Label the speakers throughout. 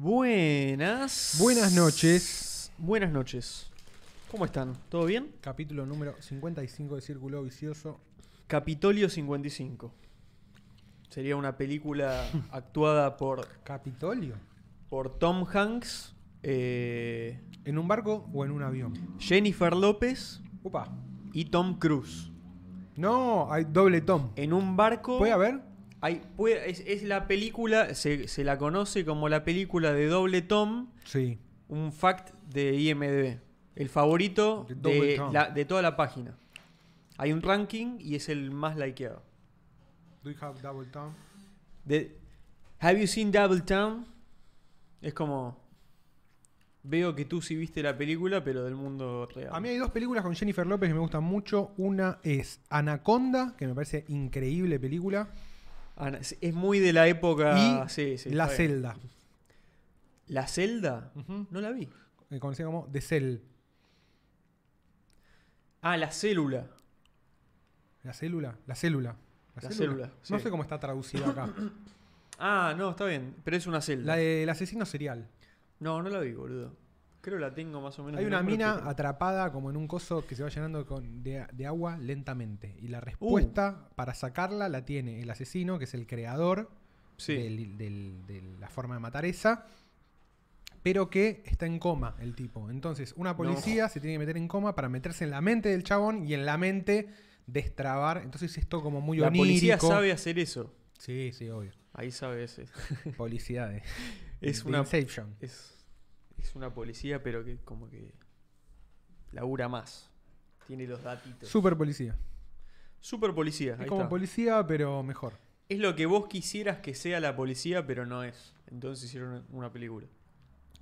Speaker 1: Buenas.
Speaker 2: Buenas noches.
Speaker 1: Buenas noches. ¿Cómo están? ¿Todo bien?
Speaker 2: Capítulo número 55 de Círculo Vicioso.
Speaker 1: Capitolio 55. Sería una película actuada por,
Speaker 2: Capitolio.
Speaker 1: por Tom Hanks, eh,
Speaker 2: ¿En un barco o en un avión?
Speaker 1: Jennifer López
Speaker 2: Upa.
Speaker 1: y Tom Cruise.
Speaker 2: No, hay doble tom.
Speaker 1: En un barco.
Speaker 2: ¿Puede haber?
Speaker 1: hay- puede- es, es la película, se, se la conoce como la película de doble Tom,
Speaker 2: Sí.
Speaker 1: un fact de IMDb. El favorito
Speaker 2: De doble
Speaker 1: de,
Speaker 2: Tom.
Speaker 1: la- de toda la página. Hay un ranking y es el más likeado.
Speaker 2: Do you have double tom?
Speaker 1: De- Have you seen Double Town? Es como. Veo que tú sí viste la película, pero del mundo real.
Speaker 2: A mí hay dos películas con Jennifer López que me gustan mucho. Una es Anaconda, que me parece increíble película.
Speaker 1: Ah, no, es- es muy de la época.
Speaker 2: y
Speaker 1: Ah, sí, sí,
Speaker 2: La
Speaker 1: está bien.
Speaker 2: Celda.
Speaker 1: ¿La celda?
Speaker 2: Ujú.
Speaker 1: No la vi.
Speaker 2: Que conocida como The Cell.
Speaker 1: Ah, la célula.
Speaker 2: ¿La célula? La célula.
Speaker 1: La célula,
Speaker 2: No
Speaker 1: sí.
Speaker 2: sé cómo está traducida acá.
Speaker 1: Ah, no, está bien. Pero es una celda.
Speaker 2: la del asesino serial.
Speaker 1: No, no la vi, boludo. Creo que la tengo más o menos.
Speaker 2: Hay
Speaker 1: de
Speaker 2: una
Speaker 1: nombre,
Speaker 2: mina
Speaker 1: pero-
Speaker 2: atrapada como en un coso que se va llenando con- de, de agua lentamente. Y
Speaker 1: Uh.
Speaker 2: la respuesta para sacarla la tiene el asesino, que es el creador
Speaker 1: Sí.
Speaker 2: del- del- de la forma de matar esa. Pero que está en coma el tipo. Entonces, una policía se tiene que meter en coma para meterse en la mente del chabón y en la mente destrabar. Entonces, esto como muy
Speaker 1: La policía
Speaker 2: onírico.
Speaker 1: sabe hacer eso.
Speaker 2: Sí, sí, obvio.
Speaker 1: Ahí sabe ese.
Speaker 2: Policía de,
Speaker 1: Es
Speaker 2: de
Speaker 1: una
Speaker 2: Inception.
Speaker 1: Es, es una policía, pero que como que labura más. Tiene los datitos.
Speaker 2: Super policía.
Speaker 1: Super policía.
Speaker 2: Es
Speaker 1: ahí
Speaker 2: como
Speaker 1: está.
Speaker 2: policía, pero mejor.
Speaker 1: es lo que vos quisieras que sea la policía, pero no es. Entonces hicieron una película.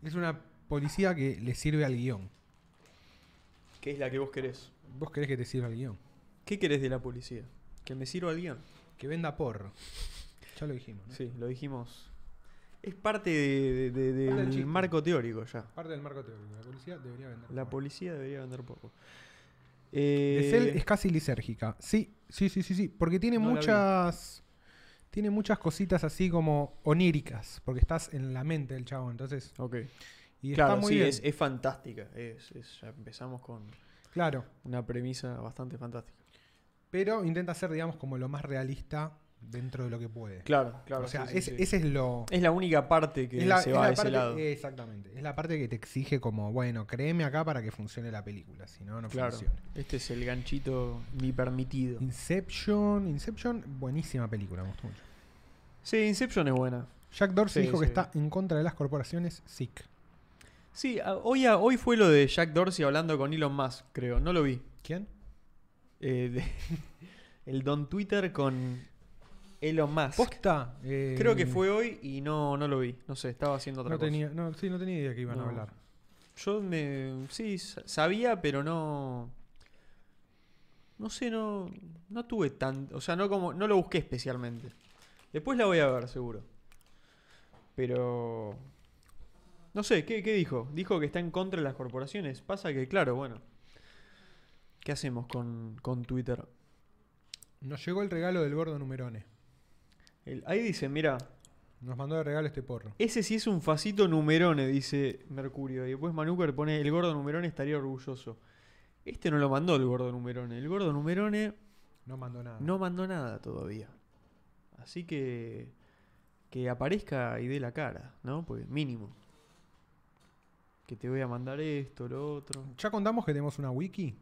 Speaker 2: Es una policía que le sirve al guión.
Speaker 1: ¿Qué es la que vos querés?
Speaker 2: Vos querés que te sirva el guión.
Speaker 1: ¿Qué querés de la policía? Que me sirva el guión.
Speaker 2: Que venda porro. Ya lo dijimos, ¿no?
Speaker 1: Sí, lo dijimos. Es parte de- de- de-
Speaker 2: Parte del
Speaker 1: del
Speaker 2: chiste.
Speaker 1: marco teórico ya.
Speaker 2: Parte del marco teórico. La policía debería vender
Speaker 1: La
Speaker 2: porro.
Speaker 1: policía debería vender poco.
Speaker 2: De Cell
Speaker 1: Eh,
Speaker 2: es casi lisérgica. Sí, sí, sí, sí, sí. Porque tiene
Speaker 1: No la vi.
Speaker 2: muchas. Tiene muchas cositas así como oníricas. Porque estás en la mente del chavo. Entonces.
Speaker 1: ok.
Speaker 2: Y
Speaker 1: claro,
Speaker 2: está muy
Speaker 1: sí,
Speaker 2: bien.
Speaker 1: es, es fantástica. Es- es- ya empezamos con
Speaker 2: Claro.
Speaker 1: una premisa bastante fantástica.
Speaker 2: Pero intenta ser, digamos, como lo más realista dentro de lo que puede.
Speaker 1: Claro, claro.
Speaker 2: o sea,
Speaker 1: sí, sí,
Speaker 2: es-
Speaker 1: sí.
Speaker 2: ese es lo.
Speaker 1: Es la única parte eh, que
Speaker 2: es la-
Speaker 1: se
Speaker 2: es
Speaker 1: va
Speaker 2: la
Speaker 1: a ese
Speaker 2: parte-
Speaker 1: lado.
Speaker 2: Exactamente. Es la parte que te exige como, bueno, créeme acá para que funcione la película, si no, no
Speaker 1: claro.
Speaker 2: funciona.
Speaker 1: Este es el ganchito ni permitido.
Speaker 2: Inception, Inception, buenísima película, me gustó mucho.
Speaker 1: Sí, Inception es buena.
Speaker 2: Jack Dorsey
Speaker 1: Sí,
Speaker 2: dijo que
Speaker 1: sí.
Speaker 2: está en contra de las corporaciones, sick.
Speaker 1: Sí, a- hoy, a- hoy fue lo de Jack Dorsey hablando con Elon Musk, creo. No lo vi.
Speaker 2: ¿Quién?
Speaker 1: Eh, de- el Don Twitter con Elon Musk.
Speaker 2: Posta. eh,
Speaker 1: Creo que fue hoy y no, no lo vi. No sé, estaba haciendo otra
Speaker 2: No
Speaker 1: cosa.
Speaker 2: tenía, no, sí, no tenía idea que iban
Speaker 1: No.
Speaker 2: a hablar.
Speaker 1: Yo me, sí, sa- sabía, pero no. No sé, no. No tuve tan. O sea, no como. No lo busqué especialmente. Después la voy a ver, seguro. Pero. No sé, ¿qué, qué dijo? Dijo que está en contra de las corporaciones. Pasa que, claro, bueno. ¿Qué hacemos con, con Twitter?
Speaker 2: Nos llegó el regalo del gordo Numerone.
Speaker 1: El- ahí dice, mira,
Speaker 2: Nos mandó de regalo este porro.
Speaker 1: ese sí es un facito numerone, dice Mercurio. Y después Manuker pone, el gordo numerone estaría orgulloso. Este no lo mandó el gordo numerone. El gordo numerone
Speaker 2: No mandó nada.
Speaker 1: No mandó nada todavía. Así que. Que aparezca y dé la cara, ¿no? Pues mínimo. Que te voy a mandar esto, lo otro.
Speaker 2: Ya contamos que tenemos una wiki.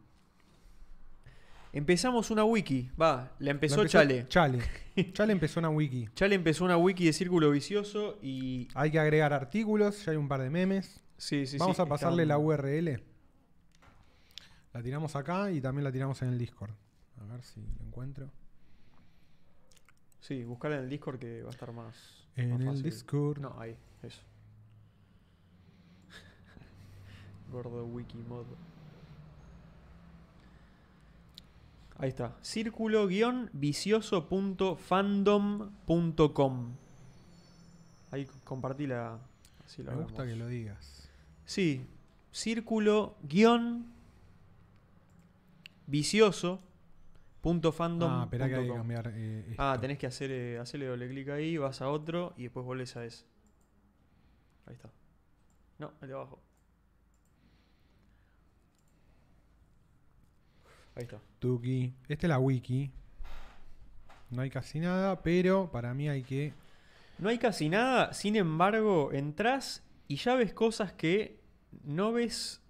Speaker 1: Empezamos una wiki. Va, la empezó,
Speaker 2: La
Speaker 1: Chale.
Speaker 2: Chale. Chale empezó una wiki.
Speaker 1: Chale empezó una wiki de círculo vicioso y.
Speaker 2: Hay que agregar artículos, ya hay un par de memes.
Speaker 1: Sí, sí,
Speaker 2: Vamos
Speaker 1: sí,
Speaker 2: a pasarle
Speaker 1: están-
Speaker 2: la URL. La tiramos acá y también la tiramos en el Discord. A ver si lo encuentro.
Speaker 1: Sí, buscarla en el Discord que va a estar más.
Speaker 2: En
Speaker 1: más
Speaker 2: el
Speaker 1: fácil.
Speaker 2: Discord.
Speaker 1: No, ahí, eso. Gordo wiki mod. Ahí está. Círculo-vicioso.fandom.com. Ahí c- compartí la. así la
Speaker 2: Me gusta
Speaker 1: vemos.
Speaker 2: que lo digas.
Speaker 1: Sí. Círculo-vicioso.fandom.
Speaker 2: Ah, espera que hay que cambiar. eh, esto.
Speaker 1: Ah, tenés que hacer, eh, hacerle doble clic ahí, vas a otro y después volvés a ese. Ahí está. No, el de abajo. Ahí está.
Speaker 2: Tuki. Esta es la wiki. No hay casi nada, pero para mí hay que.
Speaker 1: No hay casi nada, sin embargo, entras y ya ves cosas que no ves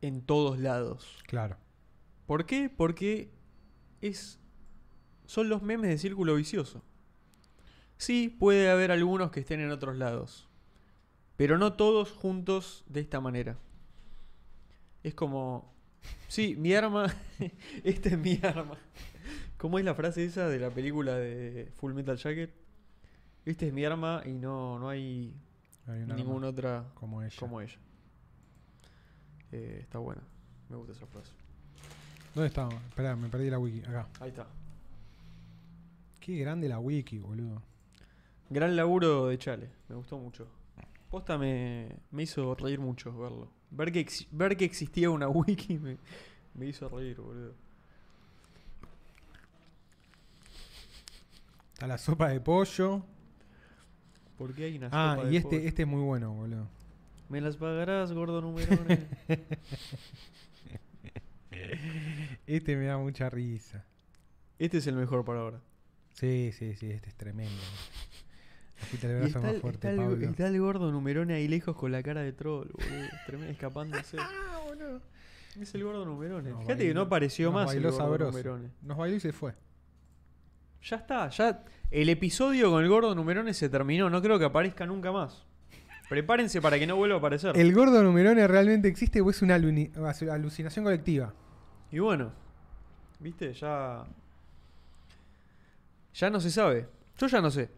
Speaker 1: en todos lados.
Speaker 2: Claro.
Speaker 1: ¿Por qué? Porque es son los memes de círculo vicioso. Sí, puede haber algunos que estén en otros lados, pero no todos juntos de esta manera. Es como, sí, mi arma, este es mi arma. ¿Cómo es la frase esa de la película de Full Metal Jacket? Este es mi arma y no, no hay,
Speaker 2: Hay un
Speaker 1: ninguna
Speaker 2: arma
Speaker 1: otra
Speaker 2: como ella.
Speaker 1: como ella. Eh, está buena, me gusta esa frase.
Speaker 2: ¿Dónde estamos? Espera, me perdí la wiki. Acá.
Speaker 1: Ahí está.
Speaker 2: Qué grande la wiki, boludo.
Speaker 1: Gran laburo de Chale, me gustó mucho. Posta me, me hizo reír mucho verlo. Ver que, ex- ver que existía una wiki me, me hizo reír, boludo.
Speaker 2: Está la sopa de pollo.
Speaker 1: ¿Por qué hay una
Speaker 2: Ah,
Speaker 1: sopa de
Speaker 2: y este,
Speaker 1: pollo?
Speaker 2: este es muy bueno, boludo.
Speaker 1: Me las pagarás, gordo numerone.
Speaker 2: Este me da mucha risa.
Speaker 1: este es el mejor para ahora.
Speaker 2: Sí, sí, sí, este es tremendo. Agita el
Speaker 1: Y
Speaker 2: brazo
Speaker 1: está,
Speaker 2: más
Speaker 1: el-
Speaker 2: fuerte,
Speaker 1: está el,
Speaker 2: Pablo.
Speaker 1: está el gordo numerone ahí lejos con la cara de troll, boludo. Tremendo, escapándose.
Speaker 2: Ah, boludo.
Speaker 1: Es el gordo numerone.
Speaker 2: Nos
Speaker 1: Fíjate que
Speaker 2: bailó-
Speaker 1: no apareció
Speaker 2: nos
Speaker 1: más el
Speaker 2: bailó
Speaker 1: gordo
Speaker 2: sabroso.
Speaker 1: numerone.
Speaker 2: Nos bailó y se fue.
Speaker 1: Ya está, ya el episodio con el gordo numerone se terminó, no creo que aparezca nunca más. Prepárense para que no vuelva a aparecer.
Speaker 2: ¿El gordo numerone realmente existe o es una aluni- alucinación colectiva?
Speaker 1: Y bueno, viste, ya ya no se sabe. Yo ya no sé.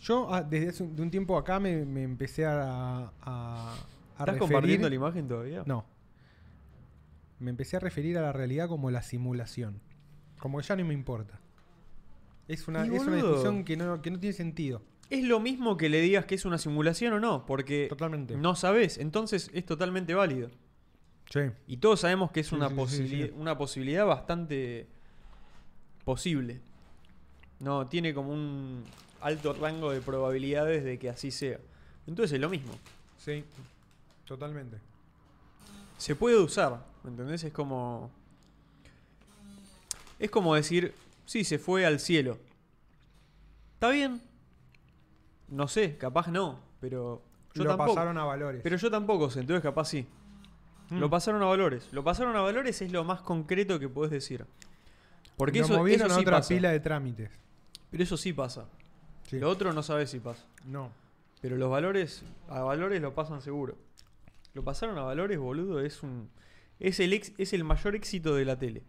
Speaker 2: Yo ah, desde hace un, de un tiempo acá me, me empecé a, a- a
Speaker 1: ¿Estás
Speaker 2: referir-
Speaker 1: compartiendo la imagen todavía?
Speaker 2: No. Me empecé a referir a la realidad como la simulación. Como que ya no me importa. Es una,
Speaker 1: Y,
Speaker 2: es una
Speaker 1: boludo.
Speaker 2: discusión que no, que no tiene sentido.
Speaker 1: Es lo mismo que le digas que es una simulación o no, porque
Speaker 2: Totalmente.
Speaker 1: Eh, no sabes, entonces es totalmente válido.
Speaker 2: Che.
Speaker 1: Y todos sabemos que es
Speaker 2: Sí,
Speaker 1: una,
Speaker 2: sí, sí,
Speaker 1: posibili-
Speaker 2: sí, sí.
Speaker 1: una posibilidad bastante posible. No, tiene como un alto rango de probabilidades de que así sea. Entonces es lo mismo.
Speaker 2: Sí, totalmente.
Speaker 1: Se puede usar, ¿me entendés? Es como. Es como decir, sí, se fue al cielo. ¿Está bien? No sé, capaz no, pero. Yo
Speaker 2: Lo
Speaker 1: tampoco.
Speaker 2: pasaron a valores.
Speaker 1: Pero yo tampoco sé, entonces capaz sí.
Speaker 2: Mm.
Speaker 1: Lo pasaron a valores. Lo pasaron a valores es lo más concreto que podés decir. Porque
Speaker 2: Lo
Speaker 1: eso,
Speaker 2: movieron
Speaker 1: eso
Speaker 2: a
Speaker 1: sí
Speaker 2: otra
Speaker 1: pasa.
Speaker 2: pila de trámites.
Speaker 1: Pero eso sí pasa.
Speaker 2: Sí.
Speaker 1: Lo otro no sabes si pasa.
Speaker 2: No.
Speaker 1: Pero los valores, a valores lo pasan seguro. Lo pasaron a valores, boludo, es un. Es el, ex- es el mayor éxito de la tele.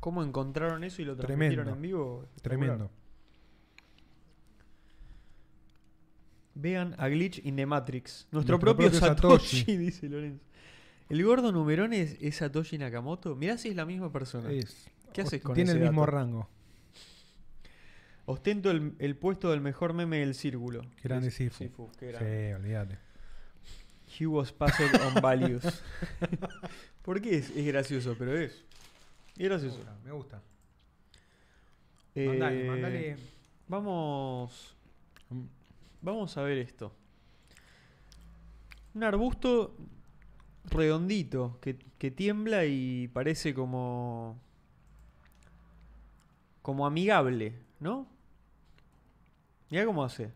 Speaker 1: ¿Cómo encontraron eso y lo transmitieron
Speaker 2: Tremendo.
Speaker 1: en vivo?
Speaker 2: Tremendo.
Speaker 1: Vean a Glitch in the Matrix. Nuestro,
Speaker 2: Nuestro
Speaker 1: propio,
Speaker 2: propio
Speaker 1: Satoshi,
Speaker 2: Satoshi.
Speaker 1: dice Lorenzo. ¿El gordo numerón es, es Satoshi Nakamoto? Mirá si es la misma persona.
Speaker 2: Es.
Speaker 1: ¿Qué haces con
Speaker 2: Tiene
Speaker 1: ese
Speaker 2: el mismo
Speaker 1: dato?
Speaker 2: rango.
Speaker 1: Ostento el, el puesto del mejor meme del círculo.
Speaker 2: Qué grande
Speaker 1: Dice
Speaker 2: Sifu.
Speaker 1: qué
Speaker 2: Sí,
Speaker 1: grande.
Speaker 2: olvídate.
Speaker 1: He was passed on values. ¿Por qué es, es gracioso? Pero es. Es gracioso.
Speaker 2: Me gusta.
Speaker 1: Eh,
Speaker 2: Mandale, mandale.
Speaker 1: Vamos. Vamos a ver esto. Un arbusto redondito que, que tiembla y parece como. como amigable, ¿no? Mirá cómo hace.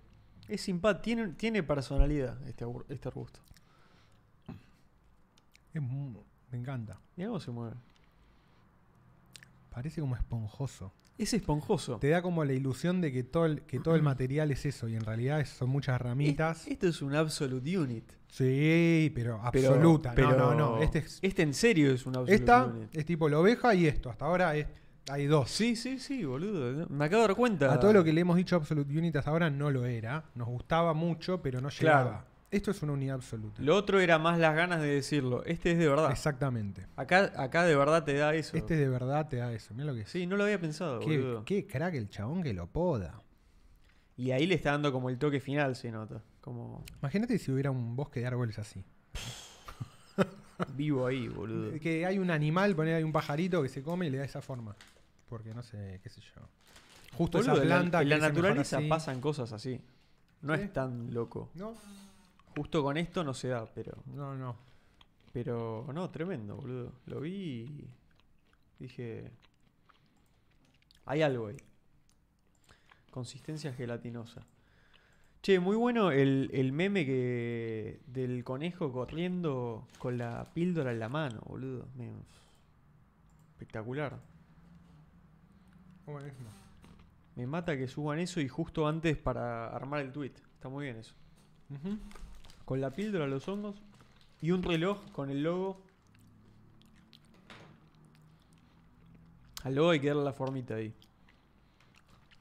Speaker 1: Es simpático, tiene, tiene personalidad este, arbur- este arbusto.
Speaker 2: Es mu- me encanta.
Speaker 1: Mirá cómo se mueve.
Speaker 2: Parece como esponjoso.
Speaker 1: Es esponjoso.
Speaker 2: Te da como la ilusión de que todo el, que todo el material es eso. Y en realidad es- son muchas
Speaker 1: Es-
Speaker 2: ramitas.
Speaker 1: esto es un absolute unit.
Speaker 2: Sí, pero
Speaker 1: Eh, Pero-
Speaker 2: absoluta.
Speaker 1: pero-
Speaker 2: no, no, no. Este es-
Speaker 1: en serio es un absolute
Speaker 2: esta
Speaker 1: unit.
Speaker 2: es tipo la oveja y esto. Hasta ahora es- hay dos.
Speaker 1: Sí, sí, sí, boludo. Me acabo de dar cuenta.
Speaker 2: A todo lo que le hemos dicho Absolute Unit hasta ahora no lo era. Nos gustaba mucho, pero no
Speaker 1: Claro.
Speaker 2: llegaba. Esto es una unidad absoluta.
Speaker 1: Lo otro era más las ganas de decirlo. Este es de verdad.
Speaker 2: Exactamente.
Speaker 1: Acá, acá de verdad te da eso.
Speaker 2: Este de verdad te da eso. Mira lo que es.
Speaker 1: Sí, no lo había pensado,
Speaker 2: qué,
Speaker 1: boludo.
Speaker 2: qué crack el chabón que lo poda.
Speaker 1: Y ahí le está dando como el toque final, se nota. Como
Speaker 2: Imagínate si hubiera un bosque de árboles así.
Speaker 1: vivo ahí, boludo.
Speaker 2: Que hay un animal, poner hay un pajarito que se come y le da esa forma. Porque no sé, qué sé yo. Justo
Speaker 1: Boludo,
Speaker 2: esa
Speaker 1: en la-
Speaker 2: planta
Speaker 1: en la,
Speaker 2: crece mejor
Speaker 1: naturaleza
Speaker 2: así.
Speaker 1: pasan cosas así. No
Speaker 2: Sí.
Speaker 1: es tan loco.
Speaker 2: No,
Speaker 1: Justo con esto no se da, pero.
Speaker 2: no, no.
Speaker 1: Pero no, tremendo, boludo. Lo vi y dije. Hay algo ahí. Consistencia gelatinosa. Che, muy bueno el, el meme que del conejo corriendo con la píldora en la mano, boludo. Me- Espectacular.
Speaker 2: Buenísimo.
Speaker 1: Me mata que suban eso y justo antes para armar el tweet. Está muy bien eso.
Speaker 2: Ujú.
Speaker 1: Con la píldora, los hongos y un reloj con el logo. Al logo hay que darle la formita ahí.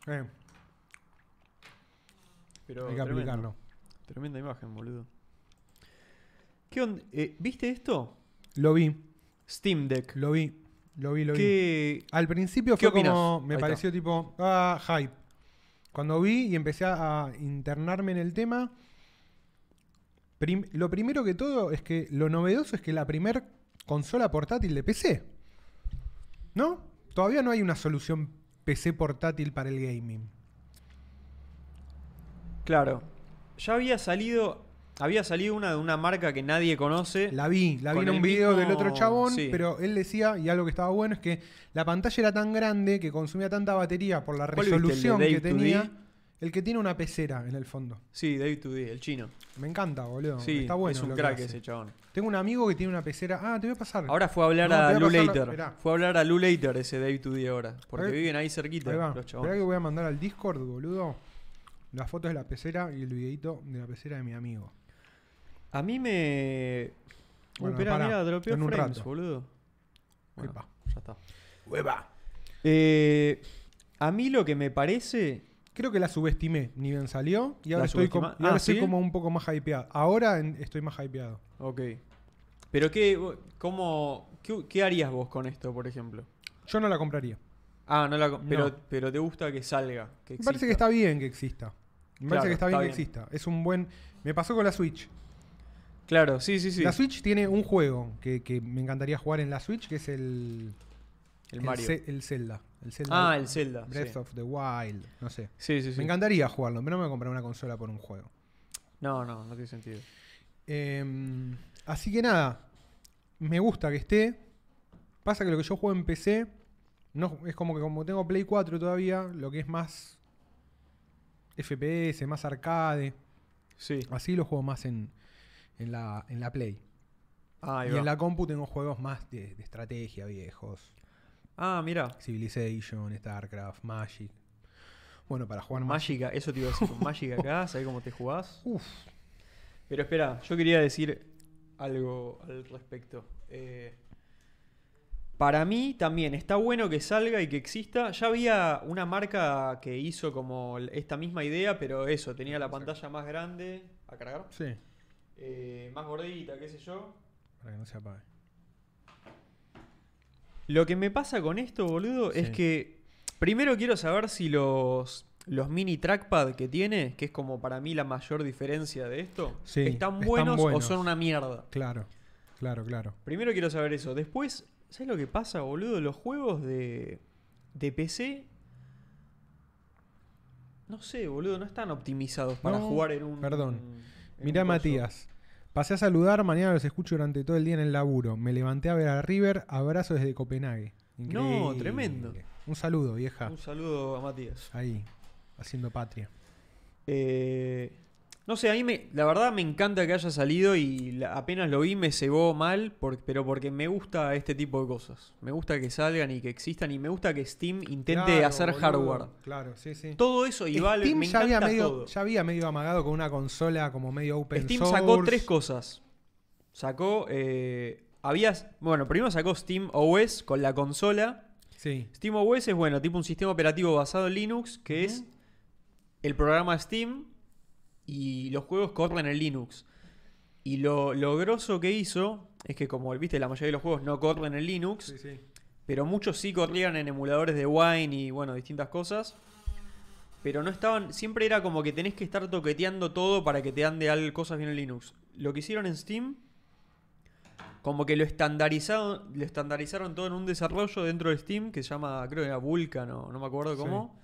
Speaker 2: Eh,
Speaker 1: Pero
Speaker 2: hay que
Speaker 1: tremendo.
Speaker 2: aplicarlo.
Speaker 1: Tremenda imagen, boludo. ¿Qué onda? Eh, ¿Viste esto?
Speaker 2: Lo vi,
Speaker 1: Steam Deck.
Speaker 2: lo vi, lo vi, lo vi.
Speaker 1: ¿Qué?
Speaker 2: Al principio
Speaker 1: ¿Qué
Speaker 2: fue como,
Speaker 1: opinás?
Speaker 2: me
Speaker 1: Ahí está.
Speaker 2: pareció tipo, ah, hype. Cuando vi y empecé a internarme en el tema, prim- lo primero que todo es que lo novedoso es que la primer consola portátil de PC. ¿No? Todavía no hay una solución PC portátil para el gaming.
Speaker 1: Claro. Ya había salido. Había salido una de una marca que nadie conoce.
Speaker 2: La vi, la vi
Speaker 1: Con
Speaker 2: en
Speaker 1: el
Speaker 2: un video
Speaker 1: mismo-
Speaker 2: del otro chabón,
Speaker 1: sí.
Speaker 2: pero él decía, y algo que estaba bueno, es que la pantalla era tan grande que consumía tanta batería por la
Speaker 1: ¿Cuál viste, el de
Speaker 2: resolución
Speaker 1: Day
Speaker 2: que
Speaker 1: to Day?
Speaker 2: tenía. El que tiene una pecera en el fondo.
Speaker 1: Sí, David Today, el chino.
Speaker 2: Me encanta, boludo.
Speaker 1: sí,
Speaker 2: Está bueno.
Speaker 1: es un
Speaker 2: lo que
Speaker 1: crack
Speaker 2: hace.
Speaker 1: ese chabón.
Speaker 2: Tengo un amigo que tiene una pecera. Ah, te voy a pasar.
Speaker 1: Ahora fue a hablar
Speaker 2: No, te voy
Speaker 1: a
Speaker 2: a
Speaker 1: Lou
Speaker 2: pasar la-
Speaker 1: Later.
Speaker 2: Mirá.
Speaker 1: Fue a hablar a Lou Later ese Day to Day ahora. Porque
Speaker 2: Ahí-
Speaker 1: viven ahí
Speaker 2: Ahí
Speaker 1: cerquita
Speaker 2: va.
Speaker 1: los
Speaker 2: Esperá que
Speaker 1: chabones.
Speaker 2: voy a mandar al Discord, boludo. Las fotos de la pecera y el videito de la pecera de mi amigo.
Speaker 1: A mí me. Uy,
Speaker 2: Bueno,
Speaker 1: esperá,
Speaker 2: pará,
Speaker 1: mirá, dropeó
Speaker 2: en un
Speaker 1: frames,
Speaker 2: rato.
Speaker 1: boludo. Bueno,
Speaker 2: Epa.
Speaker 1: ya está. Eh, a mí lo que me parece.
Speaker 2: Creo que la subestimé. Ni bien salió. Y ahora,
Speaker 1: ¿La
Speaker 2: estoy, com-
Speaker 1: subestima-
Speaker 2: y ahora
Speaker 1: Ah,
Speaker 2: estoy
Speaker 1: ¿sí?
Speaker 2: como un poco más hypeado. Ahora en- estoy más hypeado.
Speaker 1: Ok. Pero qué. vo- ¿Cómo. Qué, qué harías vos con esto, por ejemplo?
Speaker 2: Yo no la compraría.
Speaker 1: Ah, no la. co- Pero,
Speaker 2: No.
Speaker 1: pero te gusta que salga. Que
Speaker 2: Me parece que
Speaker 1: exista.
Speaker 2: está bien que exista. Me
Speaker 1: Claro,
Speaker 2: parece que está bien
Speaker 1: está
Speaker 2: que
Speaker 1: bien.
Speaker 2: exista. Es un buen. Me pasó con la Switch.
Speaker 1: Claro, sí, sí, sí.
Speaker 2: La Switch tiene un juego que, que me encantaría jugar en la Switch, que es el.
Speaker 1: el Mario.
Speaker 2: Ce- el Zelda. El Zelda.
Speaker 1: ah, el Zelda.
Speaker 2: Breath
Speaker 1: sí.
Speaker 2: of the Wild. No sé.
Speaker 1: Sí, sí, sí.
Speaker 2: Me encantaría jugarlo, pero no me voy a comprar una consola por un juego.
Speaker 1: No, no, no tiene sentido.
Speaker 2: Eh, así que nada. Me gusta que esté. Pasa que lo que yo juego en PC. No, es como que como tengo Play 4 todavía, lo que es más FPS, más arcade.
Speaker 1: Sí.
Speaker 2: Así lo juego más en, en la, en la Play.
Speaker 1: Ah, ahí
Speaker 2: y
Speaker 1: va.
Speaker 2: en la compu tengo juegos más de, de estrategia viejos.
Speaker 1: Ah, mira.
Speaker 2: Civilization, StarCraft, Magic. Bueno, para jugar Magic.
Speaker 1: Mágica, eso te iba a decir. con Mágica acá, ¿sabés cómo te jugás?
Speaker 2: Uf,
Speaker 1: Pero espera, yo quería decir algo al respecto. Eh, para mí también está bueno que salga y que exista. Ya había una marca que hizo como l- esta misma idea, pero eso, tenía la pantalla más grande a cargar,
Speaker 2: sí.
Speaker 1: eh, más gordita, qué sé yo.
Speaker 2: Para que no se apague.
Speaker 1: Lo que me pasa con esto, boludo, es
Speaker 2: Sí.
Speaker 1: que primero quiero saber si los, los mini trackpad que tiene, que es como para mí la mayor diferencia de esto,
Speaker 2: Sí,
Speaker 1: están,
Speaker 2: están
Speaker 1: buenos
Speaker 2: buenos.
Speaker 1: o son una mierda.
Speaker 2: Claro, claro, claro.
Speaker 1: Primero quiero saber eso. Después, ¿sabes lo que pasa, boludo? Los juegos de, de PC... No sé, boludo, no están optimizados para
Speaker 2: No,
Speaker 1: jugar en un...
Speaker 2: perdón.
Speaker 1: en
Speaker 2: Mirá,
Speaker 1: un coso.
Speaker 2: Matías. Pasé a saludar, mañana los escucho durante todo el día en el laburo. Me levanté a ver a River, abrazo desde Copenhague.
Speaker 1: No, tremendo.
Speaker 2: Un saludo, vieja.
Speaker 1: Un saludo a Matías.
Speaker 2: Ahí, haciendo patria.
Speaker 1: Eh, no sé, a mí me, la verdad me encanta que haya salido y la- apenas lo vi me cebó mal, por- pero porque me gusta este tipo de cosas. Me gusta que salgan y que existan y me gusta que Steam intente
Speaker 2: Claro,
Speaker 1: hacer
Speaker 2: boludo.
Speaker 1: hardware.
Speaker 2: Claro, sí, sí.
Speaker 1: Todo eso y vale,
Speaker 2: Steam
Speaker 1: me
Speaker 2: ya, había
Speaker 1: encanta
Speaker 2: medio,
Speaker 1: todo.
Speaker 2: ya había medio amagado con una consola como medio open
Speaker 1: Steam
Speaker 2: source.
Speaker 1: sacó tres cosas. Sacó, eh, había, bueno, primero sacó Steam OS con la consola.
Speaker 2: Sí,
Speaker 1: Steam OS es bueno, tipo un sistema operativo basado en Linux, que es
Speaker 2: Ujú.
Speaker 1: el programa Steam y los juegos corren en Linux. Y lo, lo grosso que hizo es que, como viste, la mayoría de los juegos no corren en Linux,
Speaker 2: sí, sí.
Speaker 1: pero muchos sí corrían en emuladores de Wine y bueno, distintas cosas. Pero no estaban, siempre era como que tenés que estar toqueteando todo para que te ande al- cosas bien en Linux. Lo que hicieron en Steam, como que lo estandarizaron, lo estandarizaron todo en un desarrollo dentro de Steam que se llama, creo que era Vulkan o no me acuerdo
Speaker 2: Sí.
Speaker 1: cómo.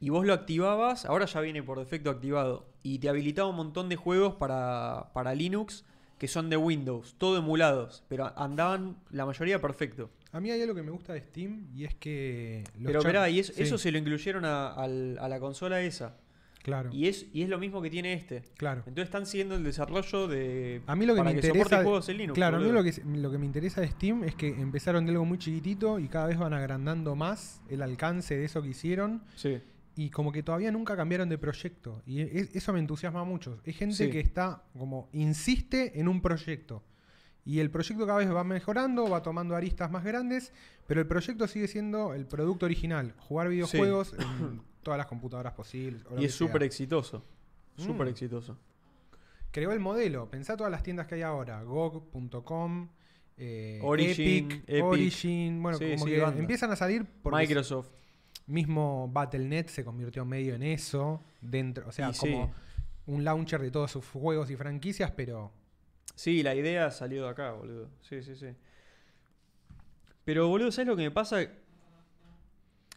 Speaker 1: Y vos lo activabas, ahora ya viene por defecto activado. Y te habilitaba un montón de juegos para, para Linux que son de Windows, todo emulados, pero andaban la mayoría perfecto.
Speaker 2: A mí hay algo que me gusta de Steam y es que. los
Speaker 1: pero
Speaker 2: chat-
Speaker 1: verá, y es-
Speaker 2: Sí,
Speaker 1: eso se lo incluyeron a, al- a la consola esa.
Speaker 2: Claro,
Speaker 1: Y es, y es lo mismo que tiene este.
Speaker 2: claro.
Speaker 1: Entonces están siguiendo el desarrollo de.
Speaker 2: A mí lo que
Speaker 1: para
Speaker 2: me
Speaker 1: que
Speaker 2: interesa.
Speaker 1: soporte juegos en Linux.
Speaker 2: claro, a mí
Speaker 1: boludo.
Speaker 2: lo que, lo que me interesa de Steam es que empezaron de algo muy chiquitito y cada vez van agrandando más el alcance de eso que hicieron.
Speaker 1: Sí.
Speaker 2: Y como que todavía nunca cambiaron de proyecto. Y e- eso me entusiasma mucho. Hay gente
Speaker 1: Sí.
Speaker 2: que está como insiste en un proyecto. Y el proyecto cada vez va mejorando, va tomando aristas más grandes, pero el proyecto sigue siendo el producto original. Jugar videojuegos en todas las computadoras posibles. o lo
Speaker 1: Y
Speaker 2: que
Speaker 1: es súper
Speaker 2: sea.
Speaker 1: exitoso. Súper
Speaker 2: Mm.
Speaker 1: exitoso.
Speaker 2: Creó el modelo. Pensá todas las tiendas que hay ahora. GOG.com, eh,
Speaker 1: Origin,
Speaker 2: Epic,
Speaker 1: Epic.
Speaker 2: Origin. Bueno,
Speaker 1: Sí,
Speaker 2: como
Speaker 1: sí,
Speaker 2: que
Speaker 1: banda.
Speaker 2: empiezan a salir porque
Speaker 1: Microsoft.
Speaker 2: mismo Battle.net se convirtió medio en eso. Dentro, o sea,
Speaker 1: Y sí.
Speaker 2: como un launcher de todos sus juegos y franquicias, pero
Speaker 1: Sí, la idea salió de acá, boludo. Sí, sí, sí. Pero, boludo, ¿sabes lo que me pasa?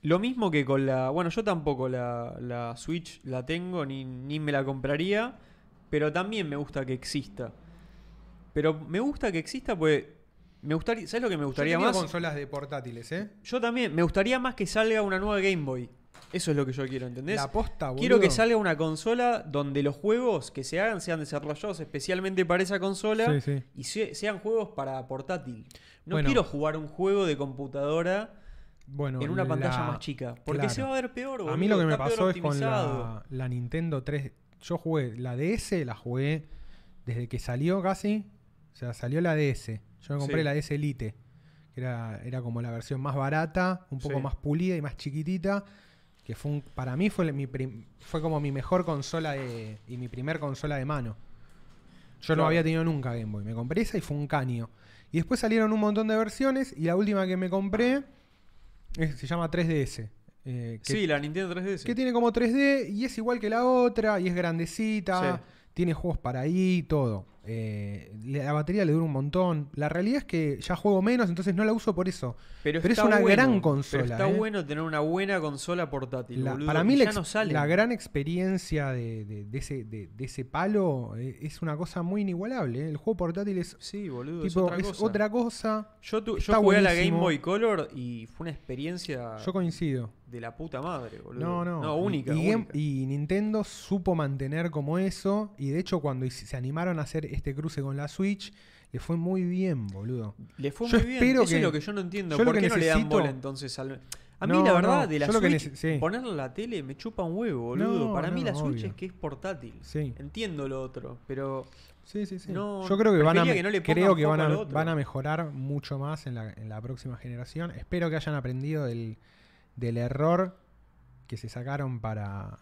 Speaker 1: Lo mismo que con la. Bueno, yo tampoco la, la Switch la tengo, ni, ni me la compraría. Pero también me gusta que exista. Pero me gusta que exista porque. Me gustaría. ¿Sabes lo que me gustaría
Speaker 2: yo he tenido
Speaker 1: más?
Speaker 2: consolas de portátiles, ¿eh?
Speaker 1: Yo también. Me gustaría más que salga una nueva Game Boy. Eso es lo que yo quiero, ¿entendés?
Speaker 2: La posta, Ah, boludo.
Speaker 1: Quiero que salga una consola donde los juegos que se hagan sean desarrollados especialmente para esa consola
Speaker 2: Sí, sí.
Speaker 1: y se- sean juegos para portátil. No
Speaker 2: Bueno.
Speaker 1: quiero jugar un juego de computadora
Speaker 2: Bueno,
Speaker 1: en una
Speaker 2: la-
Speaker 1: pantalla más chica. Porque
Speaker 2: claro.
Speaker 1: se va a ver peor, boludo.
Speaker 2: A mí lo que me
Speaker 1: está peor
Speaker 2: pasó es con
Speaker 1: optimizado.
Speaker 2: la, la Nintendo 3. Yo jugué la DS, la jugué desde que salió casi. O sea, salió la DS. Yo me compré
Speaker 1: Sí.
Speaker 2: la DS Elite, que era, era como la versión más barata, un poco
Speaker 1: Sí.
Speaker 2: más pulida y más chiquitita. Que fue un- para mí fue, el- mi prim- fue como mi mejor consola de, y mi primer consola de mano. Yo
Speaker 1: Claro.
Speaker 2: no había tenido nunca Game Boy. Me compré esa y fue un caño. Y después salieron un montón de versiones y la última que me compré es- se llama 3DS. eh, que
Speaker 1: Sí, la Nintendo 3DS.
Speaker 2: que tiene como 3D y es igual que la otra y es grandecita,
Speaker 1: Sí.
Speaker 2: tiene juegos para ahí, todo. Eh, la batería le dura un montón. La realidad es que ya juego menos, entonces no la uso por eso. pero es
Speaker 1: está
Speaker 2: una
Speaker 1: bueno,
Speaker 2: gran
Speaker 1: pero
Speaker 2: consola,
Speaker 1: está
Speaker 2: eh.
Speaker 1: bueno tener una buena consola portátil,
Speaker 2: La-
Speaker 1: boludo,
Speaker 2: para
Speaker 1: que
Speaker 2: mí la,
Speaker 1: ya
Speaker 2: ex-
Speaker 1: no sale.
Speaker 2: la gran experiencia de, de- de ese, de, de ese palo eh, es una cosa muy inigualable. ¿eh? El juego portátil es,
Speaker 1: Sí, boludo, es
Speaker 2: tipo,
Speaker 1: otra
Speaker 2: es
Speaker 1: cosa.
Speaker 2: otra cosa.
Speaker 1: Yo, tu- yo
Speaker 2: Está
Speaker 1: jugué a la
Speaker 2: buenísimo.
Speaker 1: Game Boy Color y fue una experiencia
Speaker 2: Yo coincido.
Speaker 1: de la puta madre, boludo.
Speaker 2: No, no.
Speaker 1: No, única.
Speaker 2: Y, y Game-
Speaker 1: única.
Speaker 2: y Nintendo supo mantener como eso. Y de hecho, cuando hic- se animaron a hacer este cruce con la Switch, le fue muy bien, boludo.
Speaker 1: Le fue
Speaker 2: Yo
Speaker 1: muy bien.
Speaker 2: espero
Speaker 1: Eso es
Speaker 2: que-
Speaker 1: lo que yo no entiendo.
Speaker 2: yo lo
Speaker 1: ¿Por qué
Speaker 2: que
Speaker 1: no le dan
Speaker 2: necesito-
Speaker 1: bola entonces al.? A mí,
Speaker 2: No,
Speaker 1: la verdad,
Speaker 2: no,
Speaker 1: de la
Speaker 2: yo lo que
Speaker 1: Switch,
Speaker 2: nece- sí.
Speaker 1: ponerla en la tele me chupa un huevo, boludo.
Speaker 2: No,
Speaker 1: Para mí,
Speaker 2: no,
Speaker 1: la Switch
Speaker 2: obvio.
Speaker 1: es que es portátil.
Speaker 2: Sí,
Speaker 1: Entiendo lo otro, pero.
Speaker 2: sí, sí. sí.
Speaker 1: No,
Speaker 2: Yo creo que van a,
Speaker 1: preferiría
Speaker 2: me-
Speaker 1: que no le pongan
Speaker 2: creo que van
Speaker 1: foco
Speaker 2: a,
Speaker 1: al otro.
Speaker 2: van a mejorar mucho más en la, en la próxima generación. Espero que hayan aprendido del, del error que se sacaron para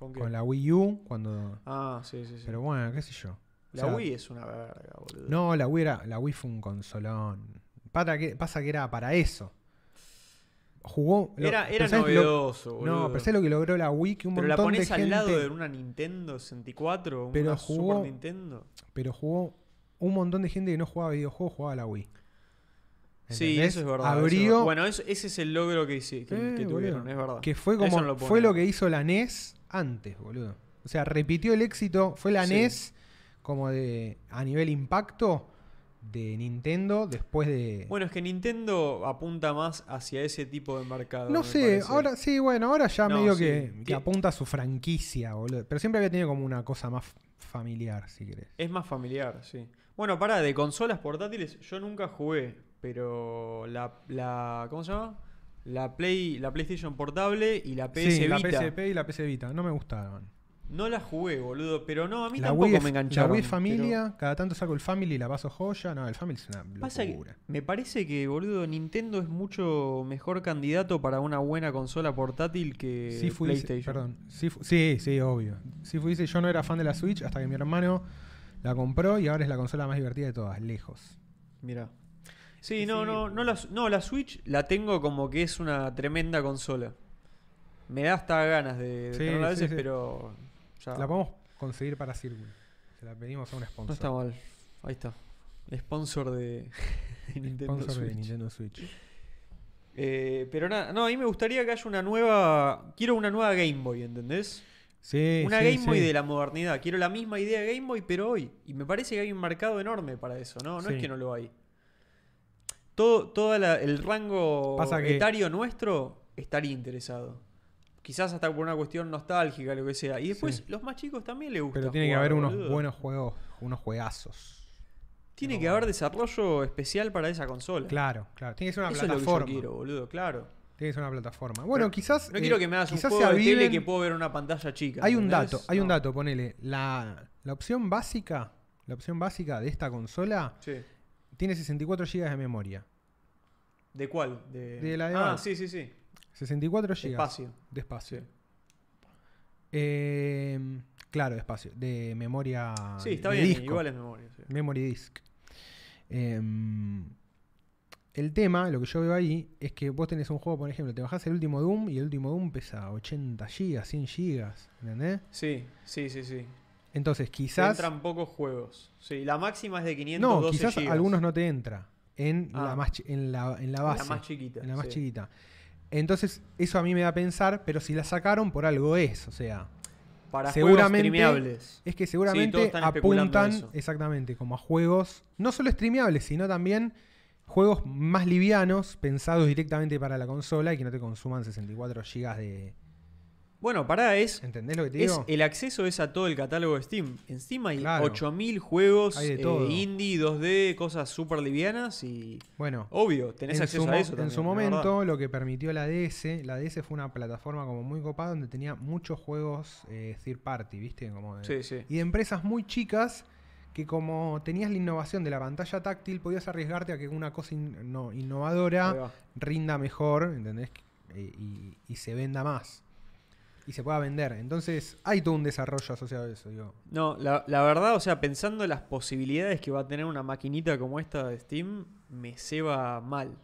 Speaker 1: ¿Con qué?
Speaker 2: con la Wii U. cuando
Speaker 1: Ah, sí, sí, sí.
Speaker 2: Pero bueno, qué sé yo.
Speaker 1: la
Speaker 2: o sea,
Speaker 1: Wii es una verga, boludo.
Speaker 2: No, la Wii, era- la Wii fue un consolón. Pata que, pasa que era para eso. Jugó. lo-
Speaker 1: era
Speaker 2: pero
Speaker 1: era
Speaker 2: ¿sabes lo-
Speaker 1: novedoso, boludo.
Speaker 2: no, pero ¿sabés lo que logró la Wii? Que un
Speaker 1: Pero la
Speaker 2: montón
Speaker 1: pones
Speaker 2: de
Speaker 1: al
Speaker 2: gente.
Speaker 1: lado de una Nintendo 64, una
Speaker 2: Pero jugó-
Speaker 1: Super Nintendo.
Speaker 2: Pero jugó un montón de gente que no jugaba videojuegos, jugaba a la Wii.
Speaker 1: Sí,
Speaker 2: ¿Entendés?
Speaker 1: eso es verdad. eso es
Speaker 2: Abrió.
Speaker 1: verdad. bueno, eso- ese es el logro que, hice, que,
Speaker 2: Eh,
Speaker 1: que
Speaker 2: boludo.
Speaker 1: tuvieron, es verdad.
Speaker 2: Que fue
Speaker 1: Eso
Speaker 2: como.
Speaker 1: no lo
Speaker 2: fue
Speaker 1: ponen.
Speaker 2: lo que hizo la NES antes, boludo. O sea, repitió el éxito. Fue la
Speaker 1: Sí.
Speaker 2: NES como de. a nivel impacto de Nintendo después de.
Speaker 1: Bueno, es que Nintendo apunta más hacia ese tipo de mercado.
Speaker 2: No
Speaker 1: me
Speaker 2: sé,
Speaker 1: parece.
Speaker 2: ahora sí, bueno, ahora ya
Speaker 1: No,
Speaker 2: medio
Speaker 1: sí.
Speaker 2: que, que
Speaker 1: Ti-
Speaker 2: apunta a su franquicia, boludo. Pero siempre había tenido como una cosa más familiar, si querés.
Speaker 1: Es más familiar, sí. Bueno, pará, de consolas portátiles yo nunca jugué, pero la, la ¿cómo se llama? La Play, la PlayStation portable y la PS
Speaker 2: sí, la
Speaker 1: Vita.
Speaker 2: PSP y la PS Vita, no me gustaban.
Speaker 1: No la jugué, boludo, pero no, a mí
Speaker 2: La
Speaker 1: tampoco
Speaker 2: Wii, es-
Speaker 1: me
Speaker 2: la
Speaker 1: engancharon.
Speaker 2: Wii
Speaker 1: pero-
Speaker 2: Familia, cada tanto saco el Family y la paso joya. No, el Family es una
Speaker 1: Pasa que
Speaker 2: locura.
Speaker 1: me parece que, boludo, Nintendo es mucho mejor candidato para una buena consola portátil que
Speaker 2: Sí, fui,
Speaker 1: PlayStation.
Speaker 2: perdón, sí, fu- sí, sí, obvio. Sí, fui, dice, yo no era fan de la Switch hasta que mi hermano la compró y ahora es la consola más divertida de todas, lejos.
Speaker 1: Mira. Sí,
Speaker 2: Sí,
Speaker 1: no,
Speaker 2: sí.
Speaker 1: no, no la, no, la Switch la tengo como que es una tremenda consola. Me da hasta ganas de, de
Speaker 2: Sí,
Speaker 1: tenerla a
Speaker 2: sí,
Speaker 1: veces,
Speaker 2: sí.
Speaker 1: pero ya
Speaker 2: La podemos conseguir para Círculo. Se la pedimos a un sponsor.
Speaker 1: Ah. no está mal. Ahí está. Sponsor de, de Nintendo
Speaker 2: sponsor de
Speaker 1: Switch.
Speaker 2: Nintendo Switch.
Speaker 1: Eh, pero nada, no, a mí me gustaría que haya una nueva. Quiero una nueva Game Boy, ¿entendés?
Speaker 2: Sí,
Speaker 1: Una
Speaker 2: sí,
Speaker 1: Game Boy
Speaker 2: sí.
Speaker 1: de la modernidad. Quiero la misma idea de Game Boy, pero hoy. Y me parece que hay un mercado enorme para eso, ¿no? No
Speaker 2: Sí.
Speaker 1: es que no lo hay. Todo, todo el rango
Speaker 2: Pasa que-
Speaker 1: etario nuestro estaría interesado. Quizás hasta por una cuestión nostálgica, lo que sea. Y después,
Speaker 2: Sí.
Speaker 1: los más chicos también les gusta.
Speaker 2: Pero tiene que
Speaker 1: jugar,
Speaker 2: haber unos
Speaker 1: boludo.
Speaker 2: buenos juegos, unos juegazos.
Speaker 1: Tiene que haber desarrollo especial para esa consola.
Speaker 2: Claro, claro. Tiene que ser una
Speaker 1: Eso es lo que yo
Speaker 2: plataforma.
Speaker 1: quiero, boludo, claro.
Speaker 2: Tiene que ser una plataforma. Bueno,
Speaker 1: No-
Speaker 2: quizás.
Speaker 1: No
Speaker 2: eh,
Speaker 1: quiero que me hagas un
Speaker 2: quizás
Speaker 1: juego
Speaker 2: se
Speaker 1: de tele
Speaker 2: aviven-
Speaker 1: que puedo ver una pantalla chica.
Speaker 2: Hay un
Speaker 1: ¿entendés?
Speaker 2: dato, hay un
Speaker 1: No.
Speaker 2: dato, ponele. La, la opción básica, la opción básica de esta consola
Speaker 1: Sí.
Speaker 2: tiene 64 GB de memoria.
Speaker 1: ¿De cuál? De,
Speaker 2: De la de
Speaker 1: Ah,
Speaker 2: Valve.
Speaker 1: sí, sí, sí.
Speaker 2: 64 GB.
Speaker 1: Espacio.
Speaker 2: De espacio. Eh, claro, de espacio. De memoria.
Speaker 1: Sí, está
Speaker 2: de
Speaker 1: bien,
Speaker 2: disco.
Speaker 1: igual es memoria. sí.
Speaker 2: Memory disk. Em, el tema, lo que yo veo ahí, es que vos tenés un juego, por ejemplo, te bajás el último Doom y el último Doom pesa 80 GB, 100 GB, ¿entendés?
Speaker 1: Sí, sí, sí, sí.
Speaker 2: Entonces,
Speaker 1: Te
Speaker 2: quizás.
Speaker 1: Entran pocos juegos. Sí, la máxima es de 512
Speaker 2: No, quizás
Speaker 1: gigas.
Speaker 2: algunos no te entra en, la,
Speaker 1: Ah.
Speaker 2: más chi- en, la, en la base.
Speaker 1: La más chiquita.
Speaker 2: en la más
Speaker 1: sí.
Speaker 2: chiquita. Entonces, eso a mí me da a pensar, pero si la sacaron, por algo es. O sea,
Speaker 1: Para
Speaker 2: Seguramente-
Speaker 1: juegos streameables.
Speaker 2: es que
Speaker 1: todos
Speaker 2: seguramente
Speaker 1: están especulando
Speaker 2: apuntan
Speaker 1: eso.
Speaker 2: exactamente como a juegos, no solo streameables, sino también juegos más livianos, pensados directamente para la consola y que no te consuman 64 GB de.
Speaker 1: Bueno, pará, es...
Speaker 2: ¿Entendés lo que te
Speaker 1: Es, eh,
Speaker 2: digo?
Speaker 1: el acceso es a todo el catálogo de Steam. En Steam hay
Speaker 2: Claro.
Speaker 1: 8000 juegos
Speaker 2: Hay de
Speaker 1: eh,
Speaker 2: todo.
Speaker 1: indie, 2D, cosas súper livianas y
Speaker 2: Bueno,
Speaker 1: Obvio, tenés
Speaker 2: en
Speaker 1: acceso
Speaker 2: su, mo-
Speaker 1: a eso
Speaker 2: en
Speaker 1: también,
Speaker 2: su
Speaker 1: la
Speaker 2: momento, lo que permitió la DS, la DS fue una plataforma como muy copada donde tenía muchos juegos eh, third party, ¿viste? Como de-
Speaker 1: verdad. Sí, sí.
Speaker 2: Y de empresas muy chicas que como tenías la innovación de la pantalla táctil, podías arriesgarte a que una cosa in- no-
Speaker 1: Ahí
Speaker 2: innovadora
Speaker 1: va.
Speaker 2: rinda mejor, ¿entendés? Eh, Y, y se venda más. Y se pueda vender. Entonces, hay todo un desarrollo asociado a eso, digo.
Speaker 1: No, la, la verdad, o sea, pensando en las posibilidades que va a tener una maquinita como esta de Steam, me ceba mal.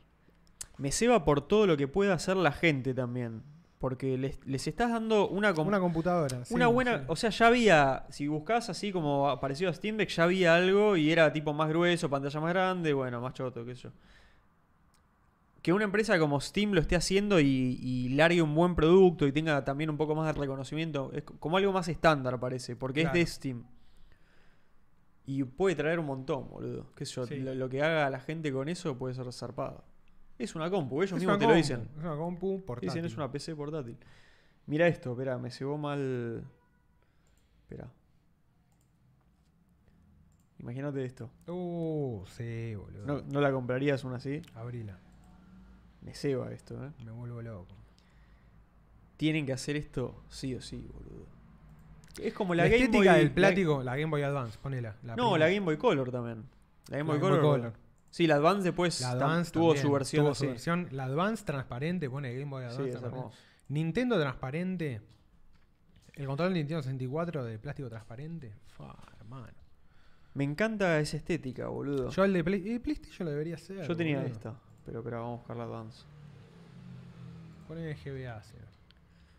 Speaker 1: Me ceba por todo lo que pueda hacer la gente también. Porque les, les estás dando una, com-
Speaker 2: Una computadora. sí,
Speaker 1: una buena.
Speaker 2: sí.
Speaker 1: O sea, ya había. Si buscás así como parecido a Steam Deck, ya había algo y era tipo más grueso, pantalla más grande, bueno, más choto, qué sé yo. Que una empresa como Steam lo esté haciendo y, y largue un buen producto y tenga también un poco más de reconocimiento, es co- como algo más estándar, parece, porque
Speaker 2: Claro.
Speaker 1: es de Steam. Y puede traer un montón, boludo. Qué sé yo,
Speaker 2: Sí.
Speaker 1: lo, lo que haga la gente con eso puede ser zarpado. Es una compu, ellos
Speaker 2: Es
Speaker 1: mismos
Speaker 2: una
Speaker 1: te lo
Speaker 2: compu,
Speaker 1: dicen.
Speaker 2: Es una compu portátil.
Speaker 1: Dicen, es una PC portátil. Mira esto, espera, me cebó mal. Espera. Imagínate esto.
Speaker 2: Uh, sí, boludo.
Speaker 1: No, no la comprarías una así.
Speaker 2: Abrila,
Speaker 1: Me ceba esto, ¿eh?
Speaker 2: me vuelvo loco.
Speaker 1: Tienen que hacer esto sí o sí, boludo. Es como
Speaker 2: La,
Speaker 1: la, Game
Speaker 2: estética
Speaker 1: Boy.
Speaker 2: del
Speaker 1: la-
Speaker 2: plástico, la, Game Boy Advance, ponela. la
Speaker 1: no,
Speaker 2: primera.
Speaker 1: la Game Boy Color también. La Game Boy,
Speaker 2: La
Speaker 1: Color, Sí, la Advance después
Speaker 2: La
Speaker 1: tam-
Speaker 2: Advance
Speaker 1: tuvo
Speaker 2: también,
Speaker 1: su versión
Speaker 2: tuvo
Speaker 1: así.
Speaker 2: su versión. La Advance transparente, pone Game Boy
Speaker 1: Sí,
Speaker 2: Advance
Speaker 1: es
Speaker 2: transparente.
Speaker 1: hermoso.
Speaker 2: Nintendo transparente. El control de Nintendo 64 de plástico transparente. Fa, hermano.
Speaker 1: Me encanta esa estética, boludo. Yo,
Speaker 2: Yo el de Play- eh, PlayStation lo debería hacer.
Speaker 1: tenía
Speaker 2: boludo.
Speaker 1: esta, pero espera, vamos a buscar la Advance.
Speaker 2: Poné GBA, señor.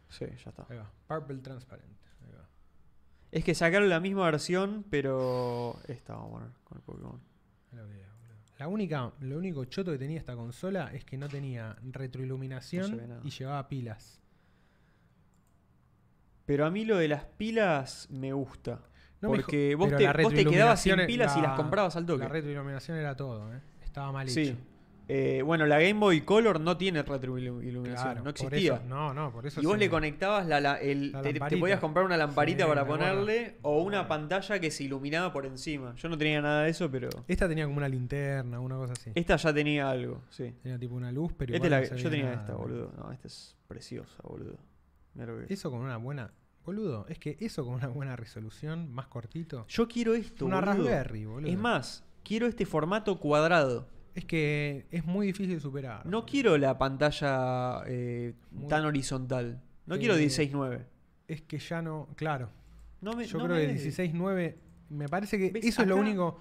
Speaker 1: Sí, ya está.
Speaker 2: Ahí va. Purple transparente. Ahí va.
Speaker 1: Es que sacaron la misma versión, pero. Esta vamos a poner con el Pokémon.
Speaker 2: Ahí lo veo, boludo. La única, lo único choto que tenía esta consola es que no tenía
Speaker 1: No
Speaker 2: retroiluminación
Speaker 1: se ve nada.
Speaker 2: y llevaba pilas.
Speaker 1: Pero a mí lo de las pilas me gusta.
Speaker 2: No me
Speaker 1: porque
Speaker 2: jo-
Speaker 1: vos
Speaker 2: pero
Speaker 1: te,
Speaker 2: la
Speaker 1: vos te quedabas sin
Speaker 2: retroiluminación es-
Speaker 1: pilas y
Speaker 2: la-
Speaker 1: las comprabas al toque.
Speaker 2: La retroiluminación era todo, ¿eh? Estaba mal
Speaker 1: sí.
Speaker 2: hecho.
Speaker 1: Eh, bueno, la Game Boy Color no tiene retroiluminación,
Speaker 2: Claro,
Speaker 1: no
Speaker 2: por eso-
Speaker 1: existía.
Speaker 2: no, no, por eso.
Speaker 1: y vos
Speaker 2: se-
Speaker 1: le conectabas la, la- el,
Speaker 2: La
Speaker 1: te- te,
Speaker 2: lamparita.
Speaker 1: podías comprar una lamparita
Speaker 2: Sí,
Speaker 1: para
Speaker 2: me acuerdo.
Speaker 1: ponerle o
Speaker 2: Me
Speaker 1: una
Speaker 2: acuerdo.
Speaker 1: pantalla que se iluminaba por encima. Yo no tenía nada de eso, pero
Speaker 2: Esta tenía como una linterna, una cosa así.
Speaker 1: esta ya tenía algo, sí.
Speaker 2: Tenía tipo una luz, pero.
Speaker 1: Esta
Speaker 2: igual
Speaker 1: es Este la-
Speaker 2: no se
Speaker 1: yo
Speaker 2: veía
Speaker 1: tenía
Speaker 2: nada,
Speaker 1: esta,
Speaker 2: ¿no?
Speaker 1: boludo. No, esta es preciosa, boludo. Mirá lo que es.
Speaker 2: Eso con una buena. Boludo, es que eso con una buena resolución, más cortito.
Speaker 1: Yo quiero esto,
Speaker 2: una
Speaker 1: boludo.
Speaker 2: Raspberry, boludo.
Speaker 1: Es más, quiero este formato cuadrado.
Speaker 2: Es que es muy difícil de superar.
Speaker 1: No
Speaker 2: boludo.
Speaker 1: quiero la pantalla eh,
Speaker 2: Muy-
Speaker 1: tan horizontal. No quiero
Speaker 2: Eh,
Speaker 1: 16.9.
Speaker 2: Es que ya no. Claro.
Speaker 1: No me,
Speaker 2: Yo
Speaker 1: no
Speaker 2: creo
Speaker 1: me
Speaker 2: que
Speaker 1: des-
Speaker 2: 16.9. Me parece que
Speaker 1: ¿Ves?
Speaker 2: eso es lo
Speaker 1: Acá-
Speaker 2: único.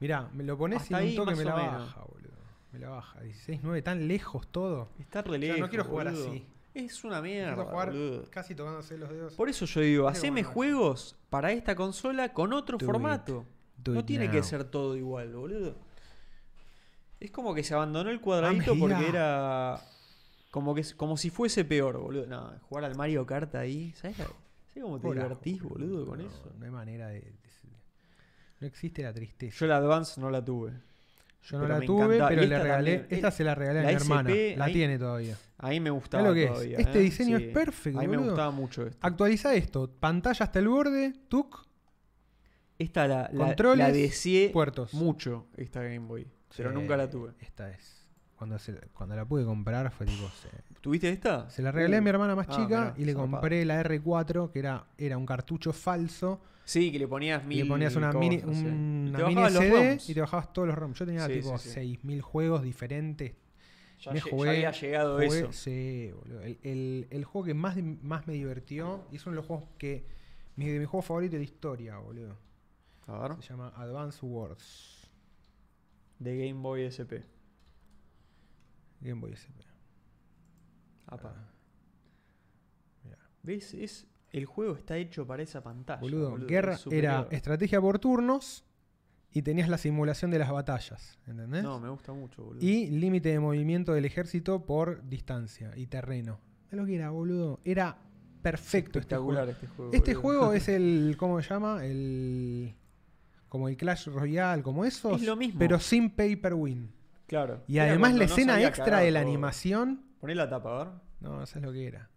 Speaker 2: Mirá, me lo pones y
Speaker 1: Hasta
Speaker 2: un
Speaker 1: ahí,
Speaker 2: toque
Speaker 1: más
Speaker 2: me
Speaker 1: o
Speaker 2: la
Speaker 1: menos.
Speaker 2: baja, boludo. Me la baja. 16.9, tan lejos todo.
Speaker 1: Está re
Speaker 2: O sea, no
Speaker 1: lejos,
Speaker 2: quiero jugar
Speaker 1: boludo.
Speaker 2: así.
Speaker 1: Es una mierda,
Speaker 2: Quiero jugar
Speaker 1: boludo.
Speaker 2: casi tocándose los dedos.
Speaker 1: Por eso yo digo,
Speaker 2: Quiero
Speaker 1: haceme
Speaker 2: jugar.
Speaker 1: juegos para esta consola con otro
Speaker 2: Do it.
Speaker 1: formato.
Speaker 2: Do
Speaker 1: no
Speaker 2: it
Speaker 1: tiene que
Speaker 2: now.
Speaker 1: ser todo igual, boludo. Es como que se abandonó el cuadradito porque
Speaker 2: here.
Speaker 1: era Como, que, como si fuese peor, boludo. No, jugar al Mario Kart ahí. ¿Sabes, la- ¿sabes cómo te
Speaker 2: Hola,
Speaker 1: divertís, boludo, con
Speaker 2: no,
Speaker 1: eso?
Speaker 2: No hay manera de, de- No existe la tristeza.
Speaker 1: Yo la Advance no la tuve.
Speaker 2: Yo, no
Speaker 1: pero
Speaker 2: la
Speaker 1: me
Speaker 2: tuve,
Speaker 1: encantaba.
Speaker 2: pero
Speaker 1: Y
Speaker 2: le
Speaker 1: esta
Speaker 2: regalé.
Speaker 1: también.
Speaker 2: esta
Speaker 1: Eh,
Speaker 2: se la regalé a
Speaker 1: la
Speaker 2: mi
Speaker 1: SP,
Speaker 2: hermana. La
Speaker 1: ahí-
Speaker 2: tiene todavía.
Speaker 1: Ahí me gustaba.
Speaker 2: ¿Sabés lo que es?
Speaker 1: todavía,
Speaker 2: Este
Speaker 1: ¿eh?
Speaker 2: diseño
Speaker 1: Sí.
Speaker 2: es perfecto,
Speaker 1: Ahí me
Speaker 2: boludo.
Speaker 1: gustaba mucho esto.
Speaker 2: Actualiza esto. Pantalla hasta el borde, tuk,
Speaker 1: Esta la, la,
Speaker 2: Controles,
Speaker 1: la deseé
Speaker 2: puertos.
Speaker 1: mucho, esta Game Boy. Pero
Speaker 2: Sí,
Speaker 1: nunca la tuve.
Speaker 2: Eh, Esta es. Cuando, se, cuando la pude comprar fue tipo. Se,
Speaker 1: ¿Tuviste esta?
Speaker 2: se la regalé a mi hermana más
Speaker 1: ah,
Speaker 2: chica
Speaker 1: mirá,
Speaker 2: y le
Speaker 1: zarpado.
Speaker 2: compré la R4, que era, era un cartucho falso.
Speaker 1: Sí, que le ponías
Speaker 2: Y
Speaker 1: mil.
Speaker 2: le ponías una
Speaker 1: cosas,
Speaker 2: mini,
Speaker 1: sí.
Speaker 2: un-
Speaker 1: Y
Speaker 2: una
Speaker 1: te
Speaker 2: mini
Speaker 1: bajabas los
Speaker 2: CD
Speaker 1: ROMs.
Speaker 2: y te bajabas todos los ROMs. Yo tenía
Speaker 1: Sí,
Speaker 2: tipo
Speaker 1: sí, sí.
Speaker 2: 6.000 juegos diferentes.
Speaker 1: Ya,
Speaker 2: me
Speaker 1: lle- ya
Speaker 2: jugué,
Speaker 1: había llegado
Speaker 2: jugué-
Speaker 1: eso.
Speaker 2: sí, boludo. El, el- el juego que más, más me divertió y es uno de los juegos que. Mi, de mi juego favorito de la historia, boludo.
Speaker 1: A ver.
Speaker 2: Se llama Advance Wars.
Speaker 1: De Game Boy SP.
Speaker 2: Game Boy SP.
Speaker 1: Apa.
Speaker 2: mirá.
Speaker 1: ¿Ves? Es, el juego está hecho para esa pantalla.
Speaker 2: Boludo,
Speaker 1: es
Speaker 2: guerra
Speaker 1: superior.
Speaker 2: era este, estrategia por turnos y tenías la simulación de las batallas, ¿entendés?
Speaker 1: No, me gusta mucho, boludo.
Speaker 2: ¿eh? y este límite de movimiento del ejército por distancia y terreno. Es lo que era, boludo. Era perfecto este juego.
Speaker 1: espectacular este juego.
Speaker 2: Este
Speaker 1: boludo.
Speaker 2: juego es el, ¿cómo se llama? El como el Clash Royale, como eso,
Speaker 1: Es lo mismo.
Speaker 2: pero sin paper win.
Speaker 1: Claro.
Speaker 2: Y
Speaker 1: Era
Speaker 2: además
Speaker 1: cuando
Speaker 2: la
Speaker 1: no se
Speaker 2: escena
Speaker 1: había
Speaker 2: extra
Speaker 1: cagado
Speaker 2: de la
Speaker 1: todo.
Speaker 2: animación,
Speaker 1: Poné la tapa, a ver.
Speaker 2: no, sabes lo que era.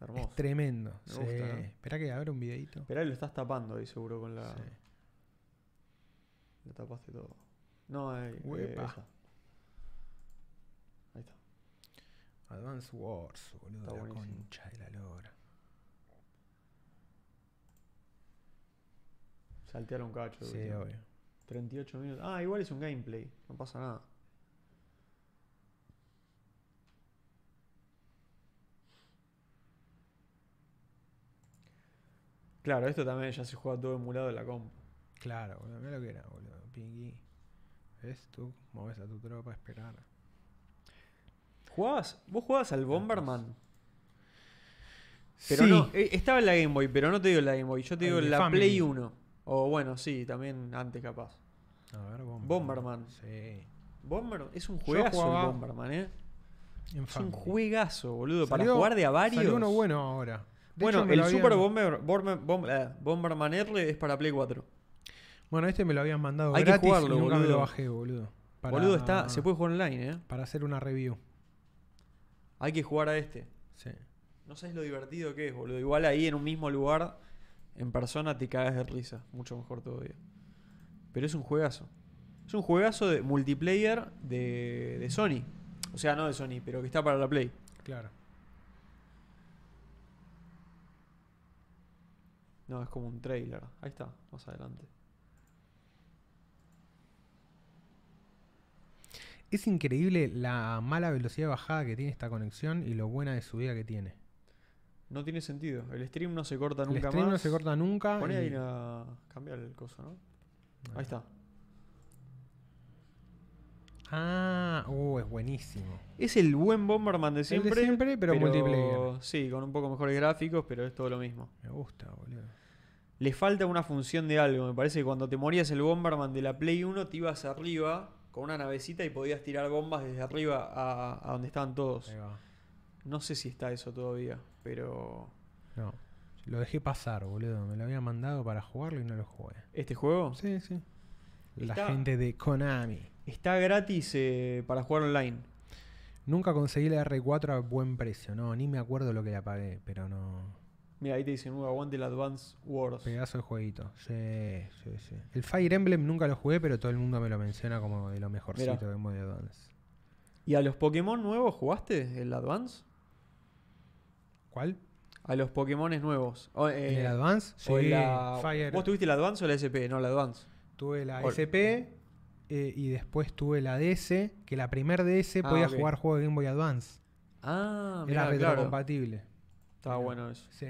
Speaker 1: Hermoso.
Speaker 2: Es tremendo.
Speaker 1: Me
Speaker 2: Sí.
Speaker 1: gusta, ¿eh?
Speaker 2: Esperá que abra un videito.
Speaker 1: Esperá, lo estás tapando ahí seguro con la.
Speaker 2: Sí.
Speaker 1: Le tapaste todo. No, ahí. eh,
Speaker 2: Uepa.
Speaker 1: esa. Ahí está.
Speaker 2: Advance Wars, boludo.
Speaker 1: Está
Speaker 2: la
Speaker 1: buenísimo.
Speaker 2: concha de la lora.
Speaker 1: Saltearon un cacho.
Speaker 2: Sí,
Speaker 1: boludo.
Speaker 2: obvio.
Speaker 1: 38 minutos. Ah, igual es un gameplay. No pasa nada. Claro, esto también ya se juega todo emulado en la compu.
Speaker 2: Claro, boludo. Mira lo que era, boludo. Pingui. ¿Ves tú? Moves a tu tropa a esperar.
Speaker 1: ¿Jugabas? ¿Vos jugabas al Bomberman? Pero
Speaker 2: sí, Ah,
Speaker 1: no, eh, estaba en la Game Boy, pero no te digo la Game Boy, yo te
Speaker 2: El
Speaker 1: digo
Speaker 2: de
Speaker 1: la
Speaker 2: Family.
Speaker 1: Play 1. O bueno, sí, también antes capaz.
Speaker 2: a ver, Bomberman.
Speaker 1: Bomberman.
Speaker 2: Sí.
Speaker 1: Bomberman es un juegazo
Speaker 2: jugaba-
Speaker 1: el Bomberman, ¿eh?
Speaker 2: En
Speaker 1: Es un
Speaker 2: Family.
Speaker 1: juegazo, boludo. Para
Speaker 2: Salió-
Speaker 1: jugar de a varios.
Speaker 2: Salió uno bueno ahora. De
Speaker 1: bueno,
Speaker 2: hecho, me
Speaker 1: el
Speaker 2: lo habían-
Speaker 1: Super Bomber, Bomber- Bom- eh, Bomberman R es para Play 4.
Speaker 2: Bueno, este me lo habían mandado
Speaker 1: Hay que
Speaker 2: gratis
Speaker 1: jugarlo,
Speaker 2: y nunca me
Speaker 1: boludo.
Speaker 2: lo bajé, boludo. Para-
Speaker 1: Boludo, está, se puede jugar online, ¿eh?
Speaker 2: Para hacer una review.
Speaker 1: Hay que jugar a este.
Speaker 2: Sí.
Speaker 1: No sabes lo divertido que es, boludo. Igual ahí en un mismo lugar, en persona, te cagas de risa. Mucho mejor todavía. Pero es un juegazo. Es un juegazo de multiplayer de, de Sony. O sea, no de Sony, pero que está para la Play.
Speaker 2: Claro.
Speaker 1: No, es como un trailer. Ahí está, más adelante.
Speaker 2: Es increíble la mala velocidad de bajada que tiene esta conexión y lo buena de subida que tiene.
Speaker 1: No tiene sentido. El stream no se corta
Speaker 2: El
Speaker 1: nunca
Speaker 2: stream
Speaker 1: más.
Speaker 2: no se corta nunca.
Speaker 1: Poné
Speaker 2: y-
Speaker 1: ahí la... Cambiar el coso, ¿no? Ahí está.
Speaker 2: Ah, uh, es buenísimo.
Speaker 1: Es el buen Bomberman de siempre.
Speaker 2: siempre, pero multiplayer.
Speaker 1: Sí, con un poco mejores gráficos, pero es todo lo mismo.
Speaker 2: Me gusta, boludo.
Speaker 1: Le falta una función de algo. Me parece que cuando te morías el Bomberman de la Play 1, te ibas arriba con una navecita y podías tirar bombas desde arriba a, a donde estaban todos.
Speaker 2: Ahí va.
Speaker 1: No sé si está eso todavía, pero.
Speaker 2: No. Lo dejé pasar, boludo. Me lo había mandado para jugarlo y no lo jugué.
Speaker 1: ¿Este juego?
Speaker 2: Sí, sí. La
Speaker 1: Está-
Speaker 2: gente de Konami.
Speaker 1: Está gratis eh, para jugar online.
Speaker 2: Nunca conseguí la R4 a buen precio, no, ni me acuerdo lo que la pagué, pero no.
Speaker 1: Mira, ahí te dicen, "Uh, aguante el Advance Wars.
Speaker 2: Pedazo de jueguito. Sí, sí, sí. El Fire Emblem nunca lo jugué, pero todo el mundo me lo menciona como de lo mejorcito
Speaker 1: Mirá.
Speaker 2: de Moy Advance.
Speaker 1: ¿Y a los Pokémon nuevos jugaste el Advance?
Speaker 2: ¿Cuál?
Speaker 1: A los Pokémones nuevos. O,
Speaker 2: ¿En
Speaker 1: eh,
Speaker 2: el Advance?
Speaker 1: o la-
Speaker 2: Fire.
Speaker 1: ¿Vos tuviste el Advance o la SP? No, el Advance.
Speaker 2: Tuve la
Speaker 1: o-
Speaker 2: SP eh, y después tuve la DS, que la primer DS
Speaker 1: Ah,
Speaker 2: podía
Speaker 1: ok.
Speaker 2: jugar juego de Game Boy Advance.
Speaker 1: Ah, mira,
Speaker 2: Era
Speaker 1: claro.
Speaker 2: retrocompatible.
Speaker 1: Estaba
Speaker 2: Mirá.
Speaker 1: bueno eso.
Speaker 2: Sí,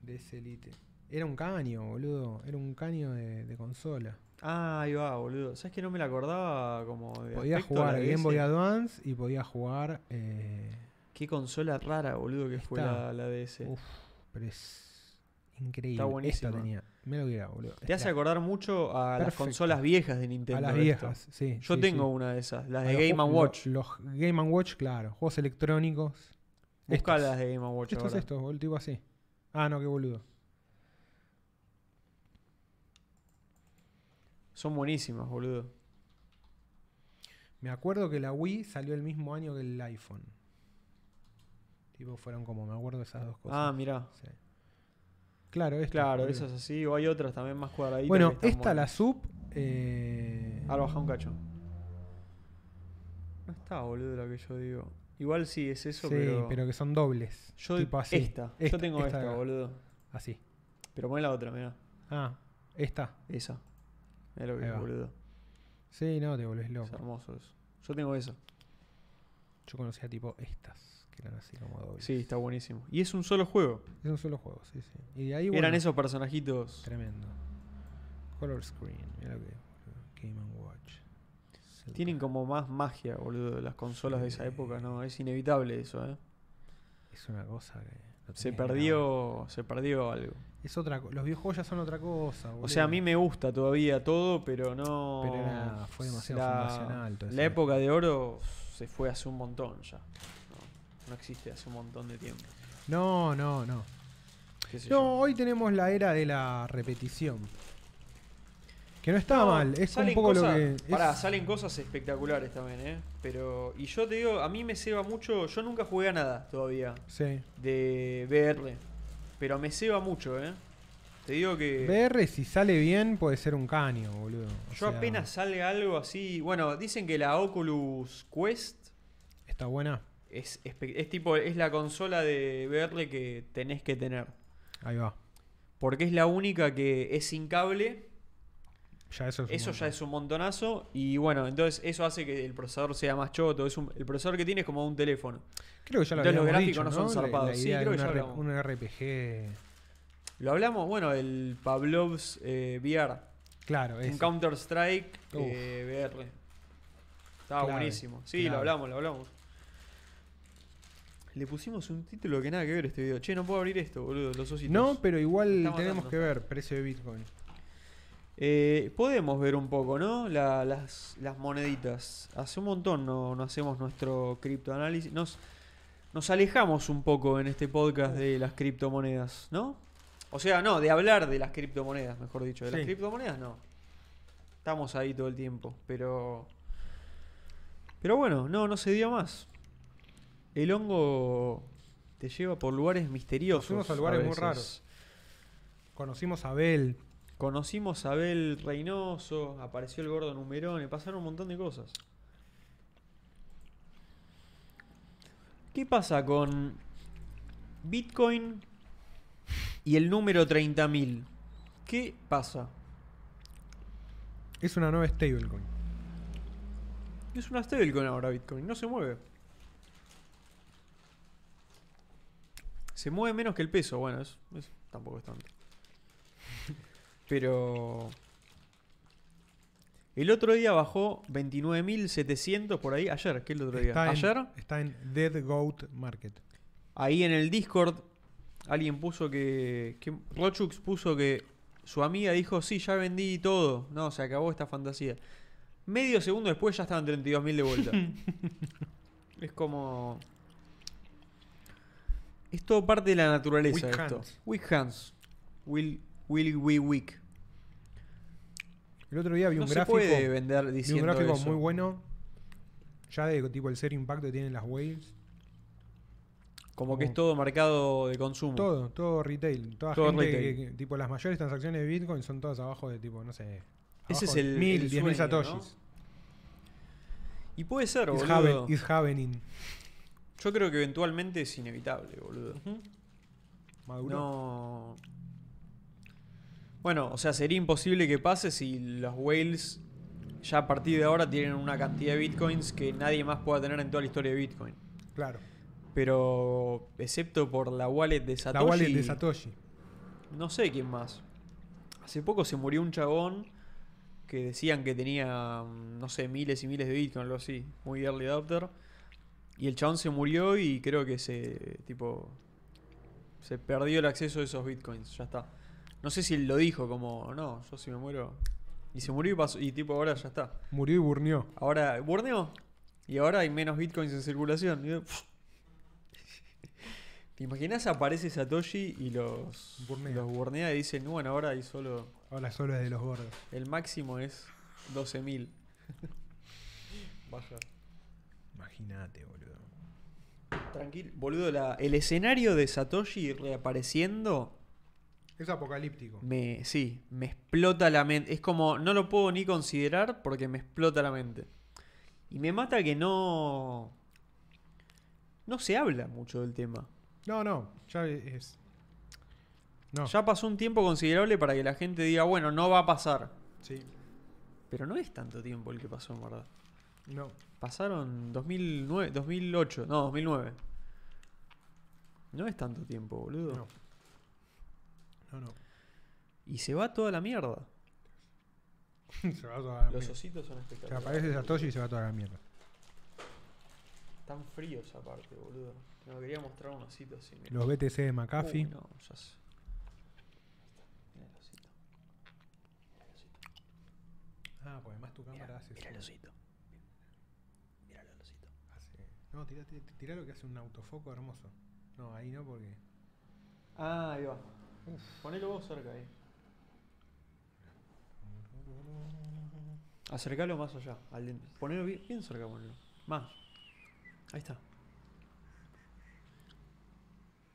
Speaker 2: DS Elite. Era un caño, boludo. Era un caño de- de consola.
Speaker 1: Ah, ahí va, boludo. ¿Sabes que no me la acordaba como de
Speaker 2: Podía
Speaker 1: aspecto a la
Speaker 2: jugar Game
Speaker 1: DS?
Speaker 2: Boy Advance y podía jugar. eh,
Speaker 1: Qué consola rara, boludo, que fue
Speaker 2: Está.
Speaker 1: la, la DS.
Speaker 2: uf, pero es- increíble.
Speaker 1: Está buenísimo.
Speaker 2: Esto tenía. Me lo que era, boludo.
Speaker 1: Te hace acordar mucho a las
Speaker 2: Perfecto.
Speaker 1: consolas viejas de
Speaker 2: a
Speaker 1: Nintendo.
Speaker 2: las
Speaker 1: esto.
Speaker 2: viejas, sí.
Speaker 1: Yo
Speaker 2: sí,
Speaker 1: tengo
Speaker 2: sí.
Speaker 1: una de esas, las
Speaker 2: A
Speaker 1: de
Speaker 2: los
Speaker 1: Game
Speaker 2: ju-
Speaker 1: and Watch.
Speaker 2: Los, Game and Watch, claro. Juegos electrónicos.
Speaker 1: Busca
Speaker 2: Estos.
Speaker 1: las de Game and Watch.
Speaker 2: Esto es
Speaker 1: ahora.
Speaker 2: esto, boludo, tipo así. Ah, no, qué boludo.
Speaker 1: Son buenísimas, boludo.
Speaker 2: Me acuerdo que la Wii salió el mismo año que el iPhone. Tipo, fueron como, me acuerdo de esas dos cosas.
Speaker 1: Ah, mirá.
Speaker 2: Sí. Claro, esto,
Speaker 1: Claro,
Speaker 2: boludo.
Speaker 1: esas así. O hay otras también más cuadraditas.
Speaker 2: Bueno,
Speaker 1: que están
Speaker 2: esta, la
Speaker 1: buenas.
Speaker 2: sub. eh,
Speaker 1: Ahora baja un cacho. No está, boludo, lo que yo digo. Igual sí, es eso,
Speaker 2: sí,
Speaker 1: pero...
Speaker 2: pero... que son dobles.
Speaker 1: Yo
Speaker 2: tipo así.
Speaker 1: esta. Yo tengo esta,
Speaker 2: acá.
Speaker 1: boludo.
Speaker 2: Así.
Speaker 1: Pero pon la otra, mirá.
Speaker 2: Ah, esta.
Speaker 1: Esa. Mirá lo que
Speaker 2: Ahí
Speaker 1: es,
Speaker 2: va.
Speaker 1: boludo.
Speaker 2: Sí, no, te volvés
Speaker 1: Es
Speaker 2: loco.
Speaker 1: hermoso eso. Yo tengo esa.
Speaker 2: Yo conocía tipo estas, que eran así como dobles.
Speaker 1: Sí, está buenísimo. Y es un solo juego.
Speaker 2: Es un solo juego, sí, sí. Y de ahí,
Speaker 1: Eran
Speaker 2: bueno,
Speaker 1: esos personajitos.
Speaker 2: Tremendo. Color screen, mira lo que. Game and Watch. Zelda.
Speaker 1: Tienen como más magia, boludo, las consolas de esa
Speaker 2: Sí.
Speaker 1: época, ¿no? Es inevitable eso, ¿eh?
Speaker 2: Es una cosa que. no
Speaker 1: Se
Speaker 2: tenés nada.
Speaker 1: perdió, se perdió algo.
Speaker 2: Es otra co- Los videojuegos ya son otra cosa, boludo.
Speaker 1: O sea, a mí me gusta todavía todo, pero no...
Speaker 2: Pero era- fue demasiado
Speaker 1: la-
Speaker 2: fundacional todo
Speaker 1: La
Speaker 2: eso.
Speaker 1: época de oro se fue hace un montón ya. No, no existe hace un montón de tiempo.
Speaker 2: No, no, no.
Speaker 1: qué sé yo.
Speaker 2: No, hoy tenemos la era de la repetición. Que no está
Speaker 1: No,
Speaker 2: mal, es un
Speaker 1: salen
Speaker 2: poco lo
Speaker 1: cosas-
Speaker 2: que. es-
Speaker 1: pará, salen cosas espectaculares también, ¿eh? Pero. Y yo te digo, a mí me ceba mucho. Yo nunca jugué a nada todavía
Speaker 2: Sí.
Speaker 1: de VR. Pero me ceba mucho, ¿eh? Te digo que.
Speaker 2: VR, si sale bien, puede ser un caño, boludo. O
Speaker 1: yo
Speaker 2: sea,
Speaker 1: apenas salga algo así. Bueno, dicen que la Oculus Quest
Speaker 2: Está buena.
Speaker 1: es, espe- es tipo. Es la consola de VR que tenés que tener.
Speaker 2: Ahí va.
Speaker 1: Porque es la única que es sin cable.
Speaker 2: Ya eso es. un
Speaker 1: Eso ya
Speaker 2: montón.
Speaker 1: es un montonazo. Y bueno, entonces eso hace que el procesador sea más choto. Es un- el procesador que tiene es como un teléfono.
Speaker 2: Creo que ya lo
Speaker 1: Entonces, los
Speaker 2: habíamos
Speaker 1: gráficos
Speaker 2: dicho,
Speaker 1: no son
Speaker 2: La- la
Speaker 1: zarpados. Sí,
Speaker 2: idea de
Speaker 1: creo que ya
Speaker 2: un,
Speaker 1: hablamos.
Speaker 2: un RPG.
Speaker 1: Lo hablamos, bueno, el Pavlov's eh, VR.
Speaker 2: Claro,
Speaker 1: Un
Speaker 2: es.
Speaker 1: Counter-Strike
Speaker 2: Uf.
Speaker 1: eh, VR. Estaba
Speaker 2: Clave,
Speaker 1: buenísimo. Sí,
Speaker 2: clave.
Speaker 1: lo hablamos, lo hablamos. Le pusimos un título que nada que ver a este video. Che, no puedo abrir esto, boludo, los ositos.
Speaker 2: No, pero igual
Speaker 1: Está
Speaker 2: tenemos
Speaker 1: matando.
Speaker 2: que ver precio de Bitcoin.
Speaker 1: Eh, podemos ver un poco, ¿no? La- las, las moneditas. Hace un montón no, no hacemos nuestro criptoanálisis. Nos, nos alejamos un poco en este podcast de las criptomonedas, ¿no? O sea, no, de hablar de las criptomonedas, mejor dicho. De las
Speaker 2: Sí.
Speaker 1: criptomonedas, no. Estamos ahí todo el tiempo, pero... Pero bueno, no, no se dio más. El hongo te lleva por lugares misteriosos.
Speaker 2: fuimos a lugares muy
Speaker 1: veces.
Speaker 2: raros. Conocimos a Abel.
Speaker 1: Conocimos a Abel Reynoso, apareció el gordo Numerone, pasaron un montón de cosas. ¿Qué pasa con Bitcoin y el número 30.000? ¿Qué pasa?
Speaker 2: Es una nueva stablecoin.
Speaker 1: Es una stablecoin ahora Bitcoin, no se mueve. Se mueve menos que el peso, bueno, es, es- tampoco es tanto. Pero... El otro día bajó 29.700 por ahí, ayer, ¿qué es el otro día?
Speaker 2: Está en,
Speaker 1: Ayer,
Speaker 2: está en Dead Goat Market.
Speaker 1: ahí en el Discord, alguien puso que... que Rochux puso que su amiga dijo, sí, ya vendí todo. No, se acabó esta fantasía. Medio segundo después ya estaban 32.000 de vuelta. Es como. Es todo parte de la naturaleza
Speaker 2: Weak
Speaker 1: esto.
Speaker 2: hands.
Speaker 1: Weak hands. Will, will we weak.
Speaker 2: El otro día vi
Speaker 1: No
Speaker 2: un
Speaker 1: se
Speaker 2: gráfico,
Speaker 1: puede vender
Speaker 2: vi
Speaker 1: diciendo
Speaker 2: un gráfico
Speaker 1: eso.
Speaker 2: muy bueno. Ya de tipo el cero impacto que tienen las waves.
Speaker 1: Como que es
Speaker 2: Como-
Speaker 1: todo mercado de consumo.
Speaker 2: Todo, todo retail. Toda
Speaker 1: Mm. Todo
Speaker 2: gente
Speaker 1: retail.
Speaker 2: que- que- tipo las mayores transacciones de Bitcoin son todas abajo de tipo, no sé.
Speaker 1: Ese
Speaker 2: abajo
Speaker 1: es
Speaker 2: de
Speaker 1: el-
Speaker 2: Mil,
Speaker 1: el
Speaker 2: diez mil
Speaker 1: sueño, ¿no?
Speaker 2: satoshis.
Speaker 1: Y puede ser,
Speaker 2: It's,
Speaker 1: boludo.
Speaker 2: happen- it's happening.
Speaker 1: Yo creo que eventualmente es inevitable, boludo.
Speaker 2: Maduro.
Speaker 1: No. Bueno, o sea, sería imposible que pase si los whales ya a partir de ahora tienen una cantidad de bitcoins que nadie más pueda tener en toda la historia de Bitcoin.
Speaker 2: Claro.
Speaker 1: Pero excepto por la wallet de Satoshi.
Speaker 2: La wallet de Satoshi.
Speaker 1: No sé quién más. Hace poco se murió un chabón que decían que tenía, mm, no sé, miles y miles de Bitcoin, algo así. Muy early adopter. Y el chabón se murió y creo que se, tipo, se Se perdió el acceso a esos bitcoins, ya está. No sé si él lo dijo como, no, yo si me muero. Y se murió y pasó, y tipo ahora ya está.
Speaker 2: Murió y burneó.
Speaker 1: Ahora, Borneo. Y ahora hay menos bitcoins en circulación. Y- ¿Te imaginas aparece Satoshi y los,
Speaker 2: Burnea.
Speaker 1: los burnea y dicen, bueno, ahora hay solo.
Speaker 2: Ahora solo es de los gordos.
Speaker 1: El máximo es 12.000. Baja.
Speaker 2: Imagínate, boludo.
Speaker 1: Tranquilo. Boludo, la- el escenario de Satoshi reapareciendo
Speaker 2: Es apocalíptico.
Speaker 1: me. Sí, me explota la mente. Es como, no lo puedo ni considerar porque me explota la mente. Y me mata que no. No se habla mucho del tema.
Speaker 2: No, no. Ya es. No.
Speaker 1: Ya pasó un tiempo considerable para que la gente diga, bueno, no va a pasar.
Speaker 2: Sí.
Speaker 1: Pero no es tanto tiempo el que pasó, en verdad.
Speaker 2: No.
Speaker 1: Pasaron 2009, 2008, no, 2009. No es tanto tiempo, boludo.
Speaker 2: No. No, no.
Speaker 1: Y se va toda la mierda.
Speaker 2: se va toda la
Speaker 1: Los
Speaker 2: mierda.
Speaker 1: ositos son
Speaker 2: Se
Speaker 1: espectaculares.
Speaker 2: Ah, aparece Satoshi y se va toda la mierda.
Speaker 1: Están fríos aparte, boludo. No quería mostrar un osito así. mira.
Speaker 2: Los BTC de McAfee.
Speaker 1: Uy, no, ya sé. Ahí está. Mira el osito.
Speaker 2: Ah, pues además tu
Speaker 1: Mira,
Speaker 2: cámara hace.
Speaker 1: mira el
Speaker 2: zoom,
Speaker 1: osito. Mira el osito.
Speaker 2: hace- No, tira, tira- tira lo que hace un autofoco hermoso. No, ahí no porque.
Speaker 1: Ah, ahí va. Ponelo vos cerca ahí. Acercalo más allá. Al lente. Ponelo bien, bien cerca, ponelo. Más. Ahí está.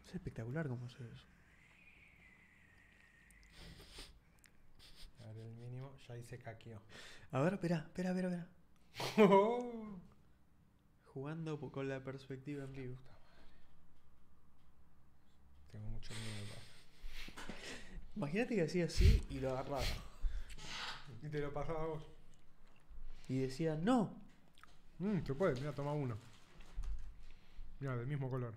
Speaker 1: Es espectacular cómo se ve eso.
Speaker 2: A ver, el mínimo, ya ahí se caqueó.
Speaker 1: A ver, espera, espera, espera, espera.
Speaker 2: Puta
Speaker 1: Jugando po- con la perspectiva en vivo.
Speaker 2: madre. Tengo mucho miedo.
Speaker 1: Imagínate que hacía así y lo agarraba.
Speaker 2: pa. Y te lo pasaba a vos.
Speaker 1: Y decía, no.
Speaker 2: Mmm, se puede, mira, toma uno. Mira, del mismo color.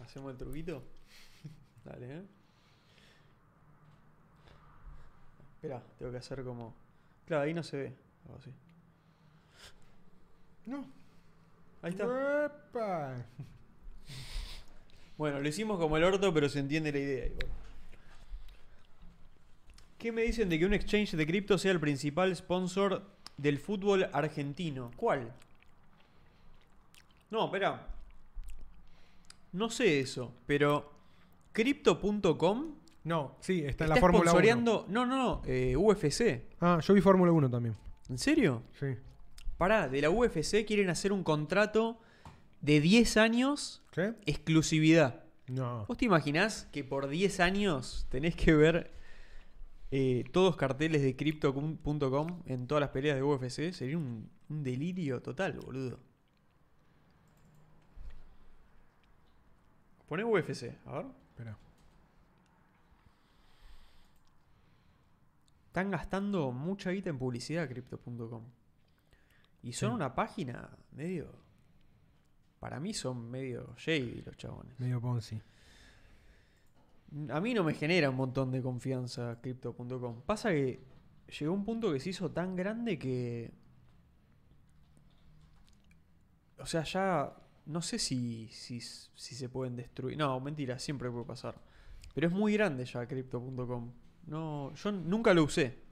Speaker 1: Hacemos el truquito. Dale, eh. Espera, tengo que hacer como. Claro, ahí no se ve. Algo así.
Speaker 2: No.
Speaker 1: Ahí está.
Speaker 2: ¡Epa!
Speaker 1: Bueno, lo hicimos como el orto, pero se entiende la idea igual. ¿Qué me dicen de que un exchange de cripto sea el principal sponsor del fútbol argentino? ¿Cuál? No, espera. No sé eso, pero crypto.com
Speaker 2: No, sí, está
Speaker 1: está,
Speaker 2: en la Fórmula 1.
Speaker 1: sponsoreando, no, no, no, eh, UFC.
Speaker 2: Ah, yo vi Fórmula 1 también.
Speaker 1: ¿En serio?
Speaker 2: Sí.
Speaker 1: Pará, de la UFC quieren hacer un contrato de 10 años
Speaker 2: ¿Qué?
Speaker 1: exclusividad.
Speaker 2: No.
Speaker 1: ¿Vos te imaginás que por 10 años tenés que ver eh, todos carteles de crypto.com en todas las peleas de UFC? Sería un, un delirio total, boludo. Poné UFC, a ver.
Speaker 2: Espera.
Speaker 1: Están gastando mucha guita en publicidad crypto.com. Y son
Speaker 2: Sí.
Speaker 1: una página medio... Para mí son medio shady los chabones.
Speaker 2: Medio Ponzi.
Speaker 1: A mí no me genera un montón de confianza crypto.com. Pasa que llegó un punto que se hizo tan grande que. O sea, ya. No sé si, si, si se pueden destruir. No, mentira, siempre puede pasar. Pero es muy grande ya crypto.com. No, yo nunca lo usé.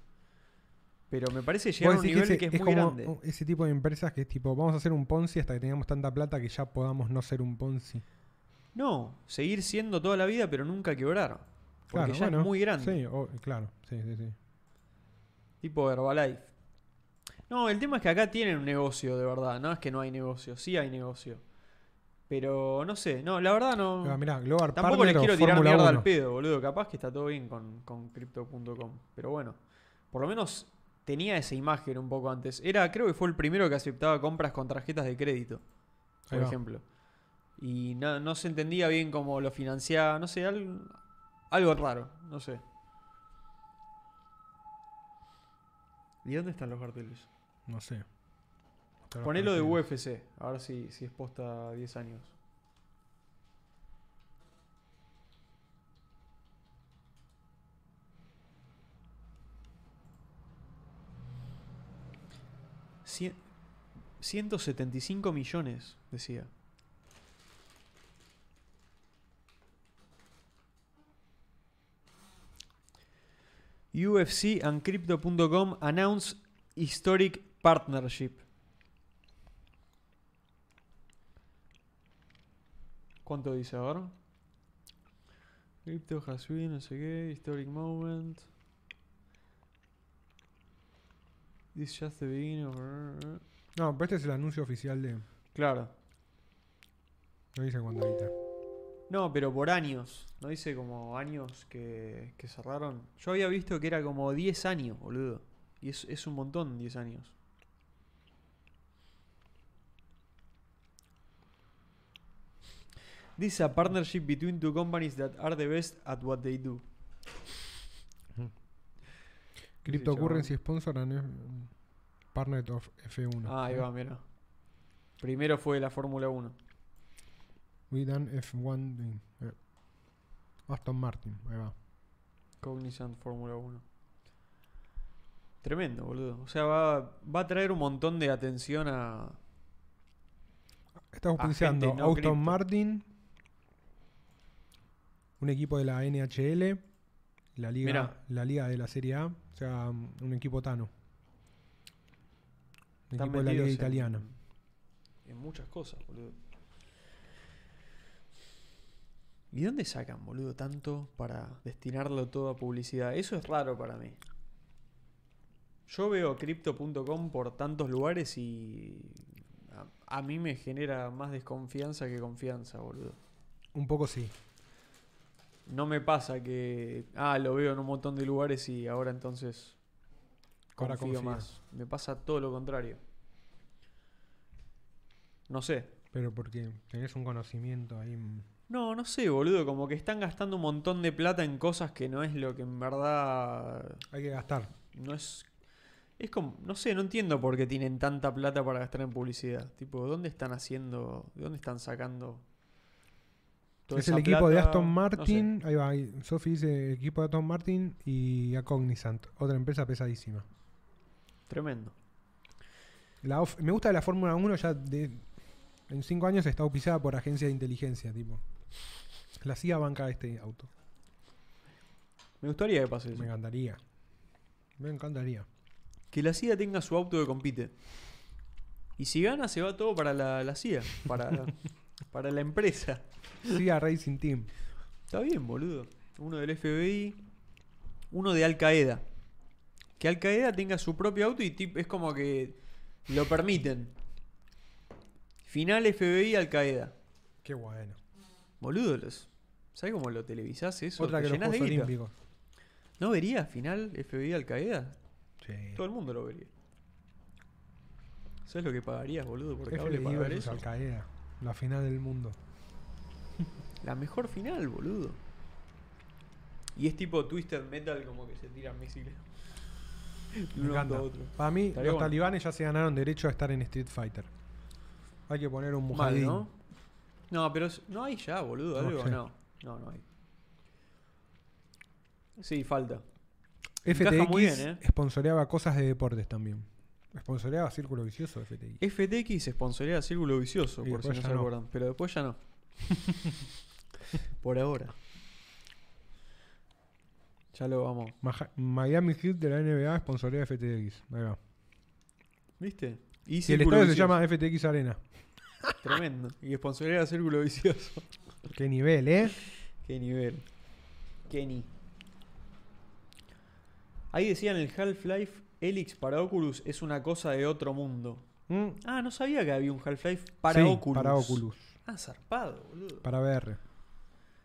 Speaker 1: Pero me parece llegar a
Speaker 2: Vos
Speaker 1: un
Speaker 2: decís que
Speaker 1: nivel que,
Speaker 2: ese-
Speaker 1: es, muy
Speaker 2: como
Speaker 1: grande.
Speaker 2: un- ese tipo de empresas que es tipo, vamos a hacer un Ponzi hasta que tengamos tanta plata que ya podamos no ser un Ponzi.
Speaker 1: No, seguir siendo toda la vida, pero nunca quebrar. Porque ya es muy grande.
Speaker 2: Sí, o- claro, sí, sí, sí.
Speaker 1: Tipo Herbalife. No, el tema es que acá tienen un negocio, de verdad. No es que no hay negocio, sí hay negocio. Pero no sé, no, la verdad no.
Speaker 2: Ah, mirá, Global
Speaker 1: tampoco les
Speaker 2: Partner o
Speaker 1: quiero tirar
Speaker 2: Fórmula
Speaker 1: mierda
Speaker 2: 1.
Speaker 1: al pedo, boludo. Capaz que está todo bien con, con Crypto.com. Pero bueno, por lo menos tenía esa imagen un poco antes. Era, creo que fue el primero que aceptaba compras con tarjetas de crédito, por
Speaker 2: Ahí va.
Speaker 1: ejemplo. Y no, no se entendía bien cómo lo financiaba, no sé, algo, algo raro, no sé. ¿Y dónde están los carteles?
Speaker 2: No sé. Hasta los
Speaker 1: Ponelo de
Speaker 2: partidos.
Speaker 1: UFC, a ver si, si es posta 10 años. Cien- 175 millones, decía. UFC and Crypto.com announce historic partnership. ¿Cuánto dice ahora? Crypto has been, no sé qué, historic moment. This is just the beginning of-
Speaker 2: No, pero este es el anuncio oficial de.
Speaker 1: Claro.
Speaker 2: No dice cuánto ahorita.
Speaker 1: No, pero por años. ¿No dice como años que, que cerraron? Yo había visto que era como 10 años, boludo. Y es, es un montón 10 años. This is a partnership between two companies that are the best at what they do.
Speaker 2: Cryptocurrency sponsor and F- partner of F1.
Speaker 1: Ah, ahí va, mira. Primero fue la Fórmula 1.
Speaker 2: We done F1. thing. Eh. Aston Martin, ahí va.
Speaker 1: Cognizant Fórmula 1. Tremendo, boludo. O sea, va, va a traer un montón de atención a,
Speaker 2: Estamos
Speaker 1: A
Speaker 2: pensando
Speaker 1: gente no
Speaker 2: Aston
Speaker 1: cripto.
Speaker 2: Martin, un equipo de la NHL, la liga,
Speaker 1: Mirá.
Speaker 2: la liga de la Serie A, o sea, mm, un equipo tano. Un
Speaker 1: Están
Speaker 2: equipo de la liga
Speaker 1: metidos en-
Speaker 2: italiana.
Speaker 1: En muchas cosas, boludo. ¿Y dónde sacan, boludo, tanto para destinarlo todo a publicidad? Eso es raro para mí. Yo veo crypto.com por tantos lugares y a, a mí me genera más desconfianza que confianza, boludo.
Speaker 2: Un poco sí.
Speaker 1: No me pasa que, ah, lo veo en un montón de lugares y ahora entonces
Speaker 2: Ahora
Speaker 1: confío
Speaker 2: confías.
Speaker 1: más. Me pasa todo lo contrario. No sé,
Speaker 2: Pero porque tenés un conocimiento ahí. mm.
Speaker 1: No, no sé, boludo. Como que están gastando un montón de plata en cosas que no es lo que en verdad.
Speaker 2: Hay que gastar.
Speaker 1: No es. Es como. No sé, no entiendo por qué tienen tanta plata para gastar en publicidad. Tipo, ¿dónde están haciendo. ¿De dónde están sacando. toda
Speaker 2: es el
Speaker 1: esa
Speaker 2: equipo de
Speaker 1: plata?
Speaker 2: Aston
Speaker 1: No sé.
Speaker 2: Martin. Ahí va. ahí. Sophie dice equipo de Aston Martin y a Cognizant, otra empresa pesadísima.
Speaker 1: Tremendo.
Speaker 2: La of- me gusta de la Fórmula 1 ya de, en cinco años está auspiciada por agencias de inteligencia, tipo. La CIA banca este auto.
Speaker 1: Me gustaría que pase eso.
Speaker 2: Me encantaría. Me encantaría.
Speaker 1: Que la CIA tenga su auto que compite. Y si gana, se va todo para la, la CIA. Para, para la empresa.
Speaker 2: CIA Racing Team.
Speaker 1: Está bien, boludo. Uno del FBI, uno de Al Qaeda. Que Al Qaeda tenga su propio auto y tip- es como que lo permiten. Final FBI Al Qaeda.
Speaker 2: Qué bueno.
Speaker 1: Boludo, los, ¿sabes cómo lo televisás eso?
Speaker 2: Otra
Speaker 1: Te
Speaker 2: que los
Speaker 1: llenás de
Speaker 2: Juegos
Speaker 1: guita.
Speaker 2: Olímpicos.
Speaker 1: ¿No vería final FBI Al Qaeda?
Speaker 2: Sí.
Speaker 1: Todo el mundo lo vería. ¿Sabes lo que pagarías, boludo, por cable
Speaker 2: FBI
Speaker 1: para ver
Speaker 2: versus
Speaker 1: eso?
Speaker 2: Al Qaeda. La final del mundo.
Speaker 1: La mejor final, boludo. Y es tipo Twisted Metal, como que se tiran misiles.
Speaker 2: Me
Speaker 1: uno
Speaker 2: encanta.
Speaker 1: a otro.
Speaker 2: Para mí,
Speaker 1: Estaría
Speaker 2: los
Speaker 1: bueno.
Speaker 2: talibanes ya se ganaron derecho a estar en Street Fighter. Hay que poner un
Speaker 1: Mal,
Speaker 2: mujahideen.
Speaker 1: ¿no? No, pero es- no hay ya, boludo,
Speaker 2: No
Speaker 1: algo,
Speaker 2: sé.
Speaker 1: no. No, no hay. Sí, falta. Encaja
Speaker 2: FTX
Speaker 1: muy bien, ¿eh?
Speaker 2: sponsoreaba cosas de deportes también. Sponsoreaba Círculo Vicioso FTX.
Speaker 1: FTX sponsorea Círculo Vicioso,
Speaker 2: Y
Speaker 1: por si no
Speaker 2: después
Speaker 1: se
Speaker 2: ya no.
Speaker 1: acuerdan, pero después ya no. por ahora. Ya lo vamos.
Speaker 2: Maja- Miami Heat de la NBA sponsorea FTX. Ahí va.
Speaker 1: ¿Viste? Y
Speaker 2: Y el
Speaker 1: Círculo
Speaker 2: estadio se
Speaker 1: Vicioso.
Speaker 2: llama FTX Arena.
Speaker 1: Tremendo. Y sponsorea Círculo Vicioso.
Speaker 2: Qué nivel, ¿eh?
Speaker 1: Qué nivel. Kenny. Ahí decían el Half-Life Helix para Oculus es una cosa de otro mundo.
Speaker 2: Mm.
Speaker 1: Ah, no sabía que había un Half-Life para
Speaker 2: Sí,
Speaker 1: Oculus.
Speaker 2: Para Oculus.
Speaker 1: Ah, zarpado, boludo.
Speaker 2: Para VR.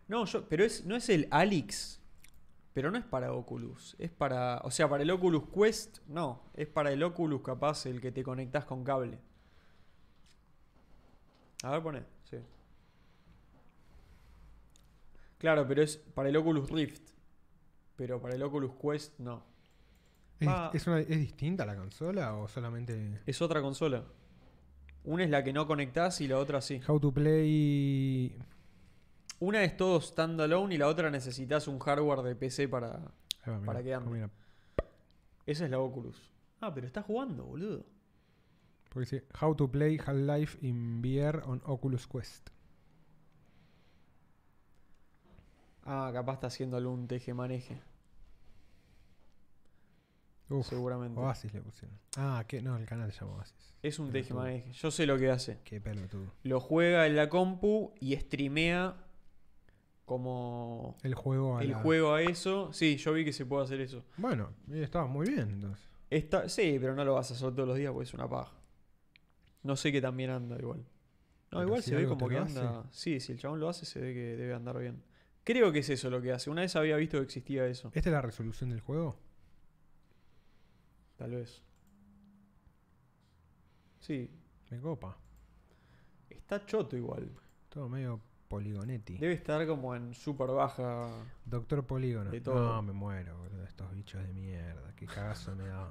Speaker 1: No, yo, pero es, no es el Alix. Pero no es para Oculus. Es para. O sea, para el Oculus Quest, no. Es para el Oculus capaz el que te conectás con cable. A ver, poné. Sí. Claro, pero es para el Oculus Rift. Pero para el Oculus Quest, no.
Speaker 2: ¿Es,
Speaker 1: Va.
Speaker 2: es una- ¿es distinta la consola o solamente.?
Speaker 1: Es otra consola. Una es la que no conectás y la otra sí.
Speaker 2: How to play.
Speaker 1: Una es todo standalone y la otra necesitas un hardware de PC para.
Speaker 2: Ahí va, mirá,
Speaker 1: Para que ande.
Speaker 2: mira,
Speaker 1: Esa es la Oculus. Ah, pero está jugando, boludo.
Speaker 2: porque dice How to play Half-Life in VR on Oculus Quest.
Speaker 1: Ah, capaz está haciendo algún teje maneje.
Speaker 2: Uf,
Speaker 1: seguramente.
Speaker 2: Oasis le pusieron. Ah, que no, el canal se llama Oasis.
Speaker 1: Es un
Speaker 2: Pelotudo.
Speaker 1: tejemaneje. Yo sé lo que hace.
Speaker 2: Qué pelotudo.
Speaker 1: Lo juega en la compu y streamea como
Speaker 2: El juego a
Speaker 1: el
Speaker 2: la-
Speaker 1: juego a eso. Sí, yo vi que se puede hacer eso.
Speaker 2: Bueno, y estaba muy bien entonces.
Speaker 1: Está, sí, pero no lo vas a hacer todos los días porque es una paja. No sé qué tan bien anda igual. No,
Speaker 2: Pero
Speaker 1: igual
Speaker 2: si
Speaker 1: se ve
Speaker 2: algo
Speaker 1: como
Speaker 2: te
Speaker 1: que
Speaker 2: lo hace.
Speaker 1: anda. Sí, si el chabón lo hace, se ve que debe andar bien. Creo que es eso lo que hace. Una vez había visto que existía eso.
Speaker 2: ¿Esta es la resolución del juego?
Speaker 1: Tal vez. Sí,
Speaker 2: Me copa.
Speaker 1: está choto igual.
Speaker 2: Todo medio poligonetti.
Speaker 1: Debe estar como en súper baja.
Speaker 2: Doctor Polígono.
Speaker 1: De todo.
Speaker 2: No, me muero, boludo. Estos bichos de mierda. Qué cagazo me da.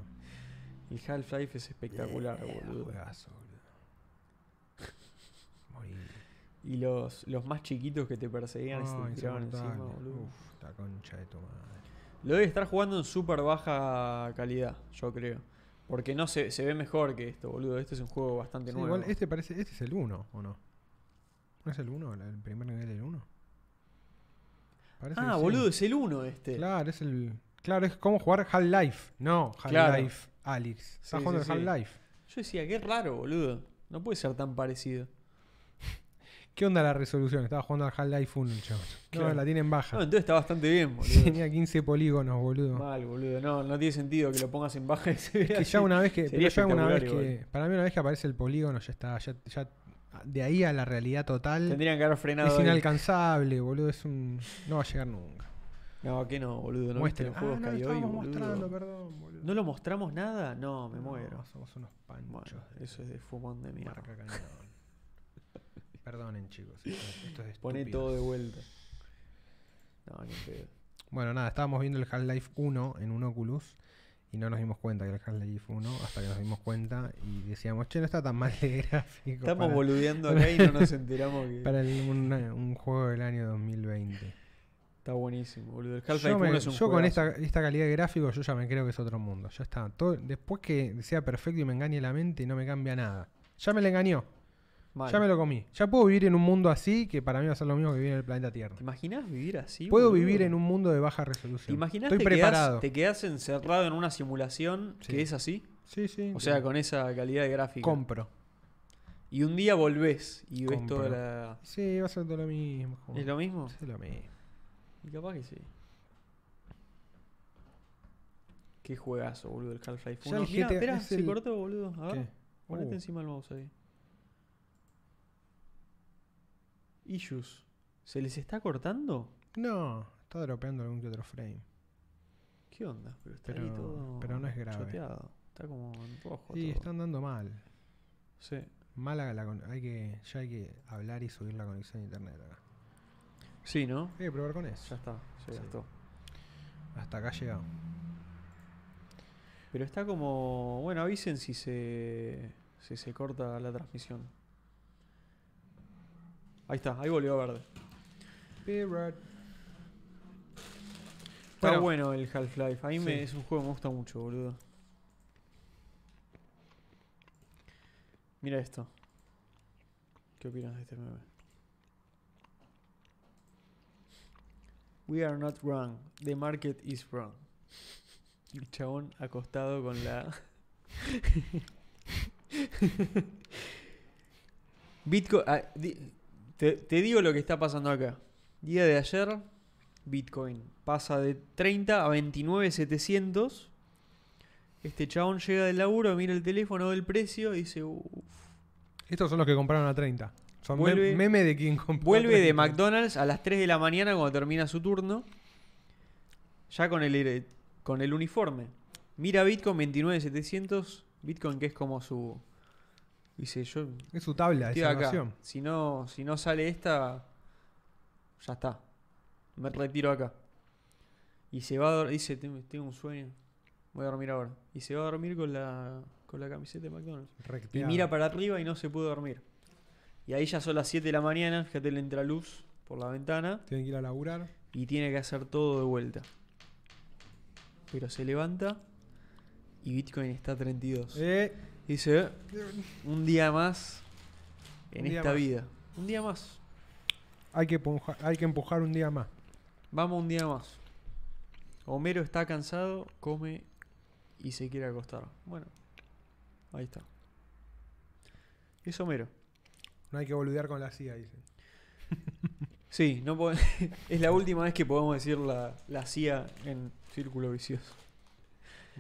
Speaker 1: El Half-Life es espectacular,
Speaker 2: Eh,
Speaker 1: boludo.
Speaker 2: Juegazo, boludo. Morí.
Speaker 1: Y los, los más chiquitos que te perseguían y se
Speaker 2: Ay,
Speaker 1: te tiraban encima,
Speaker 2: insoportable.
Speaker 1: boludo.
Speaker 2: Uf, la concha de tu madre.
Speaker 1: Lo debe estar jugando en súper baja calidad, yo creo. Porque no se, se ve mejor que esto, boludo. Este es un juego bastante
Speaker 2: Sí,
Speaker 1: nuevo.
Speaker 2: igual este parece, este es el 1, ¿o no? ¿No es el 1? ¿El primer nivel del 1? Parece que
Speaker 1: ah,
Speaker 2: sí.
Speaker 1: boludo, es el 1 este.
Speaker 2: Claro, es el. Claro, es como jugar Half-Life. No,
Speaker 1: Claro.
Speaker 2: Half-Life Alice. Estás
Speaker 1: Sí,
Speaker 2: jugando
Speaker 1: sí,
Speaker 2: al
Speaker 1: sí.
Speaker 2: Half-Life.
Speaker 1: Yo decía, qué raro, boludo. No puede ser tan parecido.
Speaker 2: ¿Qué onda la resolución? Estaba jugando al Half-Life 1, el chabón.
Speaker 1: Claro.
Speaker 2: No, la tienen
Speaker 1: No,
Speaker 2: baja.
Speaker 1: entonces está bastante bien, boludo.
Speaker 2: Tenía 15 polígonos, boludo.
Speaker 1: Mal, boludo. No, no tiene sentido que lo pongas en baja y se vea
Speaker 2: Es que
Speaker 1: así.
Speaker 2: ya una vez que.
Speaker 1: Sería
Speaker 2: pero ya una vez
Speaker 1: espectacular
Speaker 2: que. Para mí, una vez que aparece el polígono, ya está. Ya, ya- de ahí a la realidad total.
Speaker 1: Tendrían que haber frenado.
Speaker 2: Es
Speaker 1: ahí.
Speaker 2: inalcanzable, boludo. Es un. No va a llegar nunca.
Speaker 1: No, que no, boludo. No
Speaker 2: Muestra.
Speaker 1: viste los juegos
Speaker 2: Ah, no,
Speaker 1: que hay hoy,
Speaker 2: estábamos
Speaker 1: boludo.
Speaker 2: mostrando, perdón, boludo.
Speaker 1: ¿No lo mostramos nada? No, me muero.
Speaker 2: No, somos unos panchos.
Speaker 1: Bueno,
Speaker 2: de
Speaker 1: eso es de fumón de mierda.
Speaker 2: marca cañón. Perdonen, chicos. Esto esto es
Speaker 1: Poné
Speaker 2: estúpido.
Speaker 1: todo de vuelta. No, ni en pedo.
Speaker 2: Bueno, nada, estábamos viendo el Half-Life 1 en un Oculus y no nos dimos cuenta que era el Half-Life 1 hasta que nos dimos cuenta y decíamos, che, no está tan mal de gráfico.
Speaker 1: Estamos
Speaker 2: para-
Speaker 1: boludeando acá y no nos enteramos que.
Speaker 2: Para el- un, un juego del año 2020.
Speaker 1: Está buenísimo, boludo. El Half-Life
Speaker 2: Yo, me-
Speaker 1: 1 es un
Speaker 2: yo con
Speaker 1: juegazo.
Speaker 2: esta, esta calidad de gráfico yo ya me creo que es otro mundo. Ya está. Todo, después que sea perfecto y me engañe la mente, no me cambia nada. Ya me la engañó.
Speaker 1: Mal.
Speaker 2: Ya me lo comí. Ya puedo vivir en un mundo así que para mí va a ser lo mismo que vivir en el planeta Tierra.
Speaker 1: ¿Te imaginas vivir así?
Speaker 2: Puedo
Speaker 1: boludo?
Speaker 2: vivir en un mundo de baja resolución.
Speaker 1: ¿Te imaginas
Speaker 2: Estoy
Speaker 1: te quedás-
Speaker 2: preparado.
Speaker 1: te quedás encerrado en una simulación
Speaker 2: Sí.
Speaker 1: que es así?
Speaker 2: Sí, sí.
Speaker 1: O sea, con esa calidad de gráfica.
Speaker 2: compro.
Speaker 1: y un día volvés y ves
Speaker 2: Compro.
Speaker 1: toda la.
Speaker 2: Sí, va a ser todo lo mismo.
Speaker 1: ¿Es lo mismo?
Speaker 2: Sí, lo mismo.
Speaker 1: Y capaz que sí. Qué juegazo, boludo, el Half-Life
Speaker 2: Ya
Speaker 1: 1.
Speaker 2: el
Speaker 1: Mirá,
Speaker 2: GTA
Speaker 1: esperá,
Speaker 2: es
Speaker 1: se
Speaker 2: el-
Speaker 1: cortó, boludo. A ver,
Speaker 2: ¿Qué?
Speaker 1: ponete
Speaker 2: Uh.
Speaker 1: encima el mouse ahí. Issues. ¿Se les está cortando?
Speaker 2: No, está dropeando algún que otro frame.
Speaker 1: ¿Qué onda? Pero está ahí
Speaker 2: Pero-
Speaker 1: todo
Speaker 2: pero no es grave.
Speaker 1: choteado. Está como en rojo
Speaker 2: Sí,
Speaker 1: todo.
Speaker 2: están dando mal.
Speaker 1: Sí.
Speaker 2: Mala la con- hay que, ya hay que hablar y subir la conexión a internet acá.
Speaker 1: Sí, ¿no?
Speaker 2: Hay que probar con
Speaker 1: Ya
Speaker 2: eso.
Speaker 1: está, se
Speaker 2: Sí.
Speaker 1: gastó.
Speaker 2: Hasta acá llegamos.
Speaker 1: Pero está como... Bueno, avisen si se, si se corta la transmisión. Ahí está, ahí volvió a verde.
Speaker 2: Pirate.
Speaker 1: Está
Speaker 2: Bueno.
Speaker 1: bueno, el Half-Life. A mí me-
Speaker 2: Sí.
Speaker 1: es un juego que me gusta mucho, boludo. Mira esto. ¿Qué opinas de este meme? We are not wrong. The market is wrong. El chabón acostado con la. Bitcoin. ah, di- te, te digo lo que está pasando acá. Día de ayer, Bitcoin pasa de 30 a 29,700. Este chabón llega del laburo, mira el teléfono del precio y dice: "Uf".
Speaker 2: Estos son los que compraron a 30. Son mem-
Speaker 1: Vuelve-
Speaker 2: meme de quien compró.
Speaker 1: Vuelve de
Speaker 2: 30.
Speaker 1: McDonald's a las 3 de la mañana cuando termina su turno. Ya con el, eh, con el uniforme. Mira Bitcoin 29,700. Bitcoin que es como su. Dice: Yo
Speaker 2: Es su tabla de
Speaker 1: estoy acá.
Speaker 2: salvación.
Speaker 1: Si no, si no sale esta, ya está. Me retiro acá. Y se va a dormir. Dice: Tengo tengo un sueño. Voy a dormir ahora. Y se va a dormir con la, con la camiseta de McDonald's. Y
Speaker 2: Recteado.
Speaker 1: mira para arriba y no se pudo dormir. Y ahí ya son las 7 de la mañana, fíjate, le entra luz por la ventana
Speaker 2: Tienen que ir a laburar.
Speaker 1: y tiene que hacer todo de vuelta. Pero se levanta y Bitcoin está a 32.
Speaker 2: Eh,
Speaker 1: Dice, "Eh, un día más en
Speaker 2: Un día
Speaker 1: esta
Speaker 2: más.
Speaker 1: vida. Un día más.
Speaker 2: hay, que empujar, hay que empujar un día más.
Speaker 1: Vamos un día más. Homero está cansado, come y se quiere acostar. Bueno, ahí está. Es Homero.
Speaker 2: No hay que boludear con la CIA, dicen.
Speaker 1: Sí, no po- es la última vez que podemos decir la, la CIA en círculo vicioso.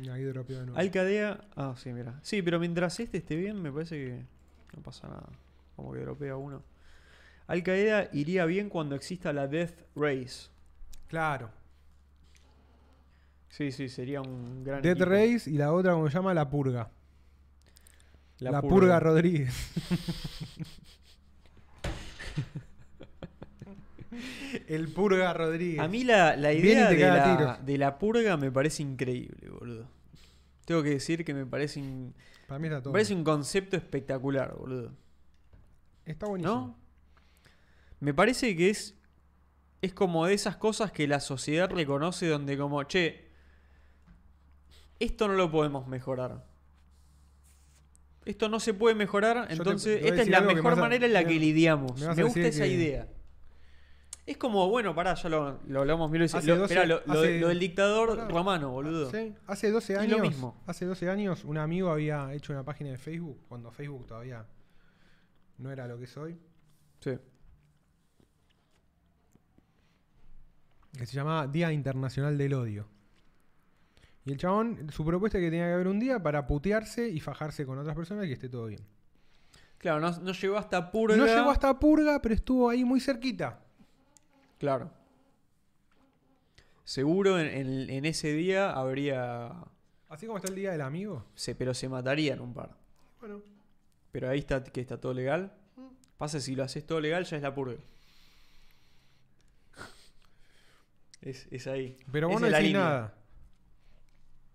Speaker 2: Y Ahí dropeó de nuevo.
Speaker 1: Alcadea. Ah, sí, mira. Sí, pero mientras este esté bien, me parece que no pasa nada. Como que dropea uno. Al Qaeda iría bien cuando exista la Death Race.
Speaker 2: Claro.
Speaker 1: Sí, sí, sería un gran.
Speaker 2: Dead
Speaker 1: equipo.
Speaker 2: Race y la otra, como se llama, La Purga. La, purga. Rodríguez. El Purga Rodríguez.
Speaker 1: A mí la, la
Speaker 2: Viene y
Speaker 1: idea
Speaker 2: te
Speaker 1: de
Speaker 2: caga a
Speaker 1: la,
Speaker 2: tiros.
Speaker 1: de la purga me parece increíble, boludo. Tengo que decir que me parece, in-
Speaker 2: Para mí está
Speaker 1: me
Speaker 2: todo.
Speaker 1: parece un concepto espectacular, boludo.
Speaker 2: Está buenísimo.
Speaker 1: ¿No? Me parece que es. Es como de esas cosas que la sociedad reconoce donde como, che, esto no lo podemos mejorar. Esto no se puede mejorar,
Speaker 2: te-
Speaker 1: entonces
Speaker 2: te voy a
Speaker 1: esta es
Speaker 2: decir
Speaker 1: la
Speaker 2: algo que me
Speaker 1: mejor
Speaker 2: vas a-
Speaker 1: manera en la
Speaker 2: me-
Speaker 1: que lidiamos.
Speaker 2: me
Speaker 1: Me,
Speaker 2: vas a
Speaker 1: gusta
Speaker 2: decir
Speaker 1: esa
Speaker 2: que-
Speaker 1: idea. Es como, bueno, pará, ya lo, lo hablamos mil veces.
Speaker 2: Hace
Speaker 1: Lo,
Speaker 2: 12
Speaker 1: esperá, lo, lo-
Speaker 2: hace-
Speaker 1: lo del dictador
Speaker 2: Pará.
Speaker 1: romano, boludo.
Speaker 2: Sí, hace 12
Speaker 1: Es
Speaker 2: años.
Speaker 1: lo mismo.
Speaker 2: Hace 12 años un amigo había hecho una página de Facebook, cuando Facebook todavía no era lo que es hoy,
Speaker 1: Sí.
Speaker 2: que se llamaba Día Internacional del Odio. Y el chabón, su propuesta es que tenía que haber un día para putearse y fajarse con otras personas y que esté todo bien.
Speaker 1: Claro, no, no llegó hasta purga.
Speaker 2: No llegó hasta purga, pero estuvo ahí muy cerquita.
Speaker 1: Claro. Seguro en, en- en ese día habría.
Speaker 2: Así como está el día del amigo.
Speaker 1: Se, pero se matarían un par.
Speaker 2: Bueno,
Speaker 1: Pero ahí está que está todo legal. Pasa si lo haces todo legal, ya es la purga. Es, es ahí.
Speaker 2: pero vos
Speaker 1: Esa
Speaker 2: no
Speaker 1: es la
Speaker 2: decís
Speaker 1: línea.
Speaker 2: nada.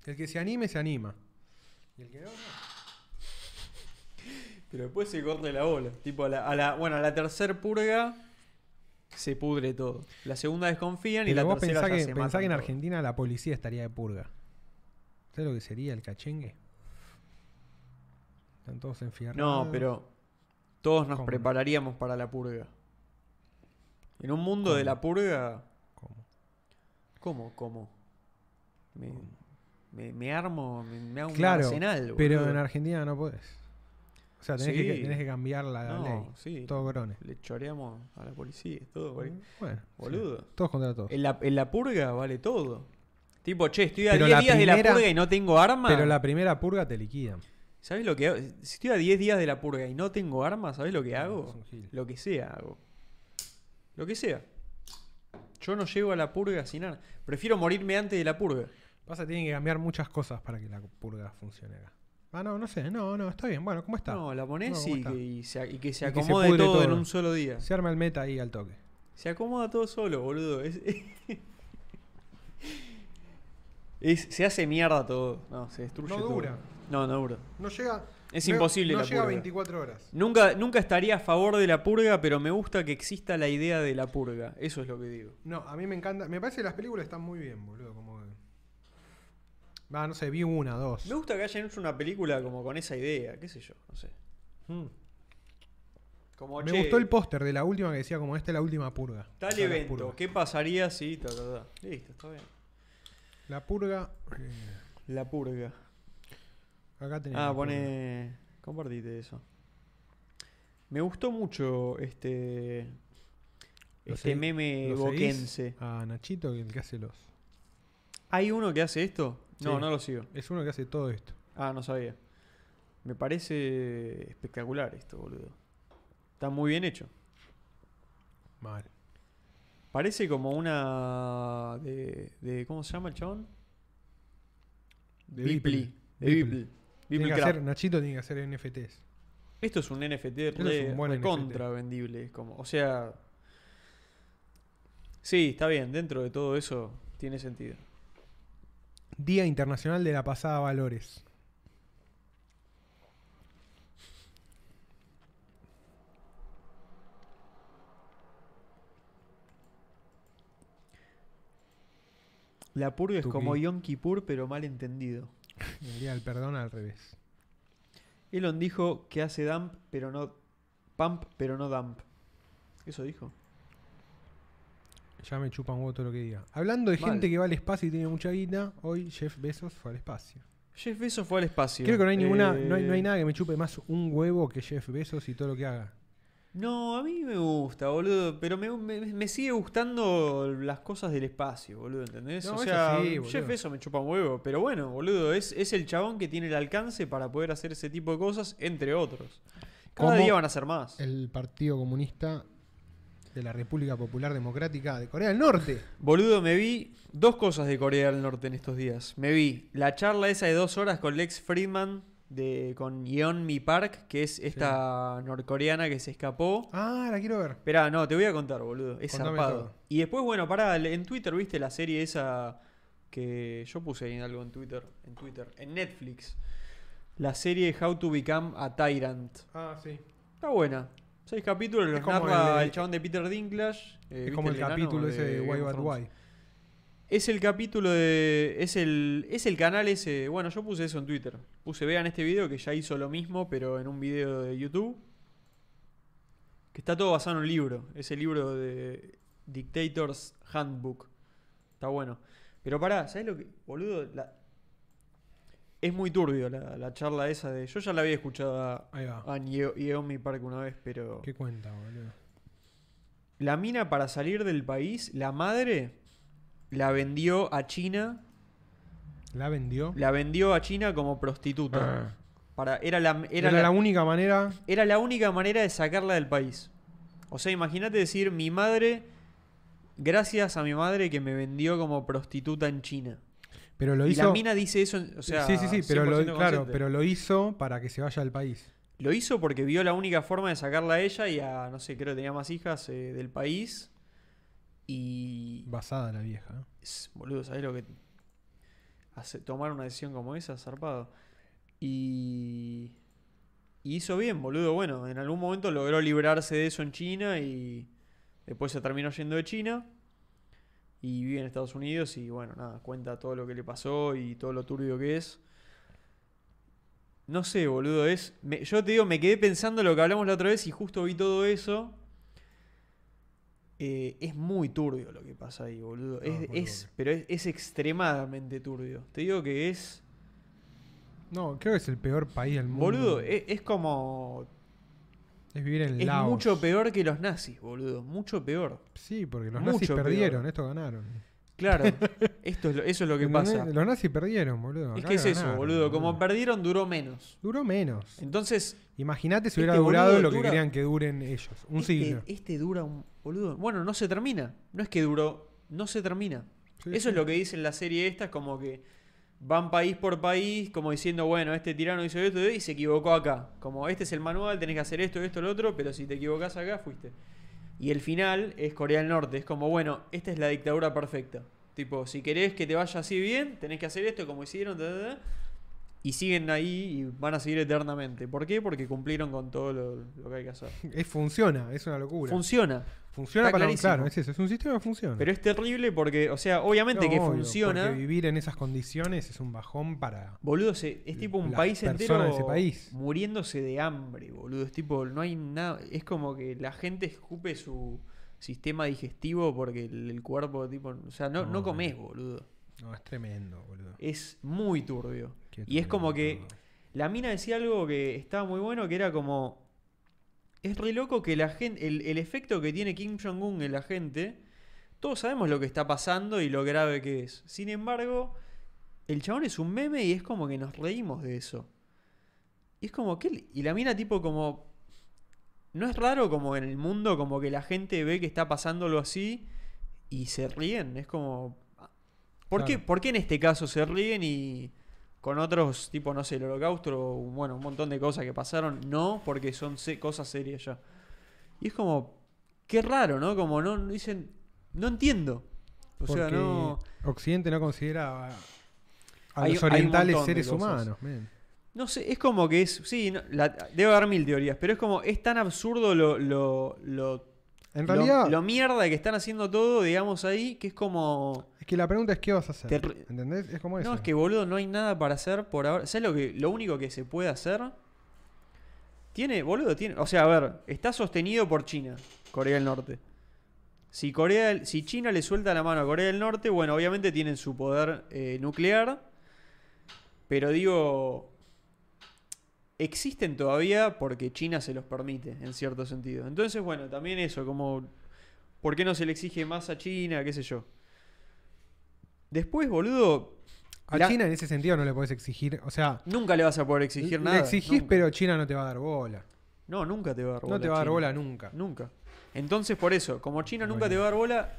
Speaker 2: El que se anime, se anima. Y el que no, no.
Speaker 1: Pero después se corre la bola. Tipo, a la, a la- bueno, a la tercer purga se pudre todo. La segunda desconfían y
Speaker 2: Pero
Speaker 1: la
Speaker 2: vos
Speaker 1: tercera ya
Speaker 2: pensá que,
Speaker 1: se
Speaker 2: pensá
Speaker 1: matan
Speaker 2: que en
Speaker 1: todos.
Speaker 2: Argentina la policía estaría de purga. ¿Sabes lo que sería el cachengue? Están todos enfierrados.
Speaker 1: No, pero todos nos
Speaker 2: ¿Cómo?
Speaker 1: prepararíamos para la purga. En un mundo de
Speaker 2: ¿Cómo?
Speaker 1: la purga,
Speaker 2: ¿Cómo?
Speaker 1: ¿cómo? ¿Cómo? Me, me- me armo, me, me hago
Speaker 2: Claro,
Speaker 1: un arsenal.
Speaker 2: Pero
Speaker 1: Este, boludo.
Speaker 2: en Argentina no podés. O sea, tenés, que,
Speaker 1: Sí.
Speaker 2: tenés que cambiar la la
Speaker 1: No,
Speaker 2: ley.
Speaker 1: sí.
Speaker 2: Todos grones.
Speaker 1: Le choreamos a la policía, todo, bol-
Speaker 2: Bueno,
Speaker 1: boludo.
Speaker 2: sí, todos contra todos.
Speaker 1: En, la, en la purga vale todo. Tipo, che, estoy a
Speaker 2: Pero
Speaker 1: 10
Speaker 2: la
Speaker 1: días de la
Speaker 2: primera-
Speaker 1: purga y no tengo arma.
Speaker 2: Pero la primera purga te liquidan.
Speaker 1: ¿Sabes lo que hago? Si estoy a 10 días de la purga y no tengo arma, ¿sabes lo que
Speaker 2: No,
Speaker 1: hago?
Speaker 2: sos un gil.
Speaker 1: Lo que sea hago. Lo que sea. Yo no llego a la purga sin arma. Prefiero morirme antes de la purga.
Speaker 2: Pasa, que tienen que cambiar muchas cosas para que la purga funcione acá. Ah, no, no sé. No, no, está bien. Bueno, ¿cómo está?
Speaker 1: No, la
Speaker 2: No,
Speaker 1: ponés
Speaker 2: ¿cómo
Speaker 1: y,
Speaker 2: está?
Speaker 1: que, y se, y que se
Speaker 2: Y que se
Speaker 1: acomode
Speaker 2: pudre
Speaker 1: todo, en
Speaker 2: todo.
Speaker 1: un solo día.
Speaker 2: Se arma el meta ahí al toque.
Speaker 1: Se acomoda todo solo, boludo. Es, es- se hace mierda todo. No, se destruye
Speaker 2: No
Speaker 1: todo.
Speaker 2: dura.
Speaker 1: No, no dura.
Speaker 2: No llega.
Speaker 1: Es
Speaker 2: no-
Speaker 1: imposible
Speaker 2: No
Speaker 1: la
Speaker 2: llega a
Speaker 1: purga.
Speaker 2: 24 horas.
Speaker 1: Nunca, nunca estaría a favor de la purga, pero me gusta que exista la idea de la purga. Eso es lo que digo.
Speaker 2: No, a mí me encanta. Me parece que las películas están muy bien, boludo. Como que. Va, no sé, vi una, dos.
Speaker 1: Me gusta que hayan hecho una película como con esa idea, qué sé yo, no sé.
Speaker 2: Mm.
Speaker 1: Como,
Speaker 2: Me
Speaker 1: Oh, che,
Speaker 2: gustó el póster de la última que decía, como esta es la última purga. O
Speaker 1: Tal
Speaker 2: sea, la
Speaker 1: evento,
Speaker 2: purga.
Speaker 1: ¿qué pasaría si...? ta, ta, ta? Listo, está bien.
Speaker 2: La purga. eh,
Speaker 1: La purga.
Speaker 2: Acá tenés.
Speaker 1: Ah,
Speaker 2: la purga.
Speaker 1: pone... Compartite eso. Me gustó mucho este...
Speaker 2: ¿Lo
Speaker 1: Este
Speaker 2: seguís?
Speaker 1: meme
Speaker 2: ¿Lo seguís?
Speaker 1: boquense.
Speaker 2: A Nachito, el que hace los.
Speaker 1: ¿Hay uno que hace esto? No,
Speaker 2: Sí.
Speaker 1: no lo sigo.
Speaker 2: Es uno que hace todo esto.
Speaker 1: Ah, no sabía. Me parece espectacular esto, boludo. Está muy bien hecho.
Speaker 2: Mal.
Speaker 1: Parece como una. De, de- ¿Cómo se llama el chabón?
Speaker 2: De
Speaker 1: Beeple.
Speaker 2: Beeple.
Speaker 1: De Beeple.
Speaker 2: Tiene
Speaker 1: Beeple
Speaker 2: que
Speaker 1: Crab.
Speaker 2: hacer- Nachito tiene que hacer NFTs.
Speaker 1: Esto es un NFT
Speaker 2: Esto es un buen NFT.
Speaker 1: contra vendible. es como, o sea. Sí, está bien. Dentro de todo eso tiene sentido.
Speaker 2: Día Internacional de la Pasada Valores.
Speaker 1: La purga es
Speaker 2: Tuki.
Speaker 1: como Yom Kippur, pero mal entendido.
Speaker 2: El Día del Perdón al revés.
Speaker 1: Elon dijo que hace dump, pero no. Pump, pero no dump. Eso dijo.
Speaker 2: Ya me chupan un huevo todo lo que diga. Hablando de
Speaker 1: Mal.
Speaker 2: gente que va al espacio y tiene mucha guita, hoy Jeff Bezos fue al espacio.
Speaker 1: Jeff Bezos fue al espacio.
Speaker 2: Creo que no hay, ninguna,
Speaker 1: Eh,
Speaker 2: no, hay, no hay nada que me chupe más un huevo que Jeff Bezos y todo lo que haga.
Speaker 1: No, a mí me gusta, boludo. Pero me, me- me sigue gustando las cosas del espacio, boludo, ¿entendés?
Speaker 2: No,
Speaker 1: o
Speaker 2: eso
Speaker 1: sea,
Speaker 2: sí, boludo.
Speaker 1: Jeff Bezos me chupa un huevo. Pero bueno, boludo, es, es el chabón que tiene el alcance para poder hacer ese tipo de cosas, entre otros. Cada
Speaker 3: Como
Speaker 1: día van a ser más.
Speaker 3: El Partido Comunista.
Speaker 2: De la República Popular Democrática de Corea del Norte.
Speaker 1: Boludo, me vi dos cosas de Corea del Norte en estos días. Me vi la charla esa de dos horas con Lex Friedman, de, con Yeon Mi Park, que es esta norcoreana que se escapó.
Speaker 2: Ah, la quiero ver.
Speaker 1: Esperá, no, te voy a contar, boludo. Es
Speaker 2: Contame
Speaker 1: zarpado.
Speaker 2: todo.
Speaker 1: Y después, bueno, pará, le- en Twitter viste la serie esa que yo puse ahí algo en Twitter, en Twitter, en Netflix. La serie How to Become a Tyrant.
Speaker 2: Ah,
Speaker 1: Eh,
Speaker 2: sí.
Speaker 1: Está buena. Seis capítulos, los
Speaker 2: como
Speaker 1: narra el,
Speaker 2: el de-
Speaker 1: chabón de Peter Dinklage. eh,
Speaker 2: Es
Speaker 1: ¿viste
Speaker 2: como el
Speaker 1: enano
Speaker 2: capítulo ese de
Speaker 1: Game
Speaker 2: Why
Speaker 1: of
Speaker 2: Bad
Speaker 1: Thrones?
Speaker 2: Why.
Speaker 1: Es el capítulo de. Es el, es el canal ese. Bueno, yo puse eso en Twitter. Puse, vean este video que ya hizo lo mismo, pero en un video de YouTube. Que está todo basado en un libro. Es el libro de Dictator's Handbook. Está bueno. Pero pará, ¿sabes lo que. Boludo, la- es muy turbio la, la charla esa de. Yo ya la había escuchado a,
Speaker 2: Ahí va.
Speaker 1: a Neo- Naomi Park una vez, pero.
Speaker 2: ¿Qué cuenta, boludo?
Speaker 1: La mina para salir del país, la madre la vendió a China
Speaker 2: La vendió.
Speaker 1: La vendió a China como prostituta. Para, era, la, era,
Speaker 2: Ah. Era, la,
Speaker 1: la,
Speaker 2: única manera.
Speaker 1: era la única manera de sacarla del país. O sea, imagínate decir, mi madre, gracias a mi madre que me vendió como prostituta en China.
Speaker 2: Pero lo
Speaker 1: y
Speaker 2: hizo.
Speaker 1: la mina dice eso, en- o sea,
Speaker 2: sí, sí, sí, pero lo,
Speaker 1: 100%
Speaker 2: claro,
Speaker 1: consciente.
Speaker 2: pero lo hizo para que se vaya al país.
Speaker 1: Lo hizo porque vio la única forma de sacarla a ella y a, no sé, creo que tenía más hijas eh, del país. Y...
Speaker 2: Basada la vieja.
Speaker 1: Es- Boludo, ¿sabés lo que. hace- tomar una decisión como esa, zarpado. Y. Y hizo bien, boludo. Bueno, en algún momento logró librarse de eso en China y. Después se terminó yendo de China. Y vive en Estados Unidos y bueno, nada, cuenta todo lo que le pasó y todo lo turbio que es. No sé, boludo, es. me- yo te digo, me quedé pensando lo que hablamos la otra vez y justo vi todo eso. Eh, es muy turbio lo que pasa ahí, boludo.
Speaker 2: No,
Speaker 1: es,
Speaker 2: muy
Speaker 1: es-
Speaker 2: turbio.
Speaker 1: pero es, es extremadamente turbio. Te digo que es.
Speaker 2: No, creo que es el peor país del mundo.
Speaker 1: Boludo, es, es como.
Speaker 2: Es vivir en
Speaker 1: Es
Speaker 2: Laos.
Speaker 1: mucho peor que los nazis, boludo. Mucho peor.
Speaker 2: Sí, porque los
Speaker 1: mucho
Speaker 2: nazis
Speaker 1: peor.
Speaker 2: perdieron, esto ganaron.
Speaker 1: Claro, esto es lo- eso es lo que
Speaker 2: ¿Entendés?
Speaker 1: pasa.
Speaker 2: Los nazis perdieron, boludo.
Speaker 1: Es
Speaker 2: acá
Speaker 1: que es eso,
Speaker 2: ganaron,
Speaker 1: boludo. Como perdieron, duró menos.
Speaker 2: Duró menos.
Speaker 1: Entonces,
Speaker 2: Imagínate si
Speaker 1: Este
Speaker 2: hubiera
Speaker 1: boludo
Speaker 2: durado lo que
Speaker 1: dura-
Speaker 2: querían que duren ellos. Un
Speaker 1: este,
Speaker 2: siglo.
Speaker 1: Este dura un. Boludo. Bueno, no se termina. No es que duró. No se termina.
Speaker 2: Sí,
Speaker 1: Eso
Speaker 2: sí.
Speaker 1: es lo que dice en la serie esta, es como que van país por país, como diciendo, bueno, este tirano hizo esto y se equivocó acá. Como este es el manual, tenés que hacer esto, esto, lo otro, pero si te equivocás acá, fuiste. Y el final es Corea del Norte, es como, bueno, esta es la dictadura perfecta. Tipo, si querés que te vaya así bien, tenés que hacer esto como hicieron, ta, ta, ta. y siguen ahí y van a seguir eternamente. ¿Por qué? Porque cumplieron con todo lo, lo que hay que hacer.
Speaker 2: Es- funciona, es una locura.
Speaker 1: Funciona.
Speaker 2: funciona
Speaker 1: está
Speaker 2: para
Speaker 1: clarísimo.
Speaker 2: claro, es eso, es un sistema que funciona.
Speaker 1: Pero es terrible porque, o sea, obviamente
Speaker 2: No,
Speaker 1: que
Speaker 2: obvio,
Speaker 1: funciona.
Speaker 2: porque vivir en esas condiciones es un bajón para
Speaker 1: Boludo, se- es tipo un
Speaker 2: Las
Speaker 1: país entero
Speaker 2: personas de ese país.
Speaker 1: muriéndose de hambre, boludo. Es tipo, no hay nada. Es como que la gente escupe su sistema digestivo porque el, el cuerpo, tipo. O sea, no,
Speaker 2: No,
Speaker 1: no
Speaker 2: eh.
Speaker 1: comes, boludo.
Speaker 2: No, es tremendo, boludo.
Speaker 1: Es muy turbio.
Speaker 2: Qué
Speaker 1: y es
Speaker 2: turbio,
Speaker 1: como que.
Speaker 2: boludo.
Speaker 1: La mina decía algo que estaba muy bueno, que era como. Es re loco que la gente. El, el efecto que tiene Kim Jong-un en la gente. Todos sabemos lo que está pasando y lo grave que es. Sin embargo, el chabón es un meme y es como que nos reímos de eso. Y es como que. Y la mina, tipo, como. No es raro como en el mundo, como que la gente ve que está pasándolo así y se ríen. Es como. ¿Por, qué,
Speaker 2: Claro.
Speaker 1: ¿Por qué en este caso se ríen y con otros, tipo, no sé, el holocausto, o, bueno, un montón de cosas que pasaron, no, porque son se- cosas serias ya? Y es como. Qué raro, ¿no? Como no no dicen. No entiendo. O sea,
Speaker 2: Porque
Speaker 1: no.
Speaker 2: Occidente no considera a, a
Speaker 1: Hay-
Speaker 2: los
Speaker 1: hay un
Speaker 2: orientales
Speaker 1: montón de
Speaker 2: seres
Speaker 1: cosas.
Speaker 2: humanos, men.
Speaker 1: No sé, es como que es. Sí, no, la- debe haber mil teorías, pero es como. Es tan absurdo lo. lo, lo
Speaker 2: En
Speaker 1: lo-
Speaker 2: realidad,
Speaker 1: Lo, mierda que están haciendo todo, digamos, ahí, que es como.
Speaker 2: es que la pregunta es qué vas a hacer.
Speaker 1: Te re-
Speaker 2: ¿Entendés? Es como eso.
Speaker 1: No, es que boludo, no hay nada para hacer por ahora. ¿Sabes lo que. Lo único que se puede hacer? Tiene, boludo, tiene. O sea, a ver, está sostenido por China, Corea del Norte. Si, Corea, del- si China le suelta la mano a Corea del Norte, bueno, obviamente tienen su poder eh, nuclear. Pero digo, existen todavía porque China se los permite, en cierto sentido. Entonces, bueno, también eso, como, ¿por qué no se le exige más a China? ¿Qué sé yo? Después, boludo,
Speaker 2: A
Speaker 1: La-
Speaker 2: China en ese sentido no le podés exigir. O sea,
Speaker 1: nunca le vas a poder exigir
Speaker 2: le
Speaker 1: nada.
Speaker 2: exigís,
Speaker 1: nunca.
Speaker 2: pero China no te va a dar bola.
Speaker 1: No, nunca te va a dar bola.
Speaker 2: No te va a dar
Speaker 1: China.
Speaker 2: bola nunca.
Speaker 1: Nunca. Entonces, por eso, como China
Speaker 2: Muy
Speaker 1: nunca te
Speaker 2: bien.
Speaker 1: va a dar bola,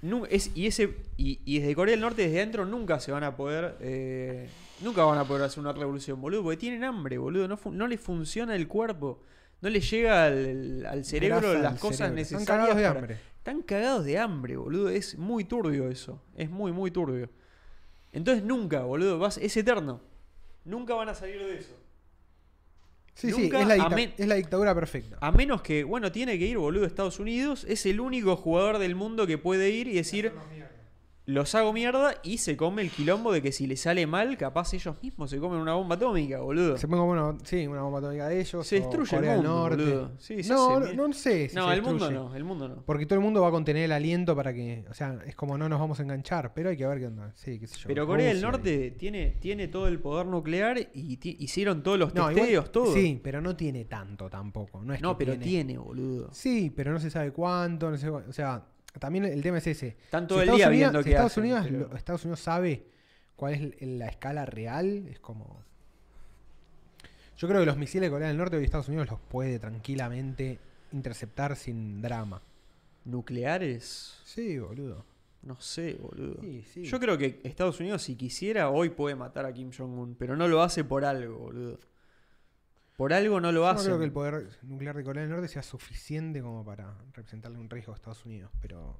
Speaker 1: nu- es, y, ese, y, y desde Corea del Norte, desde adentro, nunca se van a poder. eh, nunca van a poder hacer una revolución, boludo, porque tienen hambre, boludo. No, fu- no les funciona el cuerpo. No les llega al, al cerebro
Speaker 2: Grasa al
Speaker 1: las cosas
Speaker 2: cerebro.
Speaker 1: necesarias.
Speaker 2: Están cagados de
Speaker 1: para-
Speaker 2: hambre.
Speaker 1: Están cagados de hambre, boludo. Es muy turbio eso. Es muy, muy turbio. Entonces nunca, boludo, vas, es eterno. Nunca van a salir de eso.
Speaker 2: Sí, sí,
Speaker 1: Nunca
Speaker 2: es la, dicta-
Speaker 1: amén.
Speaker 2: es la dictadura perfecta.
Speaker 1: A menos que, bueno, tiene que ir, boludo, a Estados Unidos. Es el único jugador del mundo que puede ir y decir, los hago mierda y se come el quilombo de que si le sale mal, capaz ellos mismos se comen una bomba atómica, boludo.
Speaker 2: Se pone como una, sí, una bomba atómica de ellos.
Speaker 1: Se
Speaker 2: o
Speaker 1: destruye el
Speaker 2: Corea del
Speaker 1: mundo,
Speaker 2: Norte.
Speaker 1: boludo. Sí, se
Speaker 2: no,
Speaker 1: hace
Speaker 2: no, no sé. si
Speaker 1: no,
Speaker 2: se
Speaker 1: el mundo
Speaker 2: destruye.
Speaker 1: no, el mundo no.
Speaker 2: Porque todo el mundo va a contener el aliento para que. O sea, es como no nos vamos a enganchar, pero hay que ver qué onda. Sí, qué sé yo.
Speaker 1: Pero Corea del
Speaker 2: Rusia y-
Speaker 1: Norte tiene, tiene todo el poder nuclear y ti- hicieron todos los
Speaker 2: No, igual-
Speaker 1: testeos, todo.
Speaker 2: Sí, pero no tiene tanto tampoco. No, es
Speaker 1: no,
Speaker 2: que
Speaker 1: pero tiene, boludo.
Speaker 2: Sí, pero no se sabe cuánto, no se- o sea, también el tema es ese.
Speaker 1: Están
Speaker 2: Si
Speaker 1: todo el
Speaker 2: Estados
Speaker 1: día
Speaker 2: Unidos-
Speaker 1: viendo
Speaker 2: si
Speaker 1: qué
Speaker 2: Estados
Speaker 1: hacen,
Speaker 2: Unidos,
Speaker 1: pero-
Speaker 2: lo- Estados Unidos sabe cuál es l- la escala real, es como... Yo creo que los misiles de Corea del Norte hoy Estados Unidos los puede tranquilamente interceptar sin drama.
Speaker 1: ¿Nucleares?
Speaker 2: Sí, boludo.
Speaker 1: No sé, boludo.
Speaker 2: Sí, sí.
Speaker 1: Yo creo que Estados Unidos, si quisiera, hoy puede matar a Kim Jong-un, pero no lo hace por algo, boludo. Por algo no lo
Speaker 2: Yo no
Speaker 1: hace.
Speaker 2: creo que el poder nuclear de Corea del Norte sea suficiente como para representarle un riesgo a Estados Unidos, pero...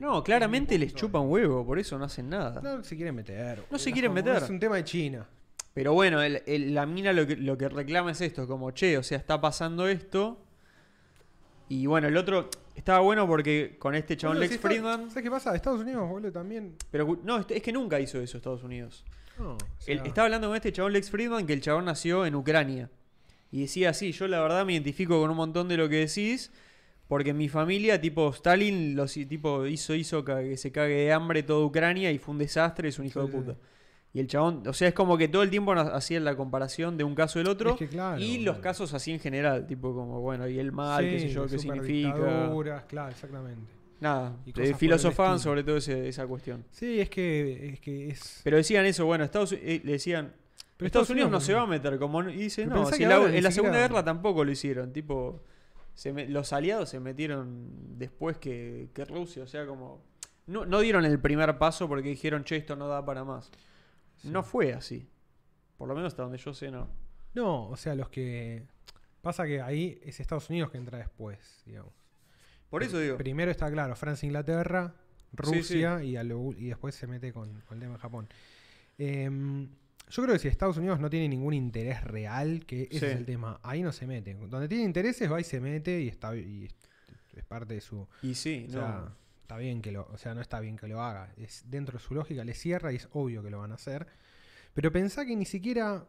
Speaker 1: No, claramente les
Speaker 2: punto de-
Speaker 1: chupan huevo, por eso no hacen nada.
Speaker 2: No se quieren meter.
Speaker 1: Ah. No se
Speaker 2: boludo, es
Speaker 1: quieren
Speaker 2: como-
Speaker 1: meter.
Speaker 2: Es un tema de China.
Speaker 1: Pero bueno, el- el- la mina lo que, lo que reclama es esto, como, che, o sea, está pasando esto. Y bueno, el otro estaba bueno porque con este chabón
Speaker 2: Boludo,
Speaker 1: Lex
Speaker 2: si está-
Speaker 1: Friedman...
Speaker 2: ¿Sabes qué pasa? Estados Unidos, boludo, también.
Speaker 1: Pero no, es que nunca hizo eso Estados Unidos.
Speaker 2: No, o sea,
Speaker 1: El- estaba hablando con este chabón Lex Friedman que el chabón nació en Ucrania. Y decía, sí, yo la verdad me identifico con un montón de lo que decís, porque en mi familia, tipo, Stalin los, hi- tipo, hizo, hizo ca- que se cague de hambre toda Ucrania y fue un desastre, es un hijo
Speaker 2: Sí,
Speaker 1: de
Speaker 2: sí,
Speaker 1: puta. Y el chabón, o sea, es como que todo el tiempo nos hacía la comparación de un caso del otro
Speaker 2: Es que claro,
Speaker 1: y los
Speaker 2: boludo.
Speaker 1: casos así en general, tipo como, bueno, y el mal, qué sé
Speaker 2: Sí,
Speaker 1: yo, qué significa.
Speaker 2: superdictaduras, Claro, exactamente.
Speaker 1: Nada,
Speaker 2: Y
Speaker 1: eh,
Speaker 2: cosas por el
Speaker 1: filosofaban
Speaker 2: estilo.
Speaker 1: sobre todo ese- esa cuestión.
Speaker 2: Sí, es que es. Que es
Speaker 1: Pero decían eso, bueno, Estados, eh, le decían, Pero Estados Unidos no se va a meter, como no- y dice,
Speaker 2: Pero
Speaker 1: no,
Speaker 2: pensá
Speaker 1: si
Speaker 2: que
Speaker 1: la-
Speaker 2: ahora ni
Speaker 1: en la Segunda
Speaker 2: siquiera-
Speaker 1: Guerra tampoco lo hicieron, tipo, se me- los aliados se metieron después que, que Rusia, o sea, como, no, no dieron el primer paso porque dijeron, che, esto no da para más.
Speaker 2: Sí.
Speaker 1: No fue así, por lo menos hasta donde yo sé, no.
Speaker 2: No, o sea, los que. Pasa que ahí es Estados Unidos que entra después, digamos.
Speaker 1: Por eso digo,
Speaker 2: Primero está claro, Francia, Inglaterra,
Speaker 1: Sí, sí.
Speaker 2: Rusia Y, a lo ul- y después se mete con, con el tema de Japón. Em, yo creo que si Estados Unidos no tiene ningún interés real, que ese
Speaker 1: Sí.
Speaker 2: es el tema, ahí no se mete. Donde tiene intereses va y se mete y está y es- es parte de su
Speaker 1: y sí, no.
Speaker 2: O sea, está bien que lo, o sea, no está bien que lo haga. Es dentro de su lógica, le cierra y es obvio que lo van a hacer. Pero pensá que ni siquiera,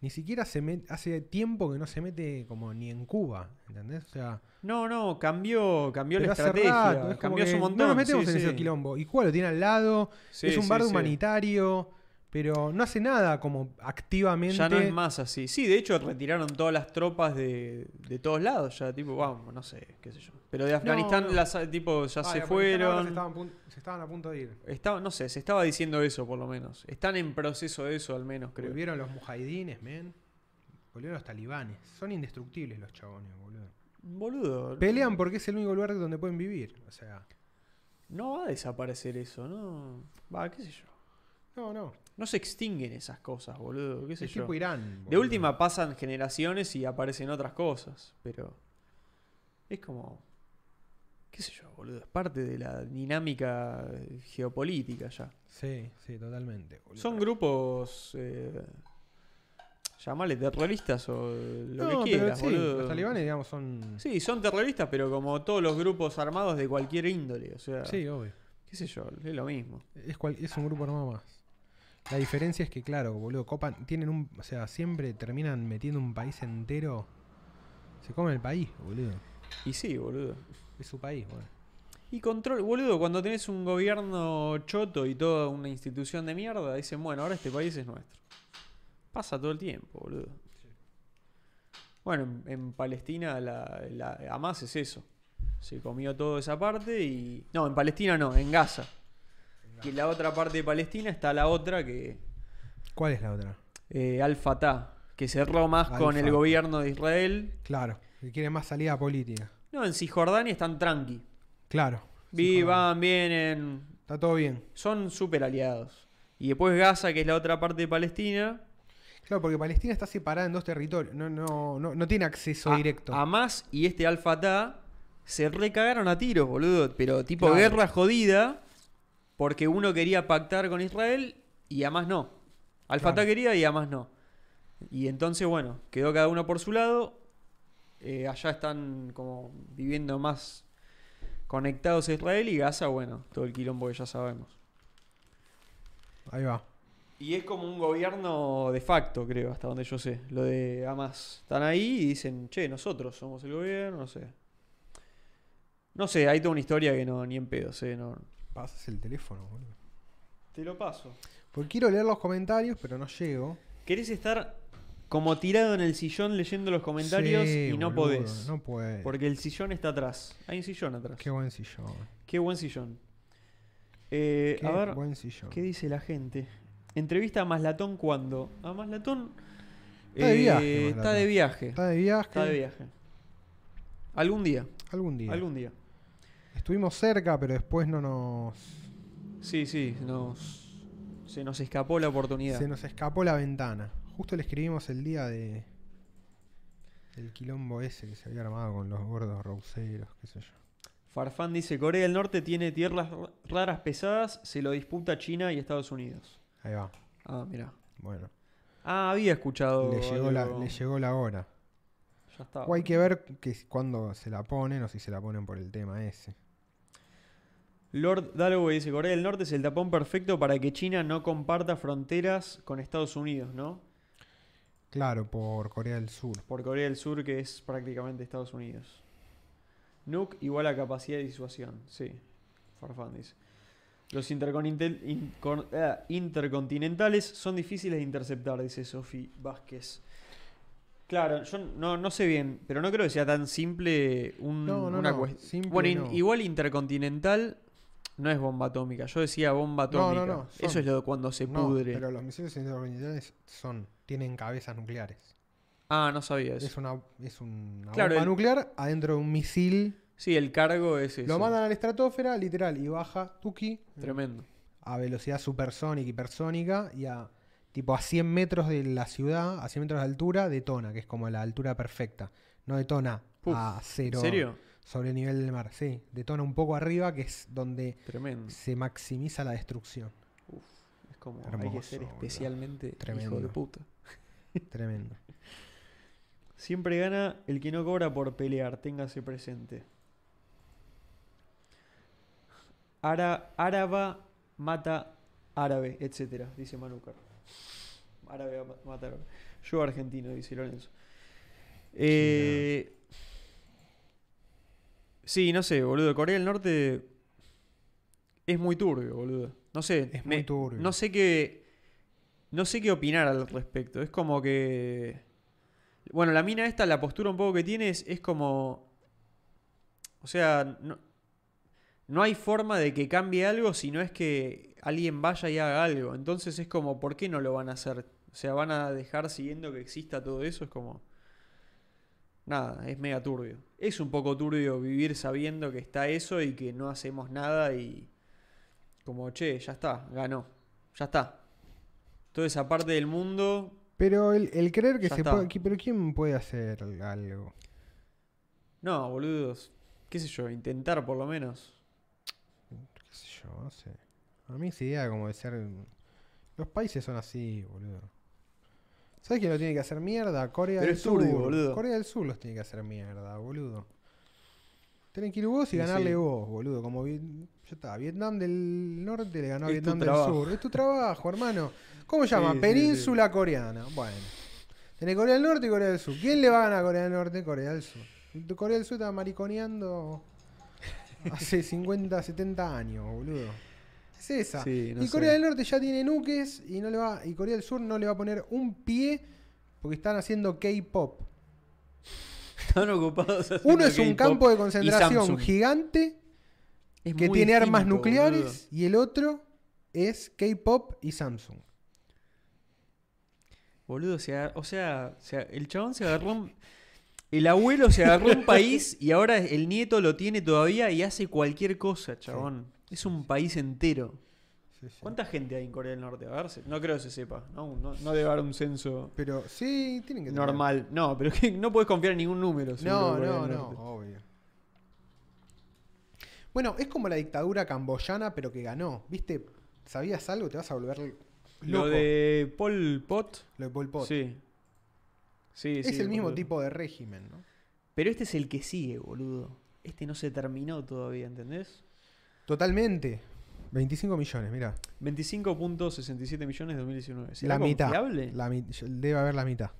Speaker 2: ni siquiera se met- hace tiempo que no se mete como ni en Cuba, ¿entendés? O sea,
Speaker 1: no, no, cambió, cambió
Speaker 2: pero
Speaker 1: la
Speaker 2: hace
Speaker 1: estrategia,
Speaker 2: rato, es como
Speaker 1: cambió
Speaker 2: que
Speaker 1: su montón.
Speaker 2: No nos metemos
Speaker 1: sí,
Speaker 2: en
Speaker 1: sí.
Speaker 2: ese quilombo. Y Cuba lo tiene al lado,
Speaker 1: Sí,
Speaker 2: es un
Speaker 1: sí,
Speaker 2: bardo
Speaker 1: sí.
Speaker 2: humanitario, pero no hace nada como activamente.
Speaker 1: Ya no es más así. Sí, de hecho retiraron todas las tropas de, de todos lados, ya tipo, vamos, no sé, qué sé yo. Pero de Afganistán
Speaker 2: no.
Speaker 1: las tipo ya
Speaker 2: Ah,
Speaker 1: se
Speaker 2: y Afganistán ahora
Speaker 1: fueron.
Speaker 2: Se estaban, pun- se estaban a punto de ir.
Speaker 1: Estaba- no sé, se estaba diciendo eso por lo menos. Están en proceso de eso al menos, creo.
Speaker 2: Volvieron los mujahidines, men. Volvieron los talibanes. Son indestructibles los chabones, boludo.
Speaker 1: Boludo.
Speaker 2: Pelean porque es el único lugar donde pueden vivir. O sea,
Speaker 1: No va a desaparecer eso, no. Va, qué sé yo.
Speaker 2: no, no.
Speaker 1: No se extinguen esas cosas, boludo, qué sé
Speaker 2: Es
Speaker 1: yo.
Speaker 2: tipo Irán.
Speaker 1: De
Speaker 2: boludo.
Speaker 1: última pasan generaciones y aparecen otras cosas, pero es como qué sé yo, boludo, es parte de la dinámica eh, geopolítica ya.
Speaker 2: Sí, sí, totalmente. boludo.
Speaker 1: Son grupos. Eh, llamale terroristas o lo
Speaker 2: No,
Speaker 1: que
Speaker 2: pero
Speaker 1: quieras,
Speaker 2: sí,
Speaker 1: boludo.
Speaker 2: Los talibanes, digamos, son.
Speaker 1: Sí, son terroristas, pero como todos los grupos armados de cualquier índole. O sea,
Speaker 2: Sí, obvio.
Speaker 1: qué sé yo, es lo mismo.
Speaker 2: Es, cual- es un grupo armado más. La diferencia es que, claro, boludo, copan. Tienen un. O sea, siempre terminan metiendo un país entero. Se come el país, boludo.
Speaker 1: Y sí, boludo.
Speaker 2: Es su país, boludo.
Speaker 1: Y control, boludo, cuando tenés un gobierno choto y toda una institución de mierda, dicen, bueno, ahora este país es nuestro. Pasa todo el tiempo, boludo. Bueno, en, en Palestina la, la- Hamas es eso. Se comió toda esa parte y... No, en Palestina no, en Gaza. Y en la otra parte de Palestina está la otra que...
Speaker 2: ¿Cuál es la otra?
Speaker 1: eh, Al-Fatah, que cerró más con el
Speaker 2: Al-Fatah.
Speaker 1: gobierno de Israel.
Speaker 2: Claro, que quiere más salida política.
Speaker 1: No, en Cisjordania están tranqui.
Speaker 2: Claro.
Speaker 1: Vi, van, vienen,
Speaker 2: Está todo bien.
Speaker 1: son súper aliados. Y después Gaza, que es la otra parte de Palestina.
Speaker 2: Claro, porque Palestina está separada en dos territorios. No, no, no, no tiene acceso
Speaker 1: a-
Speaker 2: directo.
Speaker 1: Hamas y este Al-Fatah se recagaron a tiros, boludo. Pero tipo
Speaker 2: Claro.
Speaker 1: guerra jodida, porque uno quería pactar con Israel y Hamas no. Al-Fatah
Speaker 2: Claro.
Speaker 1: quería y Hamas no. Y entonces, bueno, quedó cada uno por su lado. Eh, allá están como viviendo más conectados a Israel y Gaza, bueno, todo el quilombo que ya sabemos.
Speaker 2: Ahí va.
Speaker 1: Y es como un gobierno de facto, creo, hasta donde yo sé. Lo de Hamas. Están ahí y dicen, che, nosotros somos el gobierno, no sé. No sé, hay toda una historia que no, ni en pedo, sé, no.
Speaker 2: Pasas el teléfono, boludo.
Speaker 1: Te lo paso.
Speaker 2: Porque quiero leer los comentarios, pero no llego.
Speaker 1: ¿Querés estar como tirado en el sillón leyendo los comentarios
Speaker 2: Sí,
Speaker 1: y no
Speaker 2: boludo,
Speaker 1: podés?
Speaker 2: No puedes.
Speaker 1: Porque el sillón está atrás. Hay un sillón atrás.
Speaker 2: Qué
Speaker 1: Qué,
Speaker 2: buen sillón.
Speaker 1: buen sillón. Eh,
Speaker 2: Qué
Speaker 1: a ver,
Speaker 2: buen sillón.
Speaker 1: ¿qué dice la gente? Entrevista a Maslatón cuando. A Maslatón. eh,
Speaker 2: Está de viaje,
Speaker 1: Está
Speaker 2: Maslatón.
Speaker 1: de viaje.
Speaker 2: Está de viaje.
Speaker 1: Está de viaje. Algún día,
Speaker 2: Algún día.
Speaker 1: algún día.
Speaker 2: Estuvimos cerca, pero después no nos.
Speaker 1: Sí, sí, nos, se nos escapó la oportunidad.
Speaker 2: Se nos escapó la ventana. Justo le escribimos el día de. El quilombo ese que se había armado con los gordos rauseros, qué sé yo.
Speaker 1: Farfán dice, Corea del Norte tiene tierras r- raras pesadas, se lo disputa China y Estados Unidos.
Speaker 2: Ahí va.
Speaker 1: Ah, mira.
Speaker 2: Bueno.
Speaker 1: Ah, había escuchado.
Speaker 2: Le llegó, la,
Speaker 1: algo.
Speaker 2: le llegó la hora.
Speaker 1: Ya está.
Speaker 2: O hay que ver que si- cuándo se la ponen o si se la ponen por el tema ese.
Speaker 1: Lord Dalloway dice, Corea del Norte es el tapón perfecto para que China no comparta fronteras con Estados Unidos, ¿no?
Speaker 2: Claro, por Corea del Sur.
Speaker 1: Por Corea del Sur, que es prácticamente Estados Unidos. Nuke igual a capacidad de disuasión, sí. Farfán dice. Los interconintel- in- con- eh, intercontinentales son difíciles de interceptar, dice Sofi Vázquez. Claro, yo no, no sé bien, pero no creo que sea tan simple un-
Speaker 2: No, no,
Speaker 1: una
Speaker 2: no,
Speaker 1: cuestión.
Speaker 2: simple
Speaker 1: Bueno, in-
Speaker 2: no.
Speaker 1: igual intercontinental no es bomba atómica. Yo decía bomba
Speaker 2: No,
Speaker 1: atómica.
Speaker 2: no, no, son-
Speaker 1: Eso es lo de cuando se
Speaker 2: No,
Speaker 1: pudre.
Speaker 2: pero los misiles intercontinentales son, tienen cabezas nucleares.
Speaker 1: Ah, no sabía eso.
Speaker 2: Es una, es una
Speaker 1: Claro,
Speaker 2: bomba
Speaker 1: el-
Speaker 2: nuclear adentro de un misil.
Speaker 1: Sí, el cargo es eso.
Speaker 2: Lo mandan a la estratosfera, literal, y baja Tuki
Speaker 1: Tremendo.
Speaker 2: a velocidad supersónica, hipersónica, y a tipo a 100 metros de la ciudad, a 100 metros de altura, detona, que es como la altura perfecta. No detona
Speaker 1: Puf,
Speaker 2: a cero
Speaker 1: ¿En serio?
Speaker 2: sobre el nivel del mar, sí. Detona un poco arriba, que es donde
Speaker 1: Tremendo.
Speaker 2: se maximiza la destrucción.
Speaker 1: Uf, es como hay que
Speaker 2: Hermoso,
Speaker 1: ser
Speaker 2: boludo.
Speaker 1: especialmente
Speaker 2: Tremendo.
Speaker 1: hijo de puta.
Speaker 2: Tremendo.
Speaker 1: Siempre gana el que no cobra por pelear, téngase presente. Ara- Áraba mata árabe, etcétera, dice Manúcar. Árabe va a matar. árabe. Yo argentino, dice Lorenzo. Eh, sí, no sé, boludo. Corea del Norte es muy turbio, boludo. No sé.
Speaker 2: Es muy turbio.
Speaker 1: No sé qué. No sé qué opinar al respecto. Es como que. Bueno, la mina esta, la postura un poco que tiene es, es como. O sea, no, no hay forma de que cambie algo si no es que alguien vaya y haga algo. Entonces es como, ¿por qué no lo van a hacer? O sea, van a dejar siguiendo que exista todo eso. Es como. Nada, es mega turbio. Es un poco turbio vivir sabiendo que está eso y que no hacemos nada y. Como, che, ya está, ganó. Ya está. Toda esa parte del mundo.
Speaker 2: Pero el, el creer que
Speaker 1: Ya
Speaker 2: se
Speaker 1: está.
Speaker 2: puede. que- Pero ¿quién puede hacer algo?
Speaker 1: No, boludos. ¿Qué sé yo? Intentar por lo menos.
Speaker 2: ¿Qué sé yo? No sé. A mí esa idea como de ser. Los países son así, boludo. ¿Sabes quién lo tiene que hacer mierda? Corea
Speaker 1: Pero
Speaker 2: del
Speaker 1: es
Speaker 2: Sur.
Speaker 1: turbio, boludo.
Speaker 2: Corea del Sur los tiene que hacer mierda, boludo. Tienen que ir vos y
Speaker 1: Y
Speaker 2: ganarle
Speaker 1: sí.
Speaker 2: vos, boludo. Como Vi- ya está, Vietnam del Norte le ganó a
Speaker 1: Es tu
Speaker 2: Vietnam del
Speaker 1: trabajo.
Speaker 2: Sur. Es tu trabajo, hermano. ¿Cómo
Speaker 1: Sí,
Speaker 2: llama?
Speaker 1: sí, sí.
Speaker 2: Península coreana. Bueno. Tenés Corea del Norte y Corea del Sur. ¿Quién le va a ganar a Corea del Norte? Corea del Sur. Corea del Sur está mariconeando hace 50, 70 años, boludo. Es esa.
Speaker 1: Sí, no
Speaker 2: y Corea
Speaker 1: sé.
Speaker 2: del Norte ya tiene nuques y no le va y Corea del Sur no le va a poner un pie porque están haciendo K-pop.
Speaker 1: Están ocupados haciendo
Speaker 2: Uno es un
Speaker 1: K-pop
Speaker 2: campo de
Speaker 1: y
Speaker 2: concentración
Speaker 1: Samsung.
Speaker 2: gigante
Speaker 1: Es
Speaker 2: que
Speaker 1: muy
Speaker 2: tiene armas
Speaker 1: distinto,
Speaker 2: nucleares
Speaker 1: boludo.
Speaker 2: y el otro es K-pop y Samsung.
Speaker 1: Boludo, se aga- o sea, se a- el chabón se agarró un- El abuelo se agarró un país y ahora el nieto lo tiene todavía y hace cualquier cosa, chabón. Es un país entero. ¿Cuánta gente hay en Corea del Norte? A ver, se- no creo que se sepa. No, no, no debe haber un censo
Speaker 2: Pero sí, tienen que tener.
Speaker 1: normal. No, pero que no puedes confiar en ningún número. seguro,
Speaker 2: No,
Speaker 1: de Corea
Speaker 2: no,
Speaker 1: del
Speaker 2: no,
Speaker 1: Norte.
Speaker 2: obvio. Bueno, es como la dictadura camboyana, pero que ganó. ¿Viste? ¿Sabías algo? Te vas a volver loco.
Speaker 1: Lo de Pol Pot.
Speaker 2: Lo de Pol Pot.
Speaker 1: Sí. Sí,
Speaker 2: es
Speaker 1: sí,
Speaker 2: el mismo
Speaker 1: boludo.
Speaker 2: tipo de régimen, ¿no?
Speaker 1: Pero este es el que sigue, boludo. Este no se terminó todavía, ¿entendés?
Speaker 2: Totalmente. 25 millones, mira.
Speaker 1: 25.67 millones de 2019. ¿Será
Speaker 2: La mitad.
Speaker 1: confiable?
Speaker 2: La mi- yo- debe haber la mitad.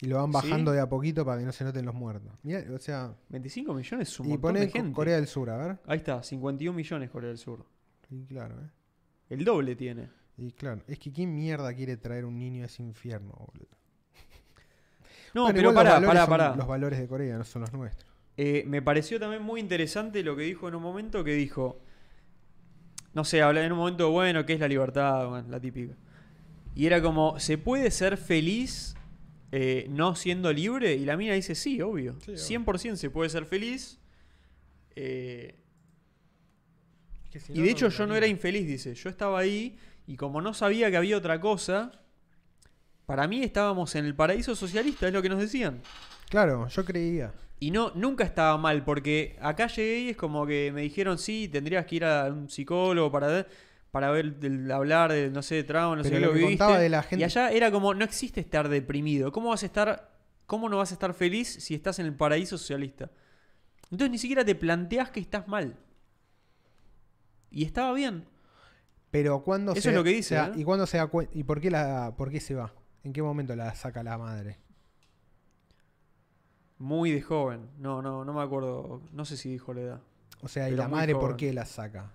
Speaker 2: Y lo van
Speaker 1: ¿Sí?
Speaker 2: bajando de a poquito para que no se noten los muertos. Mirá, o sea.
Speaker 1: 25 millones es un
Speaker 2: Y
Speaker 1: montón de
Speaker 2: ponen
Speaker 1: gente.
Speaker 2: Corea del Sur, a ver.
Speaker 1: Ahí está, 51 millones Corea del Sur.
Speaker 2: Y claro, ¿eh?
Speaker 1: El doble tiene.
Speaker 2: Y claro. Es que ¿quién mierda quiere traer un niño a ese infierno, boludo?
Speaker 1: No,
Speaker 2: Bueno,
Speaker 1: pero
Speaker 2: igual los
Speaker 1: pará,
Speaker 2: valores
Speaker 1: pará,
Speaker 2: son
Speaker 1: pará.
Speaker 2: Los valores de Corea no son los nuestros.
Speaker 1: Eh, me pareció también muy interesante lo que dijo en un momento que dijo, no sé, habla en un momento, bueno, ¿qué es la libertad? Bueno, la típica. Y era como, ¿se puede ser feliz eh, no siendo libre? Y la mina dice, sí, obvio.
Speaker 2: Sí, obvio.
Speaker 1: 100% se puede ser feliz. Eh, y de hecho yo no era infeliz, dice. Yo estaba ahí y como no sabía que había otra cosa, para mí estábamos en el paraíso socialista, es lo que nos decían.
Speaker 2: Claro, yo creía.
Speaker 1: Y no, nunca estaba mal, porque acá llegué y es como que me dijeron, sí, tendrías que ir a un psicólogo para, para ver, del- hablar de, no sé, de trauma, no sé qué,
Speaker 2: Pero
Speaker 1: lo
Speaker 2: lo que
Speaker 1: viviste.
Speaker 2: contaba de la gente-
Speaker 1: Y allá era como, no existe estar deprimido. ¿Cómo vas a estar, cómo no vas a estar feliz si estás en el paraíso socialista? Entonces ni siquiera te planteas que estás mal. Y estaba bien.
Speaker 2: Pero cuando
Speaker 1: Eso
Speaker 2: se,
Speaker 1: es lo que
Speaker 2: se
Speaker 1: dice,
Speaker 2: da-
Speaker 1: ¿eh?
Speaker 2: ¿Y cuándo se da cuen- ¿Y por qué, la, por qué se va? ¿En qué momento la saca la madre?
Speaker 1: Muy de joven. No, no, no me acuerdo. No sé si dijo la edad.
Speaker 2: O sea, ¿y
Speaker 1: Pero
Speaker 2: la
Speaker 1: muy
Speaker 2: madre
Speaker 1: joven.
Speaker 2: por qué la saca?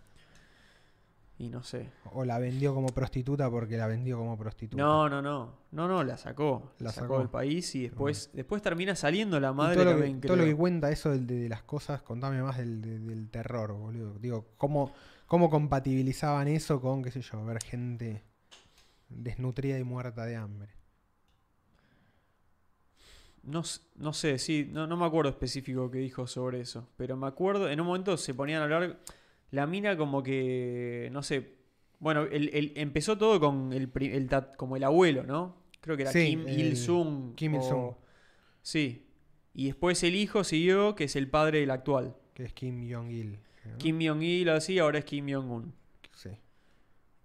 Speaker 1: Y no sé.
Speaker 2: ¿O la vendió como prostituta porque la vendió como prostituta?
Speaker 1: No, no, no. No, no, la sacó. La,
Speaker 2: La
Speaker 1: sacó,
Speaker 2: sacó.
Speaker 1: del país y después, después termina saliendo la madre
Speaker 2: y todo, lo
Speaker 1: también,
Speaker 2: que, todo lo
Speaker 1: creo.
Speaker 2: que cuenta eso del- de, de las cosas, contame más del, de- del terror, boludo. Digo, ¿cómo, ¿cómo compatibilizaban eso con, qué sé yo, ver gente desnutrida y muerta de hambre?
Speaker 1: No, s- no sé, sí, no, no me acuerdo específico que dijo sobre eso. Pero me acuerdo, en un momento se ponían a hablar. La mina como que. no sé. Bueno, el, el- empezó todo con el, pri- el tat- como el abuelo, ¿no? Creo que era
Speaker 2: Sí,
Speaker 1: Kim
Speaker 2: el-
Speaker 1: Il-sung.
Speaker 2: Kim
Speaker 1: o-
Speaker 2: Il-sung.
Speaker 1: Sí. Y después el hijo siguió, que es el padre del actual.
Speaker 2: Que es Kim Jong-il. ¿no?
Speaker 1: Kim Jong-il, así, ahora es Kim Jong-un.
Speaker 2: Sí.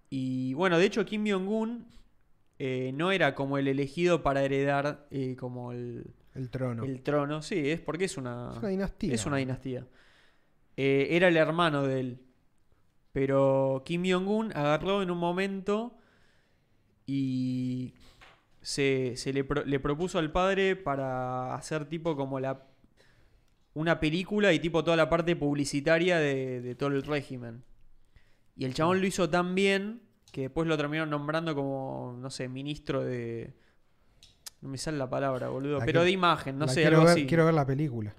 Speaker 1: Y bueno, de hecho Kim Jong-un eh, no era como el elegido para heredar eh, como el,
Speaker 2: El trono.
Speaker 1: el trono. Sí, es porque es una,
Speaker 2: Es una dinastía.
Speaker 1: es una dinastía. Eh, era el hermano de él. Pero Kim Jong-un agarró en un momento y se, se le, pro- le propuso al padre para hacer tipo como la una película y tipo toda la parte publicitaria de, de todo el régimen. Y el
Speaker 2: Mm.
Speaker 1: chabón lo hizo tan bien que después lo terminaron nombrando como, no sé, ministro de... No me sale la palabra, boludo.
Speaker 2: La
Speaker 1: pero
Speaker 2: quiero-
Speaker 1: de imagen, no
Speaker 2: La
Speaker 1: sé,
Speaker 2: quiero
Speaker 1: algo
Speaker 2: ver,
Speaker 1: así.
Speaker 2: Quiero ver la película,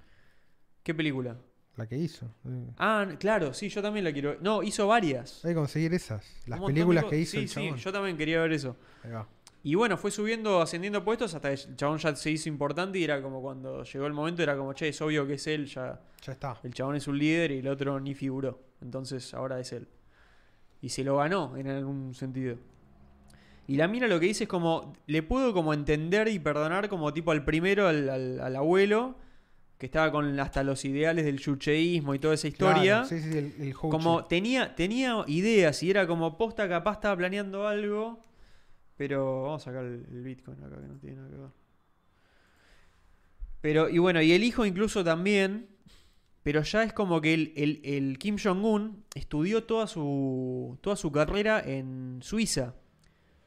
Speaker 1: ¿Qué película?
Speaker 2: la que hizo. Eh,
Speaker 1: Ah, n- claro, sí, yo también la quiero. No, hizo varias.
Speaker 2: Hay que conseguir esas. Las
Speaker 1: Un montón de
Speaker 2: películas
Speaker 1: cosas.
Speaker 2: que hizo
Speaker 1: Sí,
Speaker 2: el chabón.
Speaker 1: sí, yo también quería ver eso.
Speaker 2: Ahí va.
Speaker 1: Y bueno, fue subiendo, ascendiendo puestos hasta que el chabón ya se hizo importante y era como cuando llegó el momento, era como, che, es obvio que es él, ya
Speaker 2: Ya está.
Speaker 1: el chabón es un líder y el otro ni figuró. Entonces ahora es él. Y se lo ganó en algún sentido. Y la mina lo que dice es como, le puedo como entender y perdonar como tipo al primero, al, al- al abuelo, que estaba con hasta los ideales del yucheísmo y toda esa
Speaker 2: Claro,
Speaker 1: historia.
Speaker 2: sí, sí, el, el Houchi.
Speaker 1: Como tenía, tenía ideas y era como posta, capaz estaba planeando algo. Pero vamos a sacar el, el Bitcoin acá que no tiene nada que ver. Pero, y bueno, y el hijo incluso también. Pero ya es como que el, el- el Kim Jong-un estudió toda su, toda su carrera en Suiza.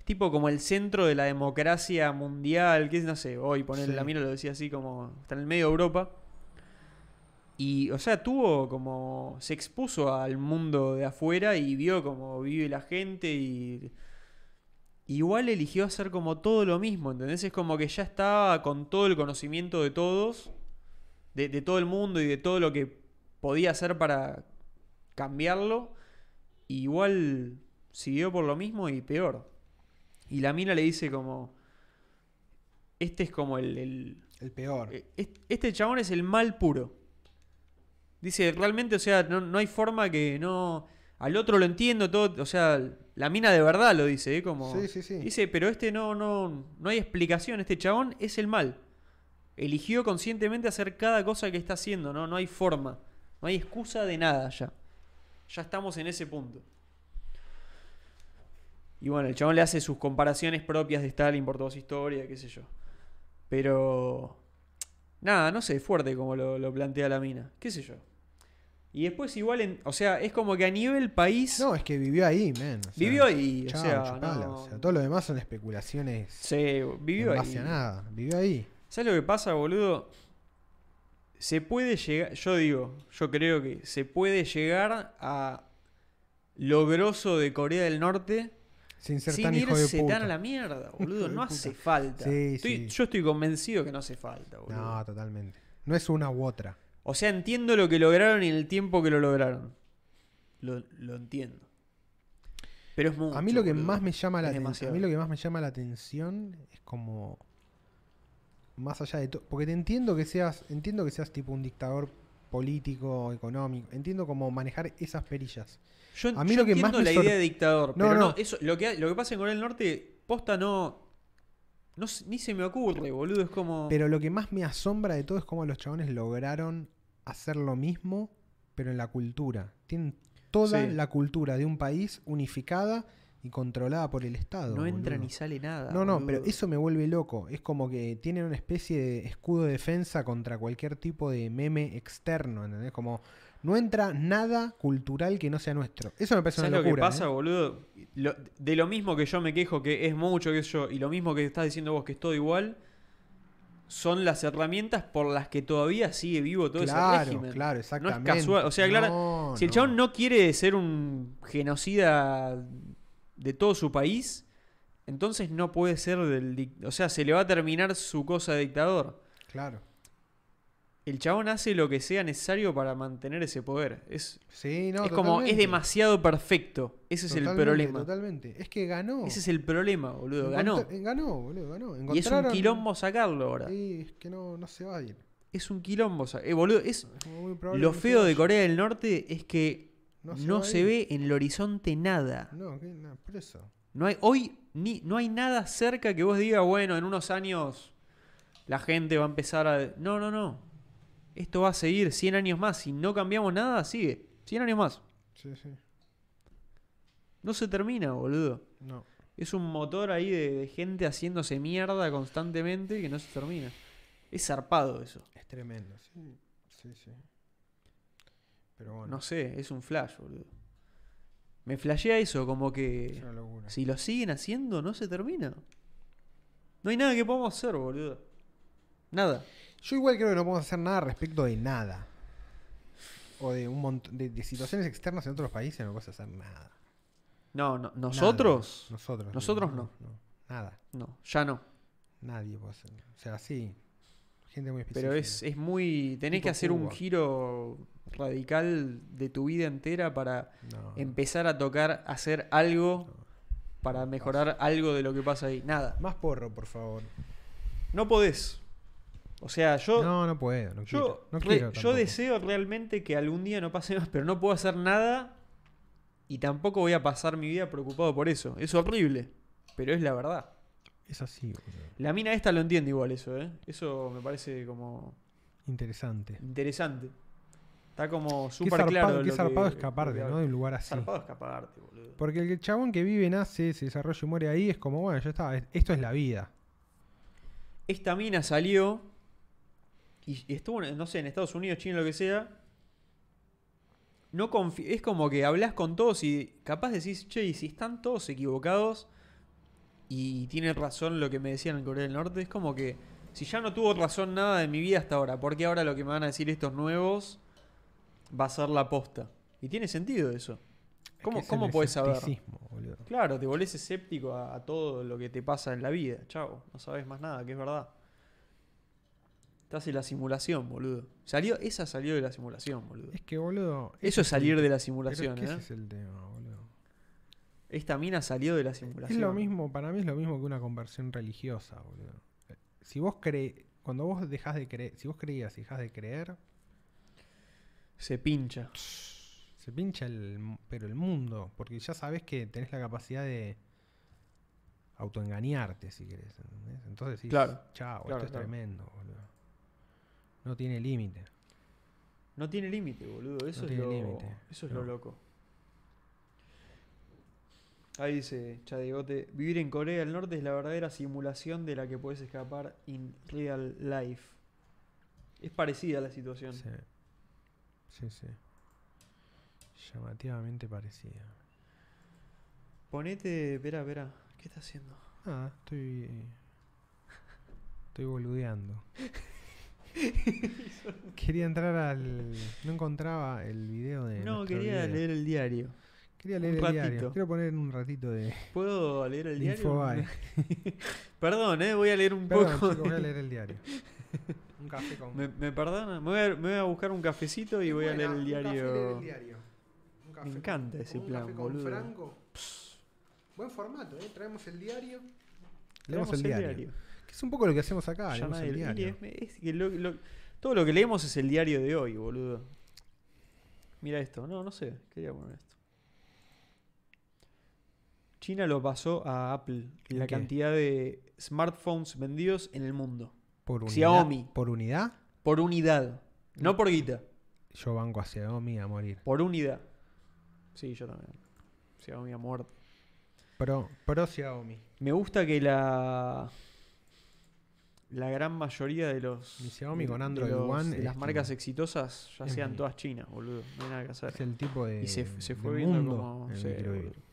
Speaker 1: Tipo como el centro de la democracia mundial, que es, no sé, hoy poner
Speaker 2: Sí.
Speaker 1: la mira lo decía así como, está en el medio de Europa. Y, o sea, tuvo como. Se expuso al mundo de afuera y vio cómo vive la gente y. Igual eligió hacer como todo lo mismo, ¿entendés? Es como que ya estaba con todo el conocimiento de todos, de, de todo el mundo y de todo lo que podía hacer para cambiarlo. Y igual siguió por lo mismo y peor. Y la mina le dice como. Este es como el- el
Speaker 2: El peor.
Speaker 1: eh, est- Este chabón es el mal puro. Dice, realmente, o sea, no, no hay forma que no. Al otro lo entiendo, todo. O sea, la mina de verdad lo dice, ¿eh? Como,
Speaker 2: Sí, sí, sí.
Speaker 1: Dice, pero este no, no, no hay explicación. Este chabón es el mal. Eligió conscientemente hacer cada cosa que está haciendo, ¿no? No hay forma. No hay excusa de nada ya. Ya estamos en ese punto. Y bueno, el chabón le hace sus comparaciones propias de Stalin por toda su historia, qué sé yo. Pero. Nada, no sé, fuerte como lo, lo plantea la mina. ¿Qué sé yo? Y después, igual, en- o sea, es como que a nivel país.
Speaker 2: No, es que vivió ahí, man. o sea,
Speaker 1: vivió ahí.
Speaker 2: chao,
Speaker 1: o sea,
Speaker 2: chupala,
Speaker 1: no-
Speaker 2: o sea, todo lo demás son especulaciones.
Speaker 1: Sí, vivió
Speaker 2: en
Speaker 1: ahí.
Speaker 2: base a nada. Vivió ahí.
Speaker 1: ¿Sabes lo que pasa, boludo? Se puede llegar. Yo digo, yo creo que se puede llegar a lo grosso de Corea del Norte.
Speaker 2: Sin ser
Speaker 1: sin
Speaker 2: tan hijo de
Speaker 1: irse
Speaker 2: puta.
Speaker 1: tan a la mierda,
Speaker 2: Hijo
Speaker 1: boludo.
Speaker 2: de
Speaker 1: No
Speaker 2: puta.
Speaker 1: hace falta.
Speaker 2: Sí,
Speaker 1: Estoy-
Speaker 2: sí.
Speaker 1: Yo estoy convencido que no hace falta, boludo.
Speaker 2: No, totalmente. No es una u otra.
Speaker 1: O sea, entiendo lo que lograron y el tiempo que lo lograron. Lo, lo entiendo. Pero es mucho.
Speaker 2: a mí lo que
Speaker 1: boludo.
Speaker 2: más me llama la
Speaker 1: Es
Speaker 2: atención.
Speaker 1: demasiado.
Speaker 2: A mí lo que más me llama la atención es como. Más allá de todo. Porque te entiendo que seas. Entiendo que seas tipo un dictador político, económico. Entiendo como manejar esas perillas.
Speaker 1: Yo,
Speaker 2: a mí
Speaker 1: yo
Speaker 2: lo que más
Speaker 1: entiendo
Speaker 2: me
Speaker 1: la
Speaker 2: sor-
Speaker 1: idea de dictador,
Speaker 2: No,
Speaker 1: pero no,
Speaker 2: no.
Speaker 1: eso, lo, que, lo que pasa en Corea del Norte, posta no, no se- ni se me ocurre, boludo, es como...
Speaker 2: Pero lo que más me asombra de todo es cómo los chabones lograron hacer lo mismo, pero en la cultura. Tienen toda
Speaker 1: Sí.
Speaker 2: la cultura de un país unificada y controlada por el Estado.
Speaker 1: no entra
Speaker 2: boludo.
Speaker 1: ni sale nada.
Speaker 2: No, no,
Speaker 1: boludo.
Speaker 2: pero eso me vuelve loco. Es como que tienen una especie de escudo de defensa contra cualquier tipo de meme externo, ¿entendés? Como no entra nada cultural que no sea nuestro. Eso me parece una
Speaker 1: ¿Sabes
Speaker 2: locura.
Speaker 1: lo que pasa,
Speaker 2: ¿eh?
Speaker 1: boludo? Lo- de lo mismo que yo me quejo, que es mucho que yo, y lo mismo que estás diciendo vos, que es todo igual, son las herramientas por las que todavía sigue vivo todo ese
Speaker 2: Claro,
Speaker 1: régimen.
Speaker 2: claro, exactamente.
Speaker 1: casual, o sea, claro,
Speaker 2: Oh,
Speaker 1: Si el chabón no quiere ser un genocida de todo su país, entonces no puede ser del... dic- O sea, se le va a terminar su cosa de dictador.
Speaker 2: Claro.
Speaker 1: El chabón hace lo que sea necesario para mantener ese poder. Es,
Speaker 2: Sí, no,
Speaker 1: es como, es
Speaker 2: totalmente.
Speaker 1: demasiado perfecto. Ese es
Speaker 2: Totalmente,
Speaker 1: el problema.
Speaker 2: Totalmente. Es que ganó.
Speaker 1: Ese es el problema, boludo. Ganó.
Speaker 2: Encontra- ganó, boludo, ganó.
Speaker 1: Y es un
Speaker 2: Encontraron-
Speaker 1: quilombo sacarlo ahora.
Speaker 2: Sí, es que no, no se va bien.
Speaker 1: Es un quilombo. sa- eh, boludo, es,
Speaker 2: Es muy probable
Speaker 1: lo
Speaker 2: que no se
Speaker 1: feo de
Speaker 2: vaya.
Speaker 1: Corea del Norte es que no se,
Speaker 2: va bien.
Speaker 1: ve en el horizonte nada.
Speaker 2: No, que- no, por eso.
Speaker 1: No hay, hoy ni, no hay nada cerca que vos digas, bueno, en unos años la gente va a empezar a... No, no, no. Esto va a seguir 100 años más. Si no cambiamos nada, sigue. 100 años más.
Speaker 2: Sí, sí.
Speaker 1: No se termina, boludo.
Speaker 2: No.
Speaker 1: Es un motor ahí de, de gente haciéndose mierda constantemente que no se termina. Es zarpado eso.
Speaker 2: Es tremendo, sí. Sí, sí. Pero bueno,
Speaker 1: Mm. No sé, es un flash, boludo. Me flashea eso, como
Speaker 2: es
Speaker 1: que...
Speaker 2: una locura.
Speaker 1: Si lo siguen haciendo, no se termina. No hay nada que podamos hacer, boludo. Nada.
Speaker 2: Yo igual creo que no podemos hacer nada respecto de nada. O de un montón de, de situaciones externas en otros países no podemos hacer nada.
Speaker 1: No, no,
Speaker 2: Nada.
Speaker 1: nosotros.
Speaker 2: Nosotros.
Speaker 1: Nosotros
Speaker 2: Nada.
Speaker 1: No, ya no.
Speaker 2: Nadie puede hacer. nada. O sea, sí. Gente muy específica.
Speaker 1: Pero es, es muy. Tenés
Speaker 2: Tipo
Speaker 1: que hacer un
Speaker 2: Cuba.
Speaker 1: giro radical de tu vida entera para
Speaker 2: No,
Speaker 1: empezar a tocar, hacer algo
Speaker 2: no.
Speaker 1: para
Speaker 2: Ah.
Speaker 1: mejorar algo de lo que pasa ahí. Nada.
Speaker 2: Más porro, por favor.
Speaker 1: No podés. O sea, yo.
Speaker 2: no, no puedo. No
Speaker 1: Yo,
Speaker 2: quiero. No
Speaker 1: re-
Speaker 2: quiero
Speaker 1: yo
Speaker 2: tampoco.
Speaker 1: deseo realmente que algún día no pase más, pero no puedo hacer nada y tampoco voy a pasar mi vida preocupado por eso. Es horrible, pero es la verdad.
Speaker 2: Es así, boludo.
Speaker 1: La mina esta lo entiende igual eso, ¿eh? Eso me parece como
Speaker 2: Interesante.
Speaker 1: interesante. Está como
Speaker 2: Qué
Speaker 1: súper
Speaker 2: zarpado,
Speaker 1: claro.
Speaker 2: qué
Speaker 1: lo
Speaker 2: zarpado
Speaker 1: que-
Speaker 2: escaparte,
Speaker 1: lo que
Speaker 2: ¿no?
Speaker 1: habla.
Speaker 2: De un lugar así.
Speaker 1: Zarpado escaparte, boludo.
Speaker 2: Porque el chabón que vive, nace, se desarrolla y muere ahí es como, bueno, ya está, es- esto es la vida.
Speaker 1: Esta mina salió y, y estuvo, en- no sé, en Estados Unidos, China, lo que sea. No confi- es como que hablas con todos y capaz decís, che, y si están todos equivocados y tiene razón lo que me decían en Corea del Norte, es como que si ya no tuvo razón nada de mi vida hasta ahora, ¿por qué ahora lo que me van a decir estos nuevos va a ser la posta. Y tiene sentido eso.
Speaker 2: Es
Speaker 1: ¿Cómo,
Speaker 2: que es
Speaker 1: cómo
Speaker 2: el
Speaker 1: podés saber?
Speaker 2: escepticismo, boludo.
Speaker 1: Claro, te volvés escéptico a, a todo lo que te pasa en la vida. Chao, no sabes más nada, que es verdad. Estás en la simulación, boludo. Salió, esa salió de la simulación, boludo.
Speaker 2: Es que, boludo.
Speaker 1: Eso
Speaker 2: ese
Speaker 1: es salir
Speaker 2: el-
Speaker 1: de la
Speaker 2: pero es
Speaker 1: simulación,
Speaker 2: que
Speaker 1: ¿eh?
Speaker 2: Ese es el tema, boludo.
Speaker 1: Esta mina salió de la simulación.
Speaker 2: Es lo mismo, para mí es lo mismo que una conversión religiosa, boludo. Eh, Si vos crees. Cuando vos dejás de creer. Si vos creías y dejás de creer.
Speaker 1: Se pincha.
Speaker 2: Se pincha el, mu- pero el mundo, porque ya sabes que tenés la capacidad de autoengañarte, si querés. ¿entendés? Entonces decís,
Speaker 1: Claro,
Speaker 2: chao,
Speaker 1: claro,
Speaker 2: esto es
Speaker 1: claro.
Speaker 2: tremendo, boludo. No tiene límite.
Speaker 1: No tiene límite, boludo. Eso, es,
Speaker 2: tiene
Speaker 1: lo,
Speaker 2: límite,
Speaker 1: eso es
Speaker 2: no.
Speaker 1: lo loco. Ahí dice Chadegote, vivir en Corea del Norte es la verdadera simulación de la que puedes escapar in real life. Es parecida a la situación.
Speaker 2: Sí. sí, sí. Llamativamente parecida.
Speaker 1: Ponete, espera, espera, ¿qué está haciendo?
Speaker 2: Ah, estoy. eh, Estoy boludeando. quería entrar al. No encontraba el video de.
Speaker 1: no,
Speaker 2: nuestro
Speaker 1: quería
Speaker 2: video.
Speaker 1: leer el diario.
Speaker 2: Quería
Speaker 1: un
Speaker 2: leer el diario.
Speaker 1: ratito.
Speaker 2: Quiero poner un ratito de.
Speaker 1: ¿Puedo leer el
Speaker 2: de
Speaker 1: diario?
Speaker 2: Infobae.
Speaker 1: Perdón, eh, voy a leer un
Speaker 2: Perdón,
Speaker 1: poco.
Speaker 2: chicos, voy a leer el diario. un café con.
Speaker 1: ¿Me, me perdona? Me voy, a, me voy a buscar un cafecito y voy a leer el diario.
Speaker 2: Un
Speaker 1: café con- encanta ese un plan, café con boludo. Franco.
Speaker 2: Buen formato, ¿eh? Traemos el diario. Leemos
Speaker 1: Leemos
Speaker 2: el diario. Que es un poco lo que hacemos acá,
Speaker 1: Ya
Speaker 2: Ah, leemos
Speaker 1: nadie-
Speaker 2: el
Speaker 1: y
Speaker 2: diario.
Speaker 1: es- es que lo- lo- todo lo que leemos es el diario de hoy, boludo. Mira esto. No, no sé. Quería poner esto. China lo pasó a Apple.
Speaker 2: ¿En
Speaker 1: La
Speaker 2: qué?
Speaker 1: cantidad de smartphones vendidos en el mundo.
Speaker 2: Por unidad,
Speaker 1: Xiaomi.
Speaker 2: Por unidad,
Speaker 1: Por unidad. No por guita.
Speaker 2: yo banco a Xiaomi a morir.
Speaker 1: Por unidad. Sí, yo también. Xiaomi a muerte.
Speaker 2: Pro, pro Xiaomi.
Speaker 1: Me gusta que la. La gran mayoría de los.
Speaker 2: Mi Xiaomi
Speaker 1: de-
Speaker 2: con
Speaker 1: de
Speaker 2: Android
Speaker 1: los-
Speaker 2: One
Speaker 1: de
Speaker 2: es
Speaker 1: las marcas
Speaker 2: tipo-
Speaker 1: exitosas ya
Speaker 2: es
Speaker 1: sean
Speaker 2: mi-
Speaker 1: todas chinas, boludo. No hay nada que hacer.
Speaker 2: Es el tipo de.
Speaker 1: Y se, se
Speaker 2: de
Speaker 1: fue viendo
Speaker 2: mundo
Speaker 1: como.
Speaker 2: en el
Speaker 1: sí,
Speaker 2: que quiero
Speaker 1: boludo.
Speaker 2: vivir.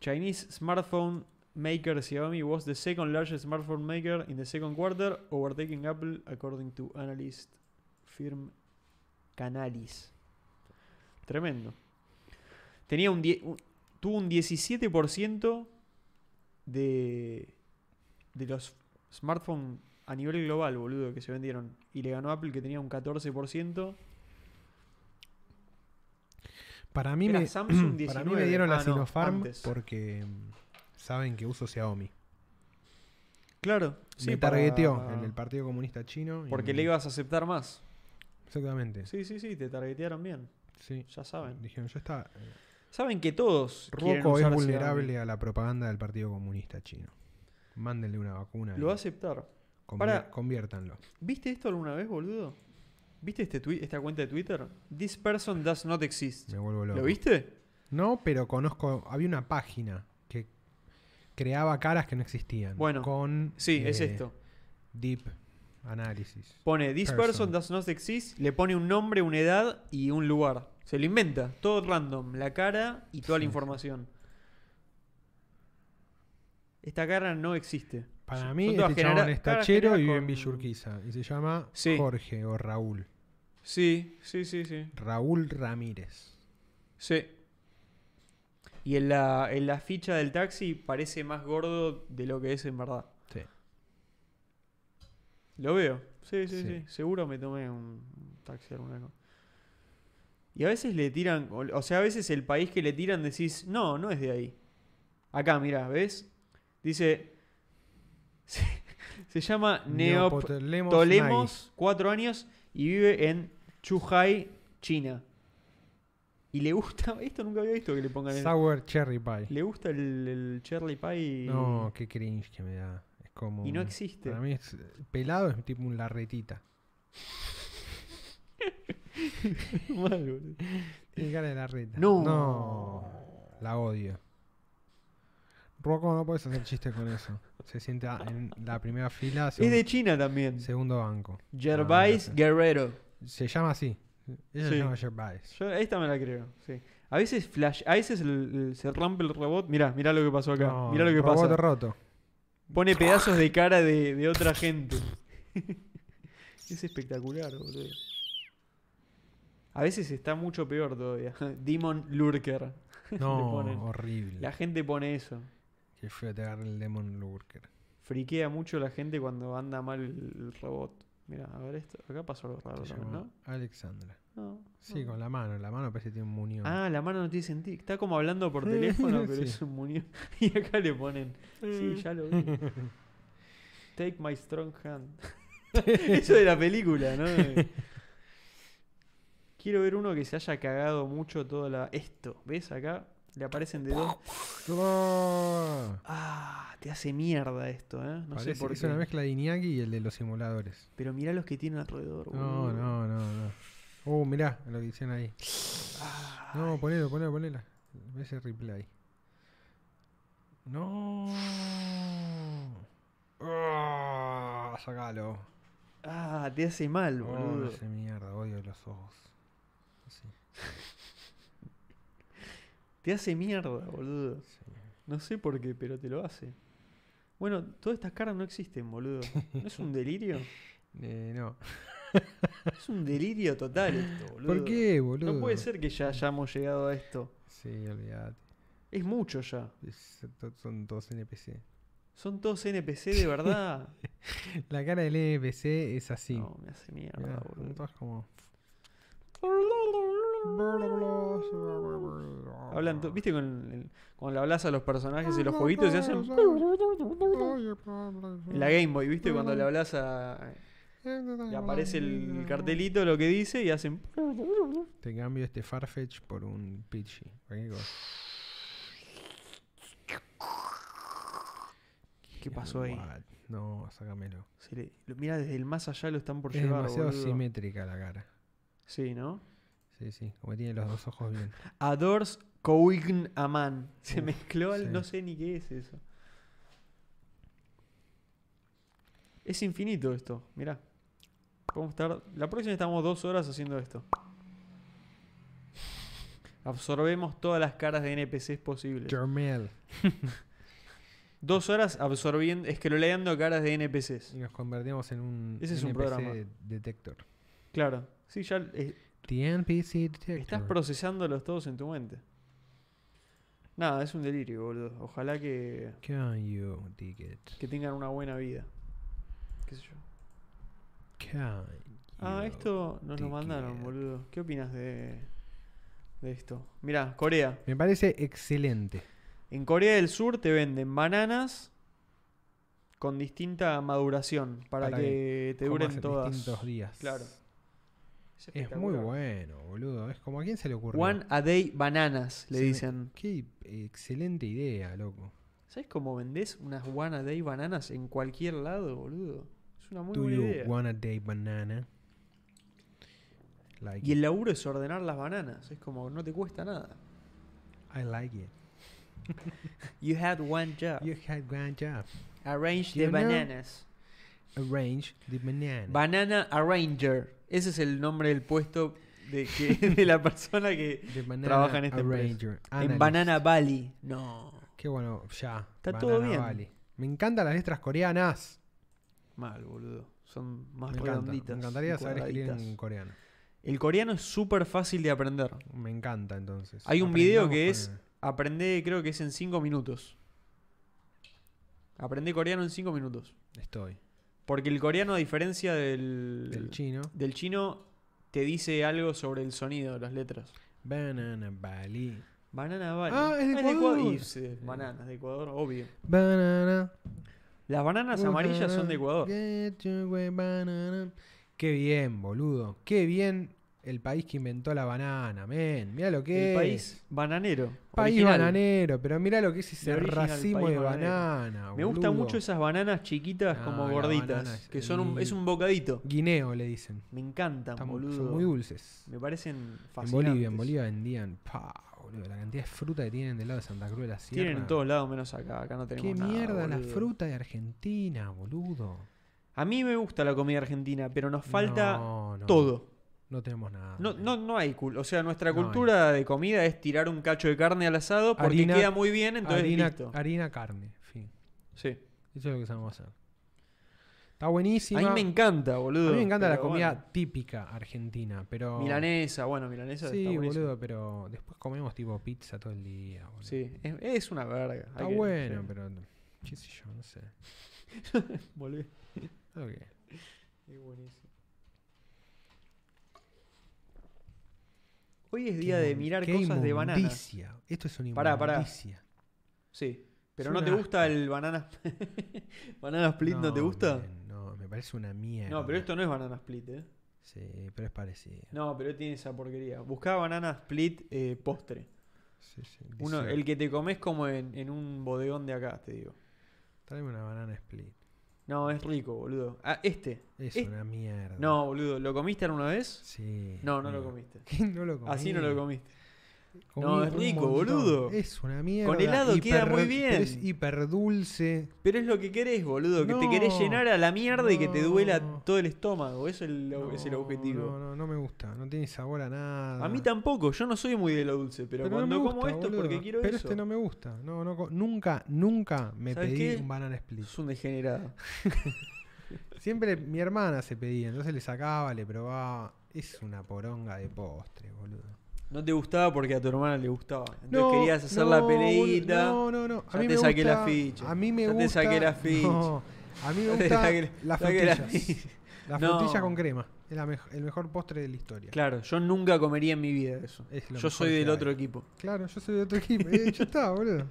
Speaker 1: Chinese smartphone maker Xiaomi was the second largest smartphone maker in the second quarter, overtaking Apple according to analyst firm Canalis. Tremendo. Tenía un, die- un- tuvo un 17% de de los smartphones a nivel global, boludo, que se vendieron y le ganó a Apple que tenía un 14%.
Speaker 2: Para mí,
Speaker 1: Era
Speaker 2: me,
Speaker 1: Samsung
Speaker 2: para mí
Speaker 1: 19.
Speaker 2: me dieron la
Speaker 1: Ah, no,
Speaker 2: Sinopharm
Speaker 1: antes.
Speaker 2: porque mm, saben que uso Xiaomi.
Speaker 1: Claro,
Speaker 2: me
Speaker 1: para- Ah.
Speaker 2: targeteó en el Partido Comunista Chino. y
Speaker 1: Porque
Speaker 2: me-
Speaker 1: le ibas a aceptar más.
Speaker 2: Exactamente.
Speaker 1: Sí, sí, sí, te targetearon bien.
Speaker 2: Sí.
Speaker 1: Ya saben.
Speaker 2: Dijeron, yo estaba. eh,
Speaker 1: Saben que todos. quieren
Speaker 2: Ruoco es
Speaker 1: usar
Speaker 2: vulnerable
Speaker 1: Xiaomi.
Speaker 2: a la propaganda del Partido Comunista Chino. Mándenle una vacuna.
Speaker 1: Lo va a
Speaker 2: y
Speaker 1: aceptar.
Speaker 2: convier-
Speaker 1: para-
Speaker 2: Conviértanlo.
Speaker 1: ¿Viste esto alguna vez, boludo? ¿Viste este twi- esta cuenta de Twitter? This person does not exist.
Speaker 2: Me vuelvo loco.
Speaker 1: ¿Lo viste?
Speaker 2: No, pero conozco. Había una página que creaba caras que no existían.
Speaker 1: Bueno,
Speaker 2: Con,
Speaker 1: Sí, es
Speaker 2: eh,
Speaker 1: esto.
Speaker 2: Deep análisis.
Speaker 1: Pone This person.
Speaker 2: person.
Speaker 1: does not exist, le pone un nombre, una edad y un lugar. Se lo inventa, todo random, la cara y toda la
Speaker 2: Sí.
Speaker 1: información. Esta cara no existe.
Speaker 2: Para
Speaker 1: Son
Speaker 2: mí,
Speaker 1: todas
Speaker 2: este
Speaker 1: genera-
Speaker 2: chabón es
Speaker 1: caras
Speaker 2: tachero y vive
Speaker 1: generadas
Speaker 2: en
Speaker 1: con-
Speaker 2: Villurquiza. Y se llama
Speaker 1: Sí.
Speaker 2: Jorge o Raúl.
Speaker 1: Sí, sí, sí, sí.
Speaker 2: Raúl Ramírez.
Speaker 1: Sí. Y en la, en la ficha del taxi parece más gordo de lo que es en verdad.
Speaker 2: Sí.
Speaker 1: Lo veo. Sí, sí,
Speaker 2: Sí.
Speaker 1: sí. Seguro me tomé un un taxi alguna vez. Y a veces le tiran, o o sea, a veces el país que le tiran decís, no, no es de ahí. Acá, mirá, ¿ves? Dice, se, se llama Neoptolemos,
Speaker 2: Neoptolemos Nagy.
Speaker 1: cuatro años, y vive en Chuhai, China. Y le gusta, esto nunca había visto que le pongan el-
Speaker 2: Sour Cherry Pie.
Speaker 1: Le gusta el, el Cherry Pie y
Speaker 2: No, qué cringe que me da. Es como.
Speaker 1: y no
Speaker 2: un-
Speaker 1: existe.
Speaker 2: Para mí, es, eh, pelado es tipo un larretita.
Speaker 1: Mal, boludo.
Speaker 2: Tiene cara de larreta.
Speaker 1: No.
Speaker 2: No. La odio. Rocco, no puedes hacer chistes con eso. Se sienta en la primera fila,
Speaker 1: Es
Speaker 2: segundo,
Speaker 1: de China también.
Speaker 2: segundo banco.
Speaker 1: Gervais
Speaker 2: Ah,
Speaker 1: Guerrero.
Speaker 2: Se llama así. Ella se
Speaker 1: Sí.
Speaker 2: llama Gervais.
Speaker 1: Yo esta me la creo, sí. A veces flash, a veces el- el- se rompe el robot. Mirá, mirá lo que pasó acá.
Speaker 2: No,
Speaker 1: mirá lo que
Speaker 2: robot
Speaker 1: pasa.
Speaker 2: roto.
Speaker 1: Pone pedazos de cara de, de otra gente. es espectacular, boludo. A veces está mucho peor todavía. Demon Lurker. Le
Speaker 2: No,
Speaker 1: ponen.
Speaker 2: horrible.
Speaker 1: La gente pone eso.
Speaker 2: Qué feo te agarra el Demon Lurker.
Speaker 1: Friquea mucho la gente cuando anda mal el robot. Mira, a ver esto. Acá pasó algo raro
Speaker 2: Se
Speaker 1: también,
Speaker 2: llama
Speaker 1: ¿no?
Speaker 2: Alexandra.
Speaker 1: No.
Speaker 2: Sí,
Speaker 1: no.
Speaker 2: con la mano. La mano parece que tiene un muñón.
Speaker 1: Ah, la mano no tiene sentido. Está como hablando por teléfono, pero
Speaker 2: Sí.
Speaker 1: es un muñeco. Y acá le ponen. Sí, ya lo vi. Take my strong hand. Eso de la película, ¿no? Quiero ver uno que se haya cagado mucho toda la. Esto, ¿ves acá? Le aparecen de dos.
Speaker 2: Ah,
Speaker 1: Ah, te hace mierda esto, ¿eh? No
Speaker 2: parece-
Speaker 1: sé por
Speaker 2: es una
Speaker 1: qué.
Speaker 2: mezcla de Iñaki y el de los simuladores.
Speaker 1: Pero mirá los que tienen alrededor,
Speaker 2: No,
Speaker 1: boludo.
Speaker 2: no, no, no. Uh, mirá lo que hicieron ahí.
Speaker 1: Ah,
Speaker 2: No, ponelo, ponelo, ponelo. Ese replay. No. Ah, sacalo.
Speaker 1: ah, te hace mal,
Speaker 2: Oh,
Speaker 1: boludo.
Speaker 2: ese mierda, odio los ojos. Sí,
Speaker 1: Te hace mierda, boludo.
Speaker 2: sí.
Speaker 1: No sé por qué, pero te lo hace. Bueno, todas estas caras no existen, boludo. ¿No es un delirio?
Speaker 2: Eh, no.
Speaker 1: Es un delirio total esto, boludo.
Speaker 2: ¿Por qué, boludo?
Speaker 1: No puede ser que ya hayamos llegado a esto.
Speaker 2: Sí, olvídate.
Speaker 1: Es mucho ya.
Speaker 2: Es- to- Son todos NPC.
Speaker 1: Son todos NPC de verdad.
Speaker 2: La cara del NPC es así.
Speaker 1: No, me hace mierda,
Speaker 2: Mirá, son
Speaker 1: boludo.
Speaker 2: todas como.
Speaker 1: Hablan, to- ¿viste? Con el- cuando le hablas a los personajes en los jueguitos se hacen. En la Game Boy, ¿viste? Cuando le hablas a. Le aparece el cartelito, lo que dice, y hacen.
Speaker 2: Te cambio este Farfetch por un Pidgey. cualquier cosa.
Speaker 1: ¿Qué pasó ahí?
Speaker 2: What? No, sácamelo.
Speaker 1: Se le- lo- Mirá, desde el más allá lo están por
Speaker 2: es
Speaker 1: llevar.
Speaker 2: demasiado
Speaker 1: boludo.
Speaker 2: simétrica la cara.
Speaker 1: Sí, ¿no?
Speaker 2: Sí, sí, como tiene los dos ojos bien.
Speaker 1: Adors Coign Aman. Se
Speaker 2: Uf,
Speaker 1: mezcló al.
Speaker 2: sí.
Speaker 1: No sé ni qué es eso. Es infinito esto, mirá. Podemos estar. La próxima estamos dos horas haciendo esto. Absorbemos todas las caras de NPCs posibles.
Speaker 2: Jermel.
Speaker 1: Dos horas absorbiendo, escroleando caras de NPCs.
Speaker 2: Y nos convertimos en un
Speaker 1: Ese es un
Speaker 2: NPC
Speaker 1: programa.
Speaker 2: de- detector.
Speaker 1: Claro. Sí, ya eh,
Speaker 2: The NPC detector.
Speaker 1: estás procesándolos todos en tu mente. Nada, es un delirio, boludo. Ojalá que,
Speaker 2: Can you dig it?
Speaker 1: que tengan una buena vida. ¿Qué sé yo?
Speaker 2: Can
Speaker 1: Ah,
Speaker 2: you
Speaker 1: esto nos lo
Speaker 2: Dickhead.
Speaker 1: mandaron, boludo. ¿Qué opinas de, de esto? Mirá, Corea.
Speaker 2: Me parece excelente.
Speaker 1: En Corea del Sur te venden bananas con distinta maduración para,
Speaker 2: Para
Speaker 1: que, te
Speaker 2: Comas
Speaker 1: duren
Speaker 2: en
Speaker 1: todas.
Speaker 2: distintos días.
Speaker 1: Claro.
Speaker 2: Es muy bueno, boludo. Es como a quién se le ocurrió.
Speaker 1: One a day bananas, le
Speaker 2: Se me-
Speaker 1: dicen.
Speaker 2: Qué excelente idea, loco.
Speaker 1: ¿Sabes cómo vendés unas one a day bananas en cualquier lado, boludo? Es una muy
Speaker 2: Do
Speaker 1: buena
Speaker 2: you
Speaker 1: idea.
Speaker 2: want a day banana? Like
Speaker 1: Y el
Speaker 2: it.
Speaker 1: laburo es ordenar las bananas. Es como, no te cuesta nada.
Speaker 2: I like it.
Speaker 1: You had one job.
Speaker 2: You had one job.
Speaker 1: Arrange
Speaker 2: You
Speaker 1: the
Speaker 2: know?
Speaker 1: bananas.
Speaker 2: Arrange the banana.
Speaker 1: Banana Arranger. Ese es el nombre del puesto de, que- de la persona que...
Speaker 2: The banana
Speaker 1: trabaja en esta empresa.
Speaker 2: arranger,
Speaker 1: En
Speaker 2: analyst.
Speaker 1: Banana Valley. No.
Speaker 2: Qué bueno, ya.
Speaker 1: Está todo
Speaker 2: Banana
Speaker 1: bien.
Speaker 2: Valley. Me encantan las letras coreanas.
Speaker 1: Mal, boludo. Son más
Speaker 2: me, encanta.
Speaker 1: redonditas.
Speaker 2: me
Speaker 1: y
Speaker 2: encantaría saber escribir en
Speaker 1: Ah, cuadraditas.
Speaker 2: coreano.
Speaker 1: El coreano es súper fácil de aprender.
Speaker 2: Me encanta entonces.
Speaker 1: Hay un video que
Speaker 2: Aprendamos
Speaker 1: es-
Speaker 2: coreano.
Speaker 1: Aprende, creo que es en 5 minutos. Aprende coreano en 5 minutos.
Speaker 2: Estoy.
Speaker 1: Porque el coreano, a diferencia del,
Speaker 2: Del chino.
Speaker 1: del chino, te dice algo sobre el sonido de las letras.
Speaker 2: Banana Valley.
Speaker 1: Banana Valley.
Speaker 2: Ah, es de Ecuador.
Speaker 1: Y, sí, bananas de Ecuador, obvio.
Speaker 2: Banana.
Speaker 1: Las bananas amarillas son de Ecuador.
Speaker 2: Get your way, banana. Qué bien, boludo. Qué bien el país que inventó la banana, men. Mira lo que
Speaker 1: El
Speaker 2: es.
Speaker 1: país bananero.
Speaker 2: País
Speaker 1: original.
Speaker 2: bananero, pero mira lo que es ese
Speaker 1: De original,
Speaker 2: racimo
Speaker 1: país
Speaker 2: de
Speaker 1: bananero.
Speaker 2: banana.
Speaker 1: Me gustan
Speaker 2: boludo.
Speaker 1: mucho esas bananas chiquitas como
Speaker 2: Ah, la banana
Speaker 1: gorditas.
Speaker 2: es
Speaker 1: Que son un, es un bocadito.
Speaker 2: Guineo le dicen.
Speaker 1: Me encantan,
Speaker 2: Están-
Speaker 1: boludo.
Speaker 2: son muy dulces.
Speaker 1: Me parecen
Speaker 2: En
Speaker 1: fascinantes.
Speaker 2: Bolivia, en Bolivia vendían. Pa, boludo, la cantidad de fruta que tienen del lado de Santa Cruz de la Sierra.
Speaker 1: Tienen en todos lados menos acá. Acá no
Speaker 2: Qué
Speaker 1: tenemos nada.
Speaker 2: mierda la
Speaker 1: boludo.
Speaker 2: fruta de Argentina, boludo.
Speaker 1: A mí me gusta la comida argentina, pero nos falta
Speaker 2: No, no,
Speaker 1: todo.
Speaker 2: No tenemos nada.
Speaker 1: No, no, no hay cul- O sea, nuestra
Speaker 2: No hay.
Speaker 1: cultura de comida es tirar un cacho de carne al asado porque
Speaker 2: Harina-
Speaker 1: queda muy bien, entonces
Speaker 2: harina,
Speaker 1: listo.
Speaker 2: harina, carne, fin.
Speaker 1: Sí.
Speaker 2: Eso es lo que sabemos hacer. Está buenísima.
Speaker 1: A mí me encanta,
Speaker 2: A
Speaker 1: boludo.
Speaker 2: mí me encanta la
Speaker 1: pero
Speaker 2: comida
Speaker 1: bueno.
Speaker 2: típica argentina, pero...
Speaker 1: Milanesa, bueno, milanesa está
Speaker 2: Sí,
Speaker 1: buenísimo.
Speaker 2: boludo, pero después comemos tipo pizza todo el día, boludo.
Speaker 1: Sí, es, es una verga.
Speaker 2: Está
Speaker 1: hay que-
Speaker 2: bueno,
Speaker 1: sí,
Speaker 2: pero... Qué sé yo, no sé.
Speaker 1: boludo.
Speaker 2: Ok.
Speaker 1: Es buenísimo. Hoy es día
Speaker 2: Qué
Speaker 1: de
Speaker 2: mon-
Speaker 1: mirar
Speaker 2: qué
Speaker 1: cosas de banana.
Speaker 2: inmundicia. Esto es una
Speaker 1: Pará, pará.
Speaker 2: inmundicia.
Speaker 1: Sí. Pero
Speaker 2: Es
Speaker 1: no
Speaker 2: un
Speaker 1: te gusta
Speaker 2: asco.
Speaker 1: el banana. ¿Banana split no, te gusta?
Speaker 2: men, no, me parece una mierda.
Speaker 1: No, pero esto no es banana split, ¿eh?
Speaker 2: Sí, pero es parecido.
Speaker 1: No, pero tiene esa porquería. Buscá banana split eh, postre.
Speaker 2: Sí, sí,
Speaker 1: Uno,
Speaker 2: dice,
Speaker 1: el que te comes como en, en un bodegón de acá, te digo.
Speaker 2: Tráeme una banana split.
Speaker 1: No, es rico, boludo. Ah, este.
Speaker 2: Es
Speaker 1: Es-
Speaker 2: una mierda.
Speaker 1: No, boludo. ¿Lo comiste alguna vez?
Speaker 2: Sí.
Speaker 1: No, no lo comiste.
Speaker 2: ¿Qué? No lo comí.
Speaker 1: Así no lo comiste.
Speaker 2: Comí
Speaker 1: No, es
Speaker 2: un
Speaker 1: rico,
Speaker 2: montón.
Speaker 1: boludo.
Speaker 2: Es una mierda.
Speaker 1: helado queda muy
Speaker 2: pero es
Speaker 1: bien.
Speaker 2: hiper dulce.
Speaker 1: Pero es lo que querés, boludo. Que te querés
Speaker 2: No,
Speaker 1: llenar a la mierda y que te duela
Speaker 2: no.
Speaker 1: todo el estómago. Eso es el, es el objetivo.
Speaker 2: No, no, no me gusta. No tiene sabor a nada.
Speaker 1: A mí tampoco. Yo no soy muy de lo dulce. Pero,
Speaker 2: no
Speaker 1: cuando
Speaker 2: me
Speaker 1: como
Speaker 2: gusta,
Speaker 1: esto es
Speaker 2: boludo.
Speaker 1: porque quiero
Speaker 2: Pero
Speaker 1: eso.
Speaker 2: este no me gusta. No, no, co- nunca, nunca me
Speaker 1: ¿Sabes
Speaker 2: pedí
Speaker 1: qué?
Speaker 2: un banana split.
Speaker 1: Es un degenerado.
Speaker 2: Siempre mi hermana se pedía, entonces le sacaba, le probaba. Es una poronga de postre, boludo.
Speaker 1: No te gustaba porque a tu hermana le gustaba. Entonces querías hacer la
Speaker 2: no,
Speaker 1: peleita.
Speaker 2: bolu- No, no, no. A
Speaker 1: Ya
Speaker 2: mí
Speaker 1: te
Speaker 2: me
Speaker 1: saqué
Speaker 2: gusta-
Speaker 1: la ficha.
Speaker 2: A mí me
Speaker 1: Ya te
Speaker 2: gusta.
Speaker 1: saqué la ficha.
Speaker 2: No, a mí me
Speaker 1: Ya te
Speaker 2: gusta
Speaker 1: saqué-
Speaker 2: las
Speaker 1: saqué la
Speaker 2: frutillas.
Speaker 1: ficha.
Speaker 2: Las
Speaker 1: No.
Speaker 2: frutillas con crema. Es la mej- el mejor postre de la historia.
Speaker 1: Claro, yo nunca comería en mi vida eso.
Speaker 2: Es lo
Speaker 1: Yo
Speaker 2: mejor
Speaker 1: soy
Speaker 2: que
Speaker 1: del
Speaker 2: hay.
Speaker 1: otro equipo.
Speaker 2: Claro, yo soy de otro equipo. Eh, ya está, boludo.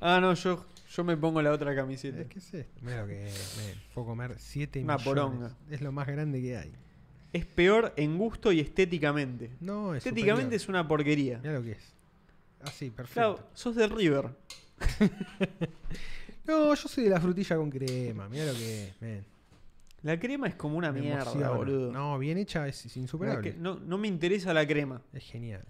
Speaker 1: Ah, no, yo, yo me pongo la otra camiseta.
Speaker 2: Eh, ¿Qué es esto? Mira lo que es, men. Puedo comer 7
Speaker 1: Una
Speaker 2: millones.
Speaker 1: poronga.
Speaker 2: Es lo más grande que hay.
Speaker 1: Es peor en gusto y estéticamente.
Speaker 2: No, es
Speaker 1: estéticamente es una porquería.
Speaker 2: Mira lo que es. Así, perfecto.
Speaker 1: Claro, sos de River.
Speaker 2: No, yo soy de la frutilla con crema. Mira lo que es, men.
Speaker 1: La crema es como una
Speaker 2: Me
Speaker 1: mierda,
Speaker 2: emociona.
Speaker 1: boludo.
Speaker 2: No, bien hecha es, es
Speaker 1: La
Speaker 2: insuperable.
Speaker 1: que- no, no me interesa la crema.
Speaker 2: Es genial.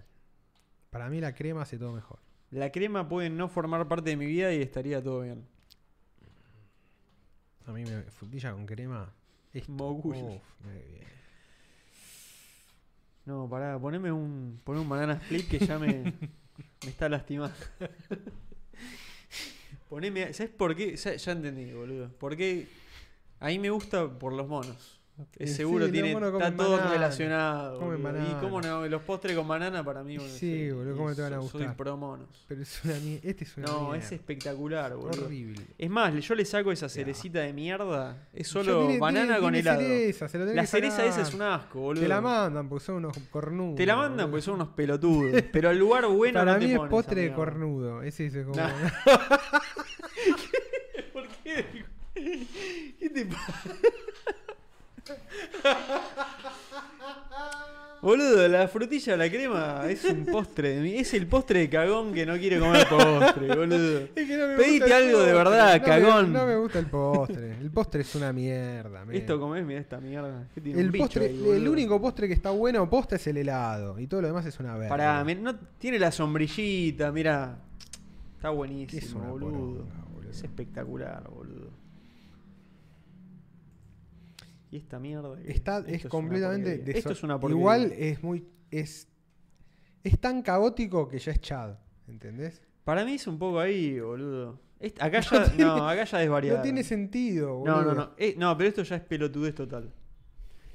Speaker 2: Para mí la crema hace todo mejor.
Speaker 1: La crema puede no formar parte de mi vida y estaría todo bien.
Speaker 2: A mí me, frutilla con crema es
Speaker 1: Mogul.
Speaker 2: bien.
Speaker 1: No, pará, poneme un, poneme un banana split que ya me, me está lastimando. poneme, ¿sabes por qué? Ya, ya entendí, boludo. Porque a mí me gusta por los monos. Es
Speaker 2: Sí,
Speaker 1: seguro
Speaker 2: los
Speaker 1: tiene,
Speaker 2: monos
Speaker 1: está
Speaker 2: comen
Speaker 1: todo
Speaker 2: banana.
Speaker 1: relacionado.
Speaker 2: Comen
Speaker 1: boludo.
Speaker 2: banana.
Speaker 1: Y cómo no, los postres con banana para mí,
Speaker 2: Y
Speaker 1: boludo.
Speaker 2: sí, boludo, ¿cómo
Speaker 1: y
Speaker 2: te van a
Speaker 1: so- Soy
Speaker 2: gustar?
Speaker 1: pro monos.
Speaker 2: Pero es una mie- Este es una
Speaker 1: No,
Speaker 2: mierda.
Speaker 1: es espectacular, boludo.
Speaker 2: horrible.
Speaker 1: Es más, yo le saco esa
Speaker 2: Ya.
Speaker 1: cerecita de mierda. Es
Speaker 2: Ya
Speaker 1: solo
Speaker 2: tiene-
Speaker 1: banana
Speaker 2: tiene-
Speaker 1: con
Speaker 2: tiene
Speaker 1: helado.
Speaker 2: cereza, se lo tenés
Speaker 1: La
Speaker 2: que
Speaker 1: cereza
Speaker 2: sacar.
Speaker 1: esa es un asco, boludo.
Speaker 2: Te la mandan porque son unos cornudos.
Speaker 1: Te la mandan
Speaker 2: boludo.
Speaker 1: porque son unos pelotudos. Pero al lugar bueno
Speaker 2: Para
Speaker 1: no te
Speaker 2: mí es
Speaker 1: ponen esa
Speaker 2: postre de
Speaker 1: mierda.
Speaker 2: cornudo. Ese es como.
Speaker 1: Nah. ¿Por qué? ¿Qué te pasa? Boludo, la frutilla a la crema es un postre de mi- Es el postre de cagón que no quiere comer postre, boludo.
Speaker 2: Es que no me
Speaker 1: Pedite
Speaker 2: gusta el
Speaker 1: algo de
Speaker 2: postre.
Speaker 1: verdad,
Speaker 2: No me-
Speaker 1: cagón.
Speaker 2: no me gusta el postre. El postre es una mierda. men.
Speaker 1: Esto comés, mira esta mierda. ¿Qué tiene? Un
Speaker 2: El,
Speaker 1: bicho
Speaker 2: postre,
Speaker 1: ahí, boludo.
Speaker 2: el único postre que está bueno posta es el helado. Y todo lo demás es una verga.
Speaker 1: Pará, me- no, tiene la sombrillita, mira. Está
Speaker 2: ¿Qué es
Speaker 1: buenísimo,
Speaker 2: una
Speaker 1: boludo.
Speaker 2: poronga, boludo?
Speaker 1: Es espectacular, boludo. Y esta mierda. que-
Speaker 2: Está,
Speaker 1: esto
Speaker 2: es
Speaker 1: una
Speaker 2: completamente
Speaker 1: porquería. Esto
Speaker 2: deso-
Speaker 1: es una porquería.
Speaker 2: Igual es muy. Es, es tan caótico que ya es Chad. ¿Entendés?
Speaker 1: Para mí es un poco ahí, boludo. Est- acá,
Speaker 2: No
Speaker 1: ya,
Speaker 2: tiene-
Speaker 1: no, acá ya desvariaron.
Speaker 2: No tiene sentido, boludo.
Speaker 1: No, no, no. Eh, no, pero esto ya es pelotudez total.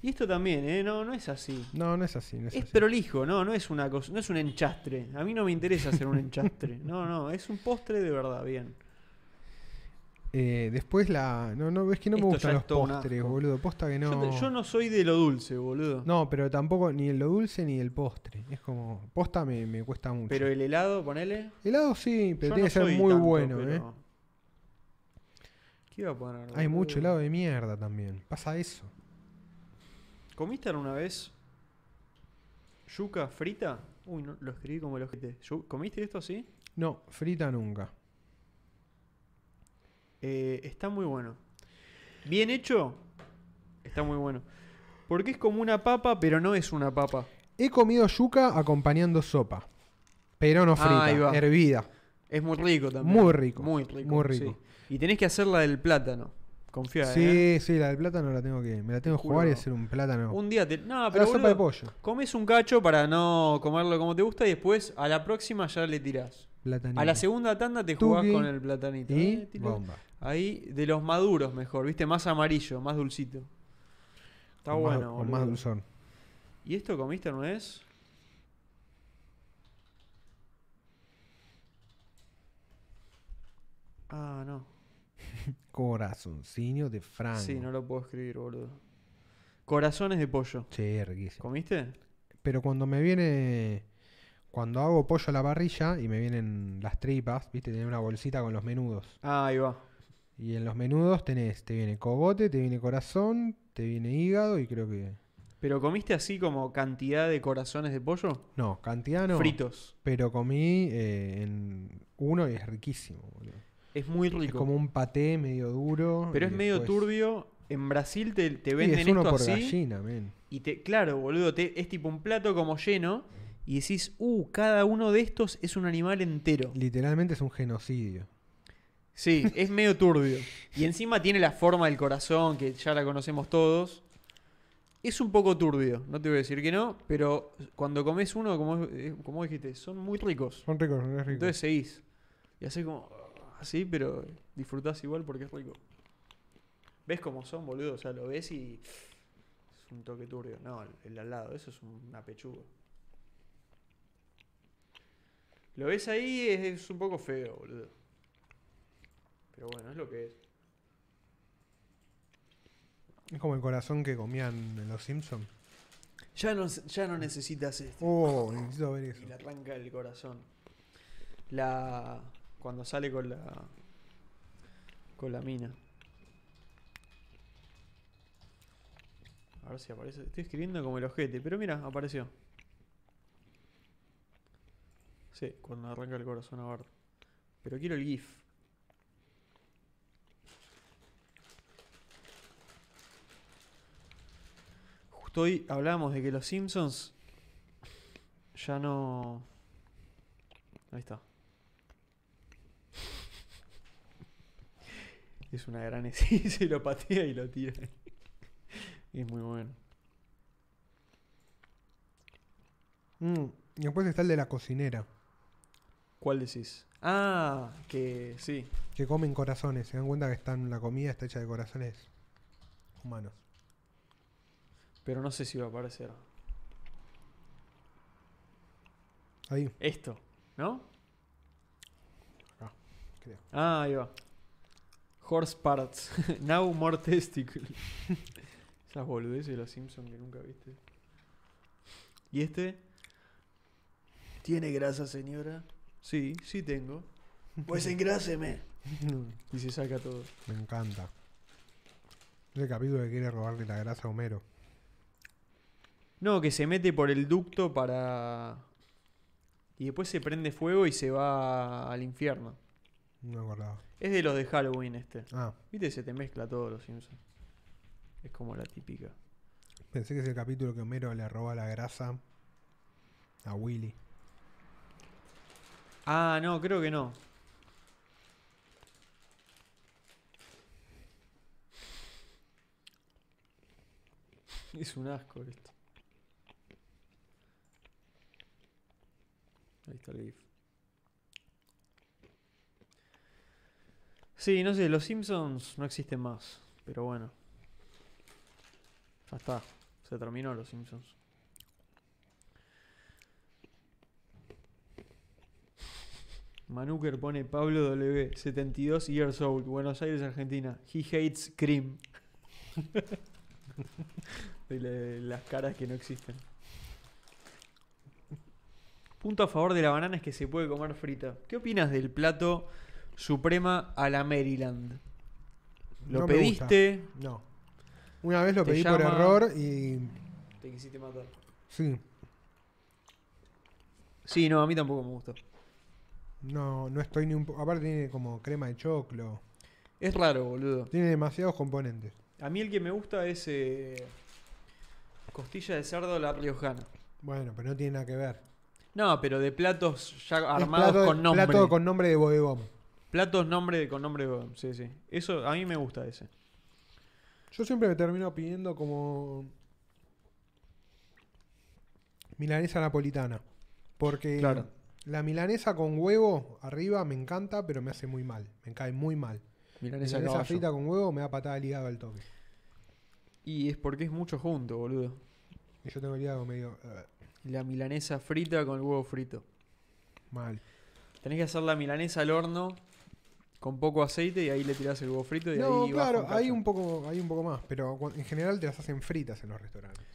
Speaker 1: Y esto también, ¿eh? No, no es así.
Speaker 2: No, no es así. No es
Speaker 1: Es
Speaker 2: así.
Speaker 1: prolijo, no, no es una cosa, no es un enchastre. A mí no me interesa hacer un enchastre. No, no, es un postre de verdad, bien.
Speaker 2: Eh, después la. No, no, es que no me
Speaker 1: Esto ya
Speaker 2: gustan
Speaker 1: es
Speaker 2: los
Speaker 1: todo un
Speaker 2: postres,
Speaker 1: asco.
Speaker 2: boludo. Posta que no.
Speaker 1: Yo, yo no soy de lo dulce, boludo.
Speaker 2: No, pero tampoco ni lo dulce ni el postre. Es como. Posta me, me cuesta mucho.
Speaker 1: Pero el helado, ponele.
Speaker 2: Helado sí, pero
Speaker 1: yo
Speaker 2: tiene
Speaker 1: no
Speaker 2: que ser
Speaker 1: soy
Speaker 2: muy
Speaker 1: tanto,
Speaker 2: bueno,
Speaker 1: pero-
Speaker 2: eh.
Speaker 1: ¿Qué iba a poner?
Speaker 2: Hay
Speaker 1: boludo?
Speaker 2: mucho helado de mierda también. Pasa eso.
Speaker 1: ¿Comiste alguna vez yuca frita? Uy, no, lo escribí como lo escribiste. ¿Comiste esto así?
Speaker 2: No, frita nunca.
Speaker 1: Eh, está muy bueno. Bien hecho, está muy bueno. Porque es como una papa, pero no es una papa.
Speaker 2: He comido yuca acompañando sopa. Pero no
Speaker 1: Ah, ahí
Speaker 2: frita,
Speaker 1: va.
Speaker 2: hervida.
Speaker 1: Es muy rico también.
Speaker 2: Muy rico,
Speaker 1: Muy rico.
Speaker 2: muy rico.
Speaker 1: sí. Y tenés que hacer la del plátano. Confía, eh.
Speaker 2: Sí, sí, la del plátano la tengo que. Me la tengo que
Speaker 1: juro.
Speaker 2: jugar y hacer un plátano.
Speaker 1: Un día te. No,
Speaker 2: A
Speaker 1: pero.
Speaker 2: la sopa de
Speaker 1: boludo,
Speaker 2: pollo.
Speaker 1: Comes un cacho para no comerlo como te gusta y después a la próxima ya le tirás.
Speaker 2: Platanito.
Speaker 1: A la segunda tanda te jugás
Speaker 2: Tuki.
Speaker 1: con el platanito.
Speaker 2: Y
Speaker 1: Eh, tirá.
Speaker 2: bomba.
Speaker 1: Ahí, de los maduros mejor, ¿viste? Más amarillo, más dulcito. Está
Speaker 2: Con más-
Speaker 1: bueno.
Speaker 2: con más
Speaker 1: boludo.
Speaker 2: dulzón.
Speaker 1: ¿Y esto comiste no es? Ah, no.
Speaker 2: Corazoncillo de frango.
Speaker 1: Sí, no lo puedo escribir, boludo. Corazones de pollo.
Speaker 2: Sí, riquísimo.
Speaker 1: ¿Comiste?
Speaker 2: Pero cuando me viene. Cuando hago pollo a la parrilla y me vienen las tripas, ¿viste? Tenés una bolsita con los menudos.
Speaker 1: Ah, ahí va.
Speaker 2: Y en los menudos tenés, te viene cogote, te viene corazón, te viene hígado y creo que.
Speaker 1: ¿Pero comiste así como cantidad de corazones de pollo?
Speaker 2: No, cantidad no.
Speaker 1: Fritos.
Speaker 2: Pero comí eh, en uno y es riquísimo, boludo.
Speaker 1: Es muy
Speaker 2: Es
Speaker 1: rico.
Speaker 2: como un paté medio duro.
Speaker 1: Pero
Speaker 2: y
Speaker 1: es medio
Speaker 2: después-
Speaker 1: turbio. En Brasil te, te
Speaker 2: Sí,
Speaker 1: venden
Speaker 2: es uno
Speaker 1: esto
Speaker 2: por
Speaker 1: así.
Speaker 2: gallina, men.
Speaker 1: Y te, claro, boludo, te- es tipo un plato como lleno. Y decís, uh, cada uno de estos es un animal entero.
Speaker 2: Literalmente es un genocidio.
Speaker 1: Sí, es medio turbio. Y encima tiene la forma del corazón, que ya la conocemos todos. Es un poco turbio, no te voy a decir que no, pero cuando comes uno, como, eh, como dijiste, son muy ricos.
Speaker 2: Son ricos, son ricos.
Speaker 1: Entonces seguís. Y haces como así, pero disfrutás igual porque es rico. ¿Ves cómo son, boludo? O sea, lo ves y es un toque turbio. No, el- el al lado, eso es una pechuga. Lo ves ahí, es, es un poco feo, boludo. Pero bueno, es lo que es.
Speaker 2: Es como el corazón que comían en los Simpsons.
Speaker 1: Ya no, ya no necesitas eh, esto.
Speaker 2: Oh, necesito ver eso.
Speaker 1: Y le arranca el corazón. La. Cuando sale con la. Con la mina. A ver si aparece. Estoy escribiendo como el ojete, pero mira, apareció. Sí, cuando arranca el corazón a ver. Pero quiero el GIF. Justo hoy hablamos de que los Simpsons ya no. Ahí está. Es una gran esencia, se lo patea y lo tira. Es muy bueno.
Speaker 2: Mm, Y después está el de la cocinera,
Speaker 1: ¿Cuál decís? Ah, que sí.
Speaker 2: que comen corazones. Se dan cuenta que están, la comida está hecha de corazones humanos.
Speaker 1: Pero no sé si va a aparecer.
Speaker 2: Ahí,
Speaker 1: Esto, ¿no?
Speaker 2: Acá, creo.
Speaker 1: Ah, ahí va. Horse parts. Now more testicle. Esas boludeces de los Simpsons que nunca viste. ¿Y este? ¿Tiene grasa, señora? Sí, sí tengo. Pues engráseme. Y se saca todo.
Speaker 2: me encanta. Es el capítulo que quiere robarle la grasa a Homero.
Speaker 1: No, que se mete por el ducto para... Y después se prende fuego y se va al infierno.
Speaker 2: No me acordaba.
Speaker 1: Es de los de Halloween este.
Speaker 2: Ah,
Speaker 1: Viste, se te mezcla todo los Simpsons. Es como la típica.
Speaker 2: pensé que es el capítulo que Homero le roba la grasa a Willy.
Speaker 1: Ah, no, creo que no. Es un asco esto. Ahí está el GIF. Sí, no sé, los Simpsons no existen más, pero bueno. Ya está, se terminó los Simpsons. Manuker pone Pablo W, 72 years old, Buenos Aires, Argentina. He hates cream. De la- las caras que no existen. Punto a favor de la banana es que se puede comer frita. ¿Qué opinas del plato Suprema a la Maryland? ¿Lo
Speaker 2: No me gusta.
Speaker 1: pediste?
Speaker 2: No. Una vez lo
Speaker 1: Te
Speaker 2: pedí por
Speaker 1: llama-
Speaker 2: error y.
Speaker 1: Te quisiste matar.
Speaker 2: Sí,
Speaker 1: Sí, no, a mí tampoco me gustó.
Speaker 2: no, no estoy ni un poco. Aparte, tiene como crema de choclo.
Speaker 1: Es raro, boludo.
Speaker 2: Tiene demasiados componentes.
Speaker 1: A mí el que me gusta es eh, costilla de cerdo a la riojana.
Speaker 2: Bueno, pero no tiene nada que ver.
Speaker 1: No, pero de platos ya
Speaker 2: Es
Speaker 1: armados
Speaker 2: plato-
Speaker 1: con nombre.
Speaker 2: Plato con nombre de bodegón.
Speaker 1: Platos nombre con nombre de bodegón, sí, sí. Eso a mí me gusta ese.
Speaker 2: Yo siempre me termino pidiendo como. Milanesa napolitana. Porque
Speaker 1: Claro.
Speaker 2: la milanesa con huevo arriba me encanta, pero me hace muy mal. Me cae muy mal.
Speaker 1: Milanesa, de
Speaker 2: Esa
Speaker 1: caballo.
Speaker 2: frita con huevo me da patada al hígado al toque.
Speaker 1: Y es porque es mucho junto, boludo.
Speaker 2: Y yo tengo el hígado medio. eh,
Speaker 1: La milanesa frita con el huevo frito.
Speaker 2: mal.
Speaker 1: Tenés que hacer la milanesa al horno con poco aceite y ahí le tirás el huevo frito y
Speaker 2: No,
Speaker 1: ahí baja
Speaker 2: claro,
Speaker 1: un
Speaker 2: hay
Speaker 1: cacho.
Speaker 2: un poco, hay un poco más, pero cu- en general te las hacen fritas en los restaurantes.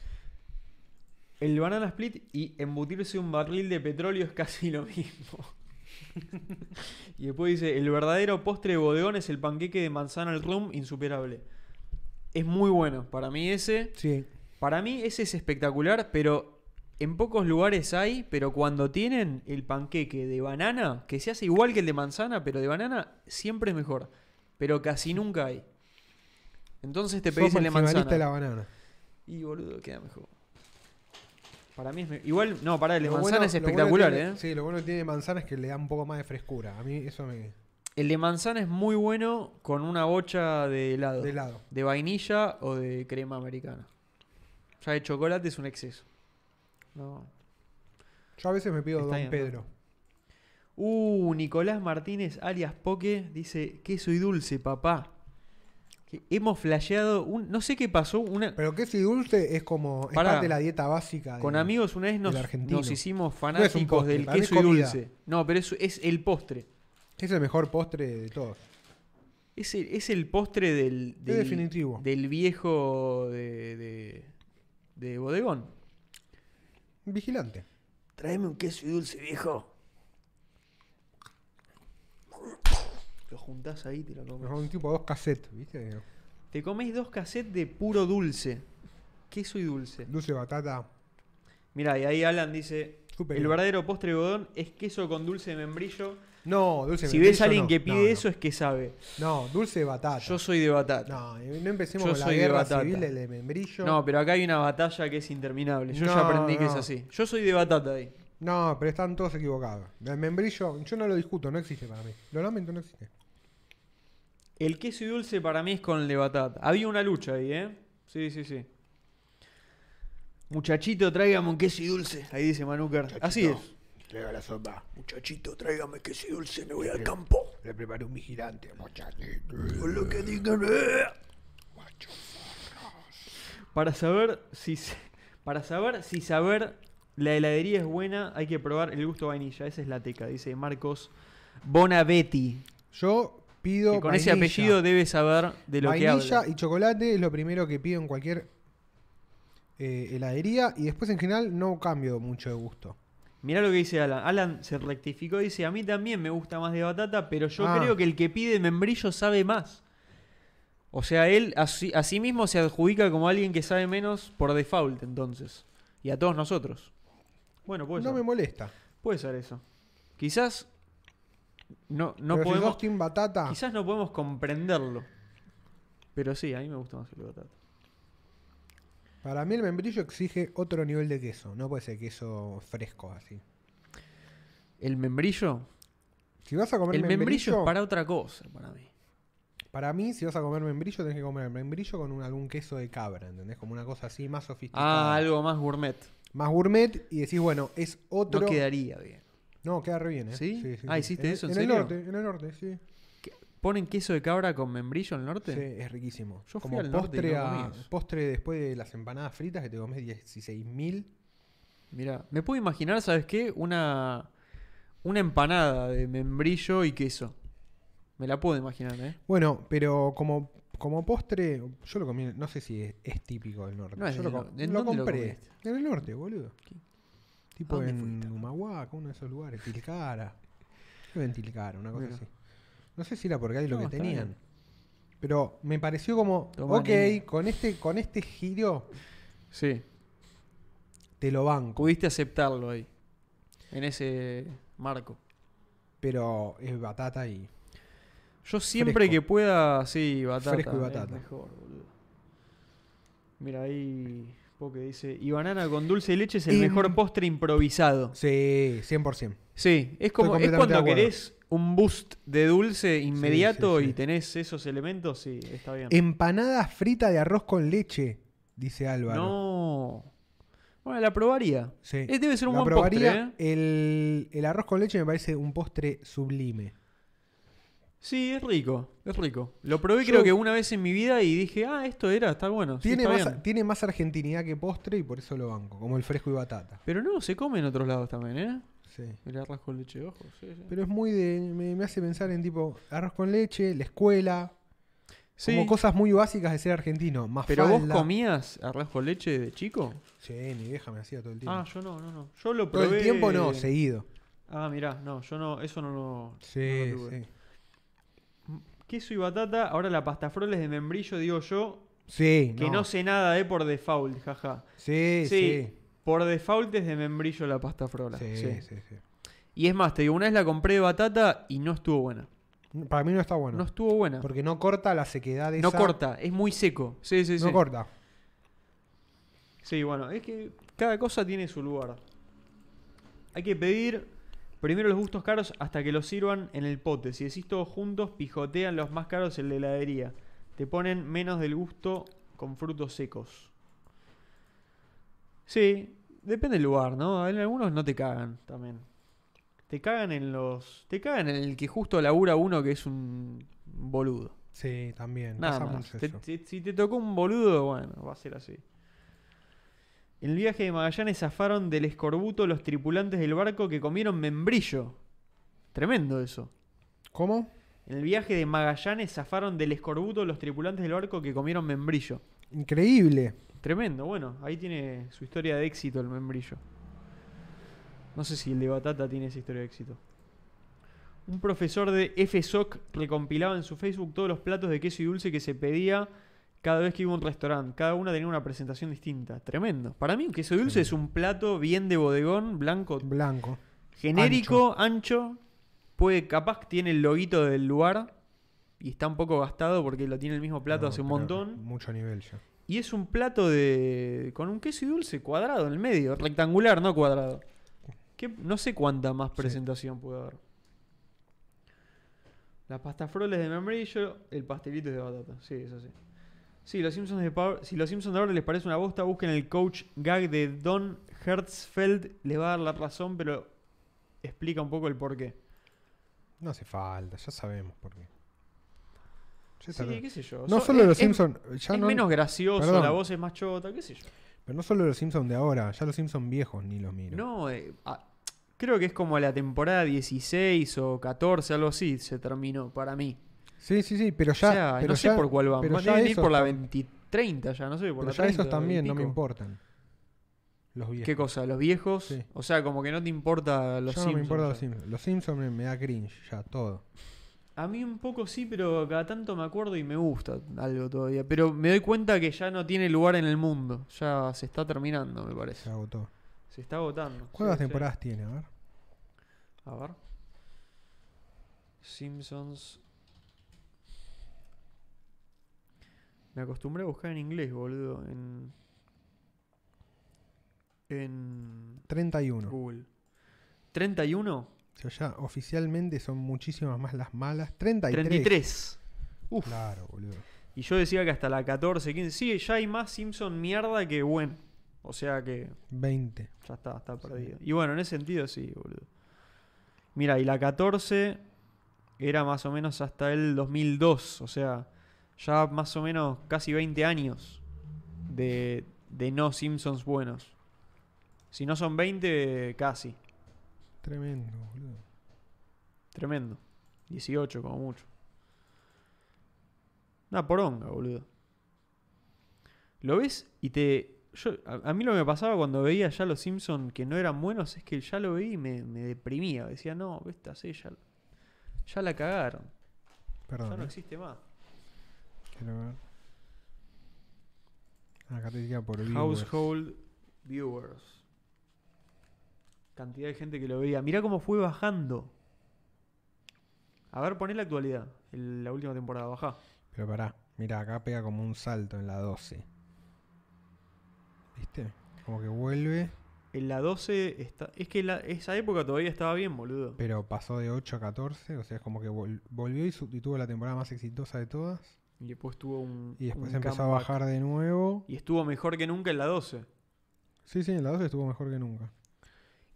Speaker 1: El banana split y embutirse un barril de petróleo es casi lo mismo. y después dice, el verdadero postre de bodegón es el panqueque de manzana al rum insuperable. Es muy bueno. Para mí ese,
Speaker 2: Sí.
Speaker 1: para mí ese es espectacular, pero en pocos lugares hay, pero cuando tienen el panqueque de banana, que se hace igual que el de manzana, pero de banana siempre es mejor. Pero casi nunca hay. Entonces te pedís el de manzana.
Speaker 2: de la banana.
Speaker 1: Y boludo, queda mejor. Para mí es me- igual, no, para Ah, el de
Speaker 2: Lo
Speaker 1: manzana
Speaker 2: bueno-
Speaker 1: es
Speaker 2: lo bueno
Speaker 1: espectacular,
Speaker 2: que tiene-
Speaker 1: ¿eh?
Speaker 2: Sí, lo bueno que tiene manzana es que le da un poco más de frescura. A mí eso me.
Speaker 1: El de manzana es muy bueno con una bocha de helado,
Speaker 2: de
Speaker 1: de,
Speaker 2: lado.
Speaker 1: vainilla o de crema americana. Ya de chocolate es un exceso. No.
Speaker 2: Yo a veces me pido
Speaker 1: Está
Speaker 2: Don
Speaker 1: bien, ¿no?
Speaker 2: Pedro.
Speaker 1: Uh, Nicolás Martínez, alias Poke, dice, queso y dulce, papá. Que hemos flasheado, un, no sé qué pasó, una,
Speaker 2: Pero queso y dulce es como. Es
Speaker 1: Pará.
Speaker 2: parte de la dieta básica. de-
Speaker 1: Con amigos una vez nos,
Speaker 2: del argentino.
Speaker 1: nos hicimos
Speaker 2: es un
Speaker 1: fanáticos
Speaker 2: postre,
Speaker 1: del
Speaker 2: para mí es
Speaker 1: queso y
Speaker 2: comida.
Speaker 1: dulce. No, pero eso es el postre.
Speaker 2: Es el mejor postre de todos.
Speaker 1: Es el, es el postre del, del-
Speaker 2: definitivo.
Speaker 1: del viejo de, de, de bodegón.
Speaker 2: Vigilante.
Speaker 1: Tráeme un queso y dulce, viejo. Lo juntás ahí y te lo comes.
Speaker 2: Mejor un tipo dos cassettes, ¿viste?
Speaker 1: Te comés dos cassettes de puro dulce. Queso y dulce.
Speaker 2: Dulce de batata.
Speaker 1: Mirá, y ahí Alan dice...
Speaker 2: Súper
Speaker 1: El
Speaker 2: bien.
Speaker 1: verdadero postre de bodegón es queso con dulce de membrillo.
Speaker 2: No, dulce de
Speaker 1: si ves
Speaker 2: membrillo
Speaker 1: a alguien
Speaker 2: no.
Speaker 1: que
Speaker 2: No,
Speaker 1: pide
Speaker 2: no.
Speaker 1: eso es que sabe.
Speaker 2: No, dulce de batata.
Speaker 1: Yo soy de batata.
Speaker 2: No, eh, no empecemos
Speaker 1: Yo
Speaker 2: con la
Speaker 1: soy de
Speaker 2: guerra
Speaker 1: batata.
Speaker 2: civil, el de membrillo.
Speaker 1: No, pero acá hay una batalla que es interminable. Yo
Speaker 2: No,
Speaker 1: ya aprendí que
Speaker 2: no.
Speaker 1: es así. Yo soy de batata ahí.
Speaker 2: No, pero están todos equivocados. El membrillo, yo no lo discuto, no existe para mí. Lo lamento, no existe.
Speaker 1: El queso y dulce para mí es con el de batata. Había una lucha ahí, ¿eh? Sí, sí, sí. Muchachito, tráigame un queso y dulce. Ahí dice Manucar. Así es.
Speaker 2: Traiga la sopa.
Speaker 3: Muchachito, tráigame queso y dulce, me voy al campo.
Speaker 2: Le preparo un vigilante, muchachito.
Speaker 3: Con lo que digan. eh.
Speaker 1: Para saber si se- para saber si saber la heladería es buena, hay que probar el gusto vainilla. Esa es la teca, dice Marcos Bonavetti.
Speaker 2: Yo pido.
Speaker 1: Que con ese
Speaker 2: vainilla.
Speaker 1: apellido debe saber de lo que
Speaker 2: vainilla
Speaker 1: habla.
Speaker 2: y chocolate es lo primero que pido en cualquier eh, heladería. Y después, en general, no cambio mucho de gusto.
Speaker 1: Mirá lo que dice Alan. Alan se rectificó, dice, a mí también me gusta más de batata, pero yo
Speaker 2: Ah.
Speaker 1: creo que el que pide membrillo sabe más. O sea, él así- a sí mismo se adjudica como alguien que sabe menos por default, entonces. Y a todos nosotros. Bueno, puede
Speaker 2: no
Speaker 1: ser.
Speaker 2: me molesta.
Speaker 1: puede ser eso. Quizás no, no
Speaker 2: Pero si
Speaker 1: podemos.
Speaker 2: sos team batata.
Speaker 1: Quizás no podemos comprenderlo. Pero sí, a mí me gusta más el de batata.
Speaker 2: Para mí, el membrillo exige otro nivel de queso. No puede ser queso fresco así.
Speaker 1: El membrillo.
Speaker 2: Si vas a comer
Speaker 1: El membrillo,
Speaker 2: membrillo,
Speaker 1: es para otra cosa para mí.
Speaker 2: Para mí, si vas a comer membrillo, tenés que comer membrillo con un- algún queso de cabra, ¿entendés? Como una cosa así más sofisticada.
Speaker 1: Ah, algo más gourmet.
Speaker 2: Más gourmet y decís, bueno, es otro.
Speaker 1: No quedaría bien.
Speaker 2: No, queda re bien, ¿eh?
Speaker 1: ¿Sí? Ah, ¿hiciste
Speaker 2: En-
Speaker 1: eso, en
Speaker 2: En,
Speaker 1: serio?
Speaker 2: el norte, en el norte, sí.
Speaker 1: ¿Ponen queso de cabra con membrillo en el
Speaker 2: Sí,
Speaker 1: norte?
Speaker 2: es riquísimo.
Speaker 1: Yo fui
Speaker 2: Como
Speaker 1: al norte y
Speaker 2: postre,
Speaker 1: no
Speaker 2: a-
Speaker 1: comí eso.
Speaker 2: postre después de las empanadas fritas que te comes 16.000.
Speaker 1: Mira, me puedo imaginar, ¿sabes qué? Una, una empanada de membrillo y queso. Me la puedo imaginar, ¿eh?
Speaker 2: Bueno, pero como, como postre, yo lo comí, no sé si es, es típico del norte.
Speaker 1: No es
Speaker 2: yo
Speaker 1: del
Speaker 2: lo,
Speaker 1: norte.
Speaker 2: com-
Speaker 1: ¿En
Speaker 2: lo
Speaker 1: dónde lo
Speaker 2: compré.
Speaker 1: comiste?
Speaker 2: en el norte, boludo.
Speaker 1: ¿Qué? ¿A
Speaker 2: Tipo
Speaker 1: dónde
Speaker 2: en
Speaker 1: fuiste?
Speaker 2: Humahuaca, uno de esos lugares, Tilcara. Creo que en Tilcara, una cosa
Speaker 1: Mira.
Speaker 2: así. No sé si era porque ahí lo
Speaker 1: No,
Speaker 2: que
Speaker 1: está
Speaker 2: tenían.
Speaker 1: bien.
Speaker 2: Pero me pareció como,
Speaker 1: Toma,
Speaker 2: ok,
Speaker 1: nene.
Speaker 2: con este, con este giro
Speaker 1: Sí.
Speaker 2: te lo banco.
Speaker 1: Pudiste aceptarlo ahí. En ese marco.
Speaker 2: Pero es batata y.
Speaker 1: Yo siempre
Speaker 2: Fresco.
Speaker 1: que pueda, sí, batata.
Speaker 2: Fresco y
Speaker 1: es
Speaker 2: batata.
Speaker 1: mejor, boludo. Mira, ahí Poke dice, y banana con dulce de leche es el
Speaker 2: Im-
Speaker 1: mejor postre improvisado.
Speaker 2: Sí, 100%.
Speaker 1: Sí, es como es
Speaker 2: completamente de
Speaker 1: cuando
Speaker 2: acuerdo.
Speaker 1: querés un boost de dulce inmediato
Speaker 2: sí.
Speaker 1: y tenés esos elementos, sí, está bien.
Speaker 2: Empanada frita de arroz con leche, dice Álvaro.
Speaker 1: no. Bueno, la probaría.
Speaker 2: Sí.
Speaker 1: Eh, debe ser un
Speaker 2: La
Speaker 1: buen postre,
Speaker 2: probaría.
Speaker 1: ¿eh?
Speaker 2: el, el arroz con leche me parece un postre sublime.
Speaker 1: Sí, es rico, es rico. Lo probé creo
Speaker 2: Yo-
Speaker 1: que una vez en mi vida y dije, ah, esto era, está bueno. sí,
Speaker 2: Tiene,
Speaker 1: está
Speaker 2: más,
Speaker 1: bien".
Speaker 2: tiene más argentinidad que postre y por eso lo banco, como el fresco y batata.
Speaker 1: Pero no, se come en otros lados también, ¿eh?
Speaker 2: Sí.
Speaker 1: El arroz con leche de ojo, sí, sí.
Speaker 2: Pero es muy de. Me, me hace pensar en tipo arroz con leche, la escuela.
Speaker 1: Sí,
Speaker 2: Como cosas muy básicas de ser argentino. Más
Speaker 1: pero vos comías arroz con leche de chico.
Speaker 2: Sí, mi vieja me hacía todo el tiempo.
Speaker 1: Ah, yo no, no, no. Yo lo
Speaker 2: todo
Speaker 1: probé.
Speaker 2: el tiempo no, seguido.
Speaker 1: Ah, mirá, no, yo no, eso no lo.
Speaker 2: Sí,
Speaker 1: no lo tuve.
Speaker 2: sí.
Speaker 1: Queso y batata, ahora la pasta froles de membrillo, digo yo,
Speaker 2: Sí,
Speaker 1: que no, sé nada, eh, por default, jaja.
Speaker 2: Sí, sí.
Speaker 1: Por default es de membrillo la pasta frola.
Speaker 2: Sí,
Speaker 1: sí.
Speaker 2: sí, sí.
Speaker 1: Y es más, te digo, una vez la compré de batata y no estuvo buena.
Speaker 2: Para mí no está bueno.
Speaker 1: No estuvo buena.
Speaker 2: porque no corta la sequedad de
Speaker 1: No
Speaker 2: esa-
Speaker 1: corta, es muy seco. Sí, sí,
Speaker 2: No
Speaker 1: sí.
Speaker 2: corta.
Speaker 1: Sí, bueno, es que cada cosa tiene su lugar. Hay que pedir primero los gustos caros hasta que los sirvan en el pote. Si decís todos juntos, pijotean los más caros en la heladería. Te ponen menos del gusto con frutos secos. Sí, depende del lugar, ¿no? En algunos no te cagan también. Te cagan en los. Te cagan en el que justo labura uno que es un boludo.
Speaker 2: Sí, también.
Speaker 1: Nada
Speaker 2: pasa
Speaker 1: más.
Speaker 2: mucho
Speaker 1: Te-
Speaker 2: eso.
Speaker 1: te- si te tocó un boludo, bueno, va a ser así. En el viaje de Magallanes zafaron del escorbuto los tripulantes del barco que comieron membrillo. Tremendo eso.
Speaker 2: ¿Cómo?
Speaker 1: En el viaje de Magallanes zafaron del escorbuto los tripulantes del barco que comieron membrillo.
Speaker 2: Increíble.
Speaker 1: Tremendo, bueno, ahí tiene su historia de éxito el membrillo. No sé si el de Batata tiene esa historia de éxito. Un profesor de FSOC recompilaba en su Facebook todos los platos de queso y dulce que se pedía cada vez que iba a un restaurante. Cada una tenía una presentación distinta. Tremendo. Para mí, un queso y dulce es un plato bien de bodegón, blanco,
Speaker 2: Blanco.
Speaker 1: genérico, ancho. Puede, capaz que tiene el loguito del lugar y está un poco gastado porque lo tiene el mismo plato
Speaker 2: No,
Speaker 1: hace un
Speaker 2: pero
Speaker 1: montón.
Speaker 2: Mucho nivel ya.
Speaker 1: Y es un plato de. con un queso y dulce cuadrado en el medio, rectangular, no cuadrado. Que no sé cuánta más presentación puede haber. Las pastas froles de membrillo, el pastelito es de batata. Sí, eso sí. Sí, los Simpsons de pa- si los Simpsons de ahora les parece una bosta, busquen el coach gag de Don Hertzfeld. Les va a dar la razón, pero explica un poco el porqué.
Speaker 2: No hace falta, ya sabemos por qué. Ya
Speaker 1: Sí,
Speaker 2: sabemos.
Speaker 1: qué sé yo.
Speaker 2: no
Speaker 1: So-
Speaker 2: solo
Speaker 1: es-
Speaker 2: los
Speaker 1: es-
Speaker 2: Simpsons.
Speaker 1: Es menos gracioso,
Speaker 2: Perdón.
Speaker 1: la voz es más chota, qué sé yo.
Speaker 2: Pero no solo los Simpsons de ahora, ya los Simpsons viejos ni los miro.
Speaker 1: No, eh, ah, creo que es como la temporada 16 o 14, algo así, se terminó para mí.
Speaker 2: Sí, sí, sí, pero ya.
Speaker 1: o sea,
Speaker 2: pero
Speaker 1: no sé
Speaker 2: ya-
Speaker 1: por cuál van.
Speaker 2: Pero
Speaker 1: Van
Speaker 2: ya
Speaker 1: a ir
Speaker 2: esos
Speaker 1: por la
Speaker 2: tam-
Speaker 1: 20, 30 ya, no sé, por la
Speaker 2: pero ya
Speaker 1: 30,
Speaker 2: esos también no me
Speaker 1: pico.
Speaker 2: importan. Los viejos.
Speaker 1: ¿Qué cosa? ¿Los viejos?
Speaker 2: Sí.
Speaker 1: O sea, como que no te importa los
Speaker 2: ya
Speaker 1: Simpsons.
Speaker 2: no me importan
Speaker 1: ya.
Speaker 2: los Simpsons. Los Simpsons me, me da cringe, ya, todo.
Speaker 1: A mí un poco sí, pero cada tanto me acuerdo y me gusta algo todavía. Pero me doy cuenta que ya no tiene lugar en el mundo. Ya se está terminando, me
Speaker 2: Se
Speaker 1: parece.
Speaker 2: agotó.
Speaker 1: Se está agotando.
Speaker 2: ¿Cuántas
Speaker 1: Sí, sí.
Speaker 2: temporadas tiene? A ver.
Speaker 1: A ver. Simpsons. Me acostumbré a buscar en inglés, boludo. En. En.
Speaker 2: 31.
Speaker 1: Google. ¿31?
Speaker 2: O sea, ya oficialmente son muchísimas más las malas. 33.
Speaker 1: 33. Uf.
Speaker 2: Claro, boludo.
Speaker 1: Y yo decía que hasta la 14, 15. Sí, ya hay más Simpson mierda que bueno. O sea que
Speaker 2: 20.
Speaker 1: ya está, está perdido. Y bueno, en ese sentido sí, boludo. Mira, y la 14 era más o menos hasta el 2002, o sea, ya más o menos casi 20 años de, de no Simpsons buenos. Si no son 20, casi.
Speaker 2: Tremendo, boludo.
Speaker 1: Tremendo. 18 como mucho. Una poronga, boludo. Lo ves y te... Yo, a, a mí lo que me pasaba cuando veía ya los Simpsons que no eran buenos es que ya lo veía y me, me deprimía. Decía, no, esta sí, ya, ya la cagaron. Ya
Speaker 2: Perdón.
Speaker 1: no
Speaker 2: eh.
Speaker 1: existe más.
Speaker 2: Quiero ver. Ah, Acá te diría por viewers.
Speaker 1: Household viewers. Cantidad de gente que lo veía. Mirá cómo fue bajando. A ver, poné la actualidad. el- la última temporada, bajá.
Speaker 2: Pero pará, mira, acá pega como un salto en la 12. ¿Viste? Como que vuelve,
Speaker 1: En la 12 está. Es que la- esa época todavía estaba bien, boludo.
Speaker 2: pero pasó de 8 a 14. O sea, es como que vol- volvió y, su- y tuvo la temporada más exitosa de todas.
Speaker 1: Y después tuvo un.
Speaker 2: Y después
Speaker 1: un
Speaker 2: empezó a
Speaker 1: comeback.
Speaker 2: bajar de nuevo.
Speaker 1: Y estuvo mejor que nunca en la 12.
Speaker 2: Sí, sí, en la 12 estuvo mejor que nunca.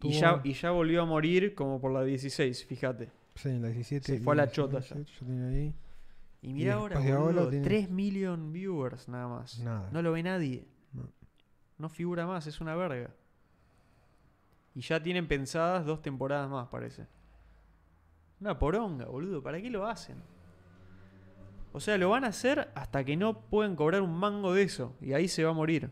Speaker 1: Y
Speaker 2: Tuvo-
Speaker 1: ya, y ya volvió a morir como por la 16, fíjate.
Speaker 2: Sí, en la 17.
Speaker 1: Se
Speaker 2: y
Speaker 1: fue a la chota
Speaker 2: 17, Yo tenía ahí.
Speaker 1: Y
Speaker 2: Y
Speaker 1: mira ahora,
Speaker 2: después de ahora
Speaker 1: boludo,
Speaker 2: tiene-
Speaker 1: 3 million viewers nada más.
Speaker 2: Nada.
Speaker 1: No lo ve nadie.
Speaker 2: No.
Speaker 1: No figura más, es una verga. Y ya tienen pensadas dos temporadas más, parece. Una poronga, boludo. ¿Para qué lo hacen? O sea, lo van a hacer hasta que no pueden cobrar un mango de eso. Y ahí se va a morir.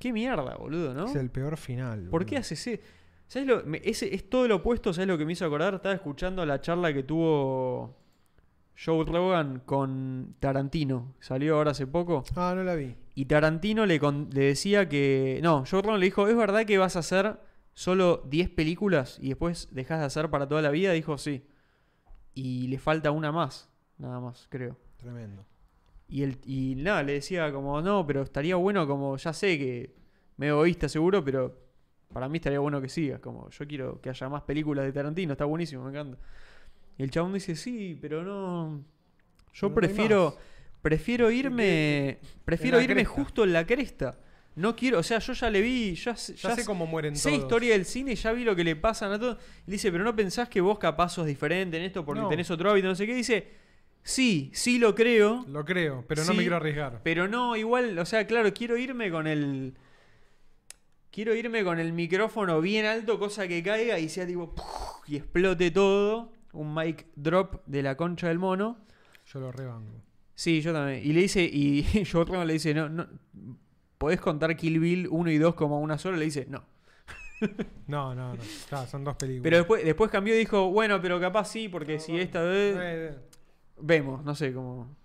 Speaker 1: Qué mierda, boludo, ¿no?
Speaker 2: Es el peor final.
Speaker 1: ¿Por qué
Speaker 2: boludo.
Speaker 1: haces eso? ¿Sabes lo? me- ese es todo lo opuesto, ¿sabes lo que me hizo acordar? Estaba escuchando la charla que tuvo Joe Rogan con Tarantino. Salió ahora hace poco.
Speaker 2: Ah, no la vi.
Speaker 1: Y Tarantino le, con- le decía que. No, Joe Rogan le dijo: ¿Es verdad que vas a hacer solo 10 películas y después dejas de hacer para toda la vida? Dijo: Sí. Y le falta una más, nada más, creo.
Speaker 2: Tremendo.
Speaker 1: Y, el, y nada, le decía como, no, pero estaría bueno como, ya sé que me egoísta seguro, pero para mí estaría bueno que sigas, como yo quiero que haya más películas de Tarantino, está buenísimo, me encanta. Y el chabón dice, sí, pero no... Yo
Speaker 2: Pero no hay
Speaker 1: prefiero,
Speaker 2: más.
Speaker 1: prefiero irme, prefiero
Speaker 2: la
Speaker 1: irme
Speaker 2: cresta.
Speaker 1: justo en la cresta. No quiero, o sea, yo ya le vi, ya, sé-
Speaker 2: Ya,
Speaker 1: ya
Speaker 2: sé
Speaker 1: sé-
Speaker 2: cómo mueren
Speaker 1: sé
Speaker 2: todos.
Speaker 1: historia del cine, ya vi lo que le pasan a todos. Y le dice, pero no pensás que vos capaz sos diferente en esto porque
Speaker 2: No.
Speaker 1: tenés otro hábito, no sé qué. Dice, sí, sí lo creo.
Speaker 2: Lo creo, pero no
Speaker 1: Sí.
Speaker 2: me quiero arriesgar.
Speaker 1: Pero no, igual, o sea, claro, quiero irme con el. Quiero irme con el micrófono bien alto, cosa que caiga y sea tipo. ¡puf! Y explote todo. Un mic drop de la concha del mono.
Speaker 2: Yo lo rebango.
Speaker 1: Sí, yo también. Y le dice. Y Joe Rogan le dice, no, no. ¿Podés contar Kill Bill 1 y 2 como una sola? Le dice, no.
Speaker 2: No, no, no. Claro, son dos películas.
Speaker 1: Pero después, después cambió y dijo, bueno, pero capaz sí, porque
Speaker 2: No,
Speaker 1: si
Speaker 2: bueno.
Speaker 1: esta vez.
Speaker 2: Eh, eh.
Speaker 1: Vemos, no sé cómo.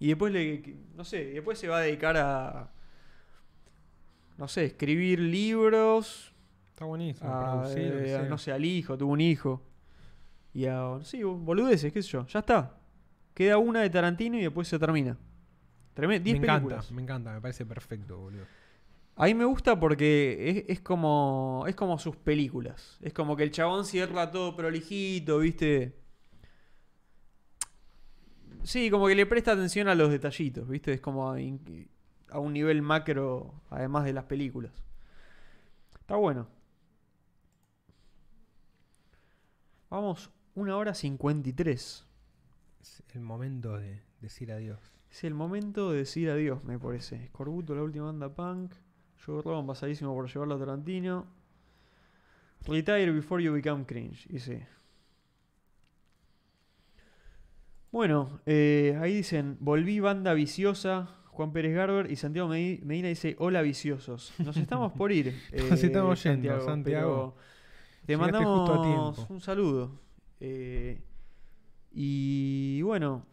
Speaker 1: Y después le. que- No sé, después se va a dedicar a. No sé, escribir libros.
Speaker 2: Está buenísimo.
Speaker 1: A,
Speaker 2: producir, lo que
Speaker 1: eh, a-
Speaker 2: sea.
Speaker 1: no sé, al hijo, tuvo un hijo. Y a. Sí, boludeces, qué sé yo. Ya está. Queda una de Tarantino y después se termina. Tremendo.
Speaker 2: me
Speaker 1: 10
Speaker 2: encanta,
Speaker 1: películas.
Speaker 2: me encanta, me parece perfecto, boludo.
Speaker 1: A mí me gusta porque es, es como. Es como sus películas. Es como que el chabón cierra todo prolijito, ¿viste? Sí, como que le presta atención a los detallitos, ¿viste? Es como a, in- a un nivel macro, además de las películas. Está bueno. Vamos, una hora 53.
Speaker 2: Es el momento de decir adiós.
Speaker 1: Es el momento de decir adiós, me parece. Scorbuto, la última banda punk. Joe Rogan pasadísimo por llevarlo a Tarantino. Retire before you become cringe, y sí. Bueno, eh, ahí dicen, volví banda viciosa, Juan Pérez Garber y Santiago Medi- Medina dice, hola viciosos. Nos estamos por ir. eh,
Speaker 2: Nos estamos yendo, Santiago.
Speaker 1: pero Te
Speaker 2: Llegaste
Speaker 1: mandamos
Speaker 2: justo a tiempo.
Speaker 1: un saludo. Eh, y bueno,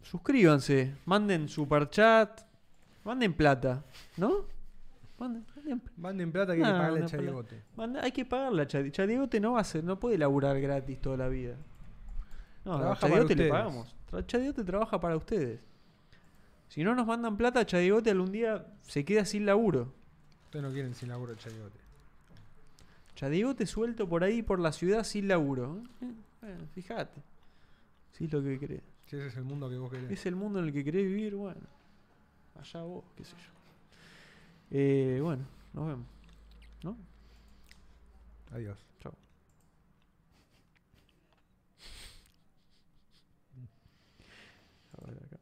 Speaker 1: suscríbanse, manden superchat, manden plata, ¿no? Manden, manden pl-
Speaker 2: Manden plata que hay que
Speaker 1: No,
Speaker 2: pagarle
Speaker 1: no,
Speaker 2: al charigote.
Speaker 1: manda- hay que pagarla, a Chadi- Chadigote no va a ser, no puede laburar gratis toda la vida. No,
Speaker 2: Trabaja
Speaker 1: a
Speaker 2: para
Speaker 1: Chadigote le
Speaker 2: ustedes.
Speaker 1: pagamos. Tra- Chadigote trabaja para ustedes. Si no nos mandan plata, Chadigote algún día se queda sin laburo.
Speaker 2: Ustedes no quieren sin laburo el charigote.
Speaker 1: Chadigote suelto por ahí por la ciudad sin laburo. Eh, bueno, fíjate. Si es lo que crees.
Speaker 2: Si ese es el mundo que vos querés.
Speaker 1: Es el mundo en el que querés vivir, bueno. Allá vos, qué sé yo. Eh, bueno, nos vemos. ¿No?
Speaker 2: Adiós.
Speaker 1: Chao. A ver acá.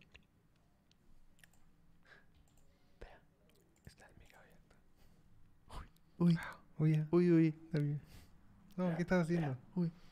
Speaker 2: Está el micro abierto.
Speaker 1: Uy,
Speaker 2: Uy, ya,
Speaker 1: uy, uy.
Speaker 2: está bien. No, ¿qué estás haciendo?
Speaker 1: uy.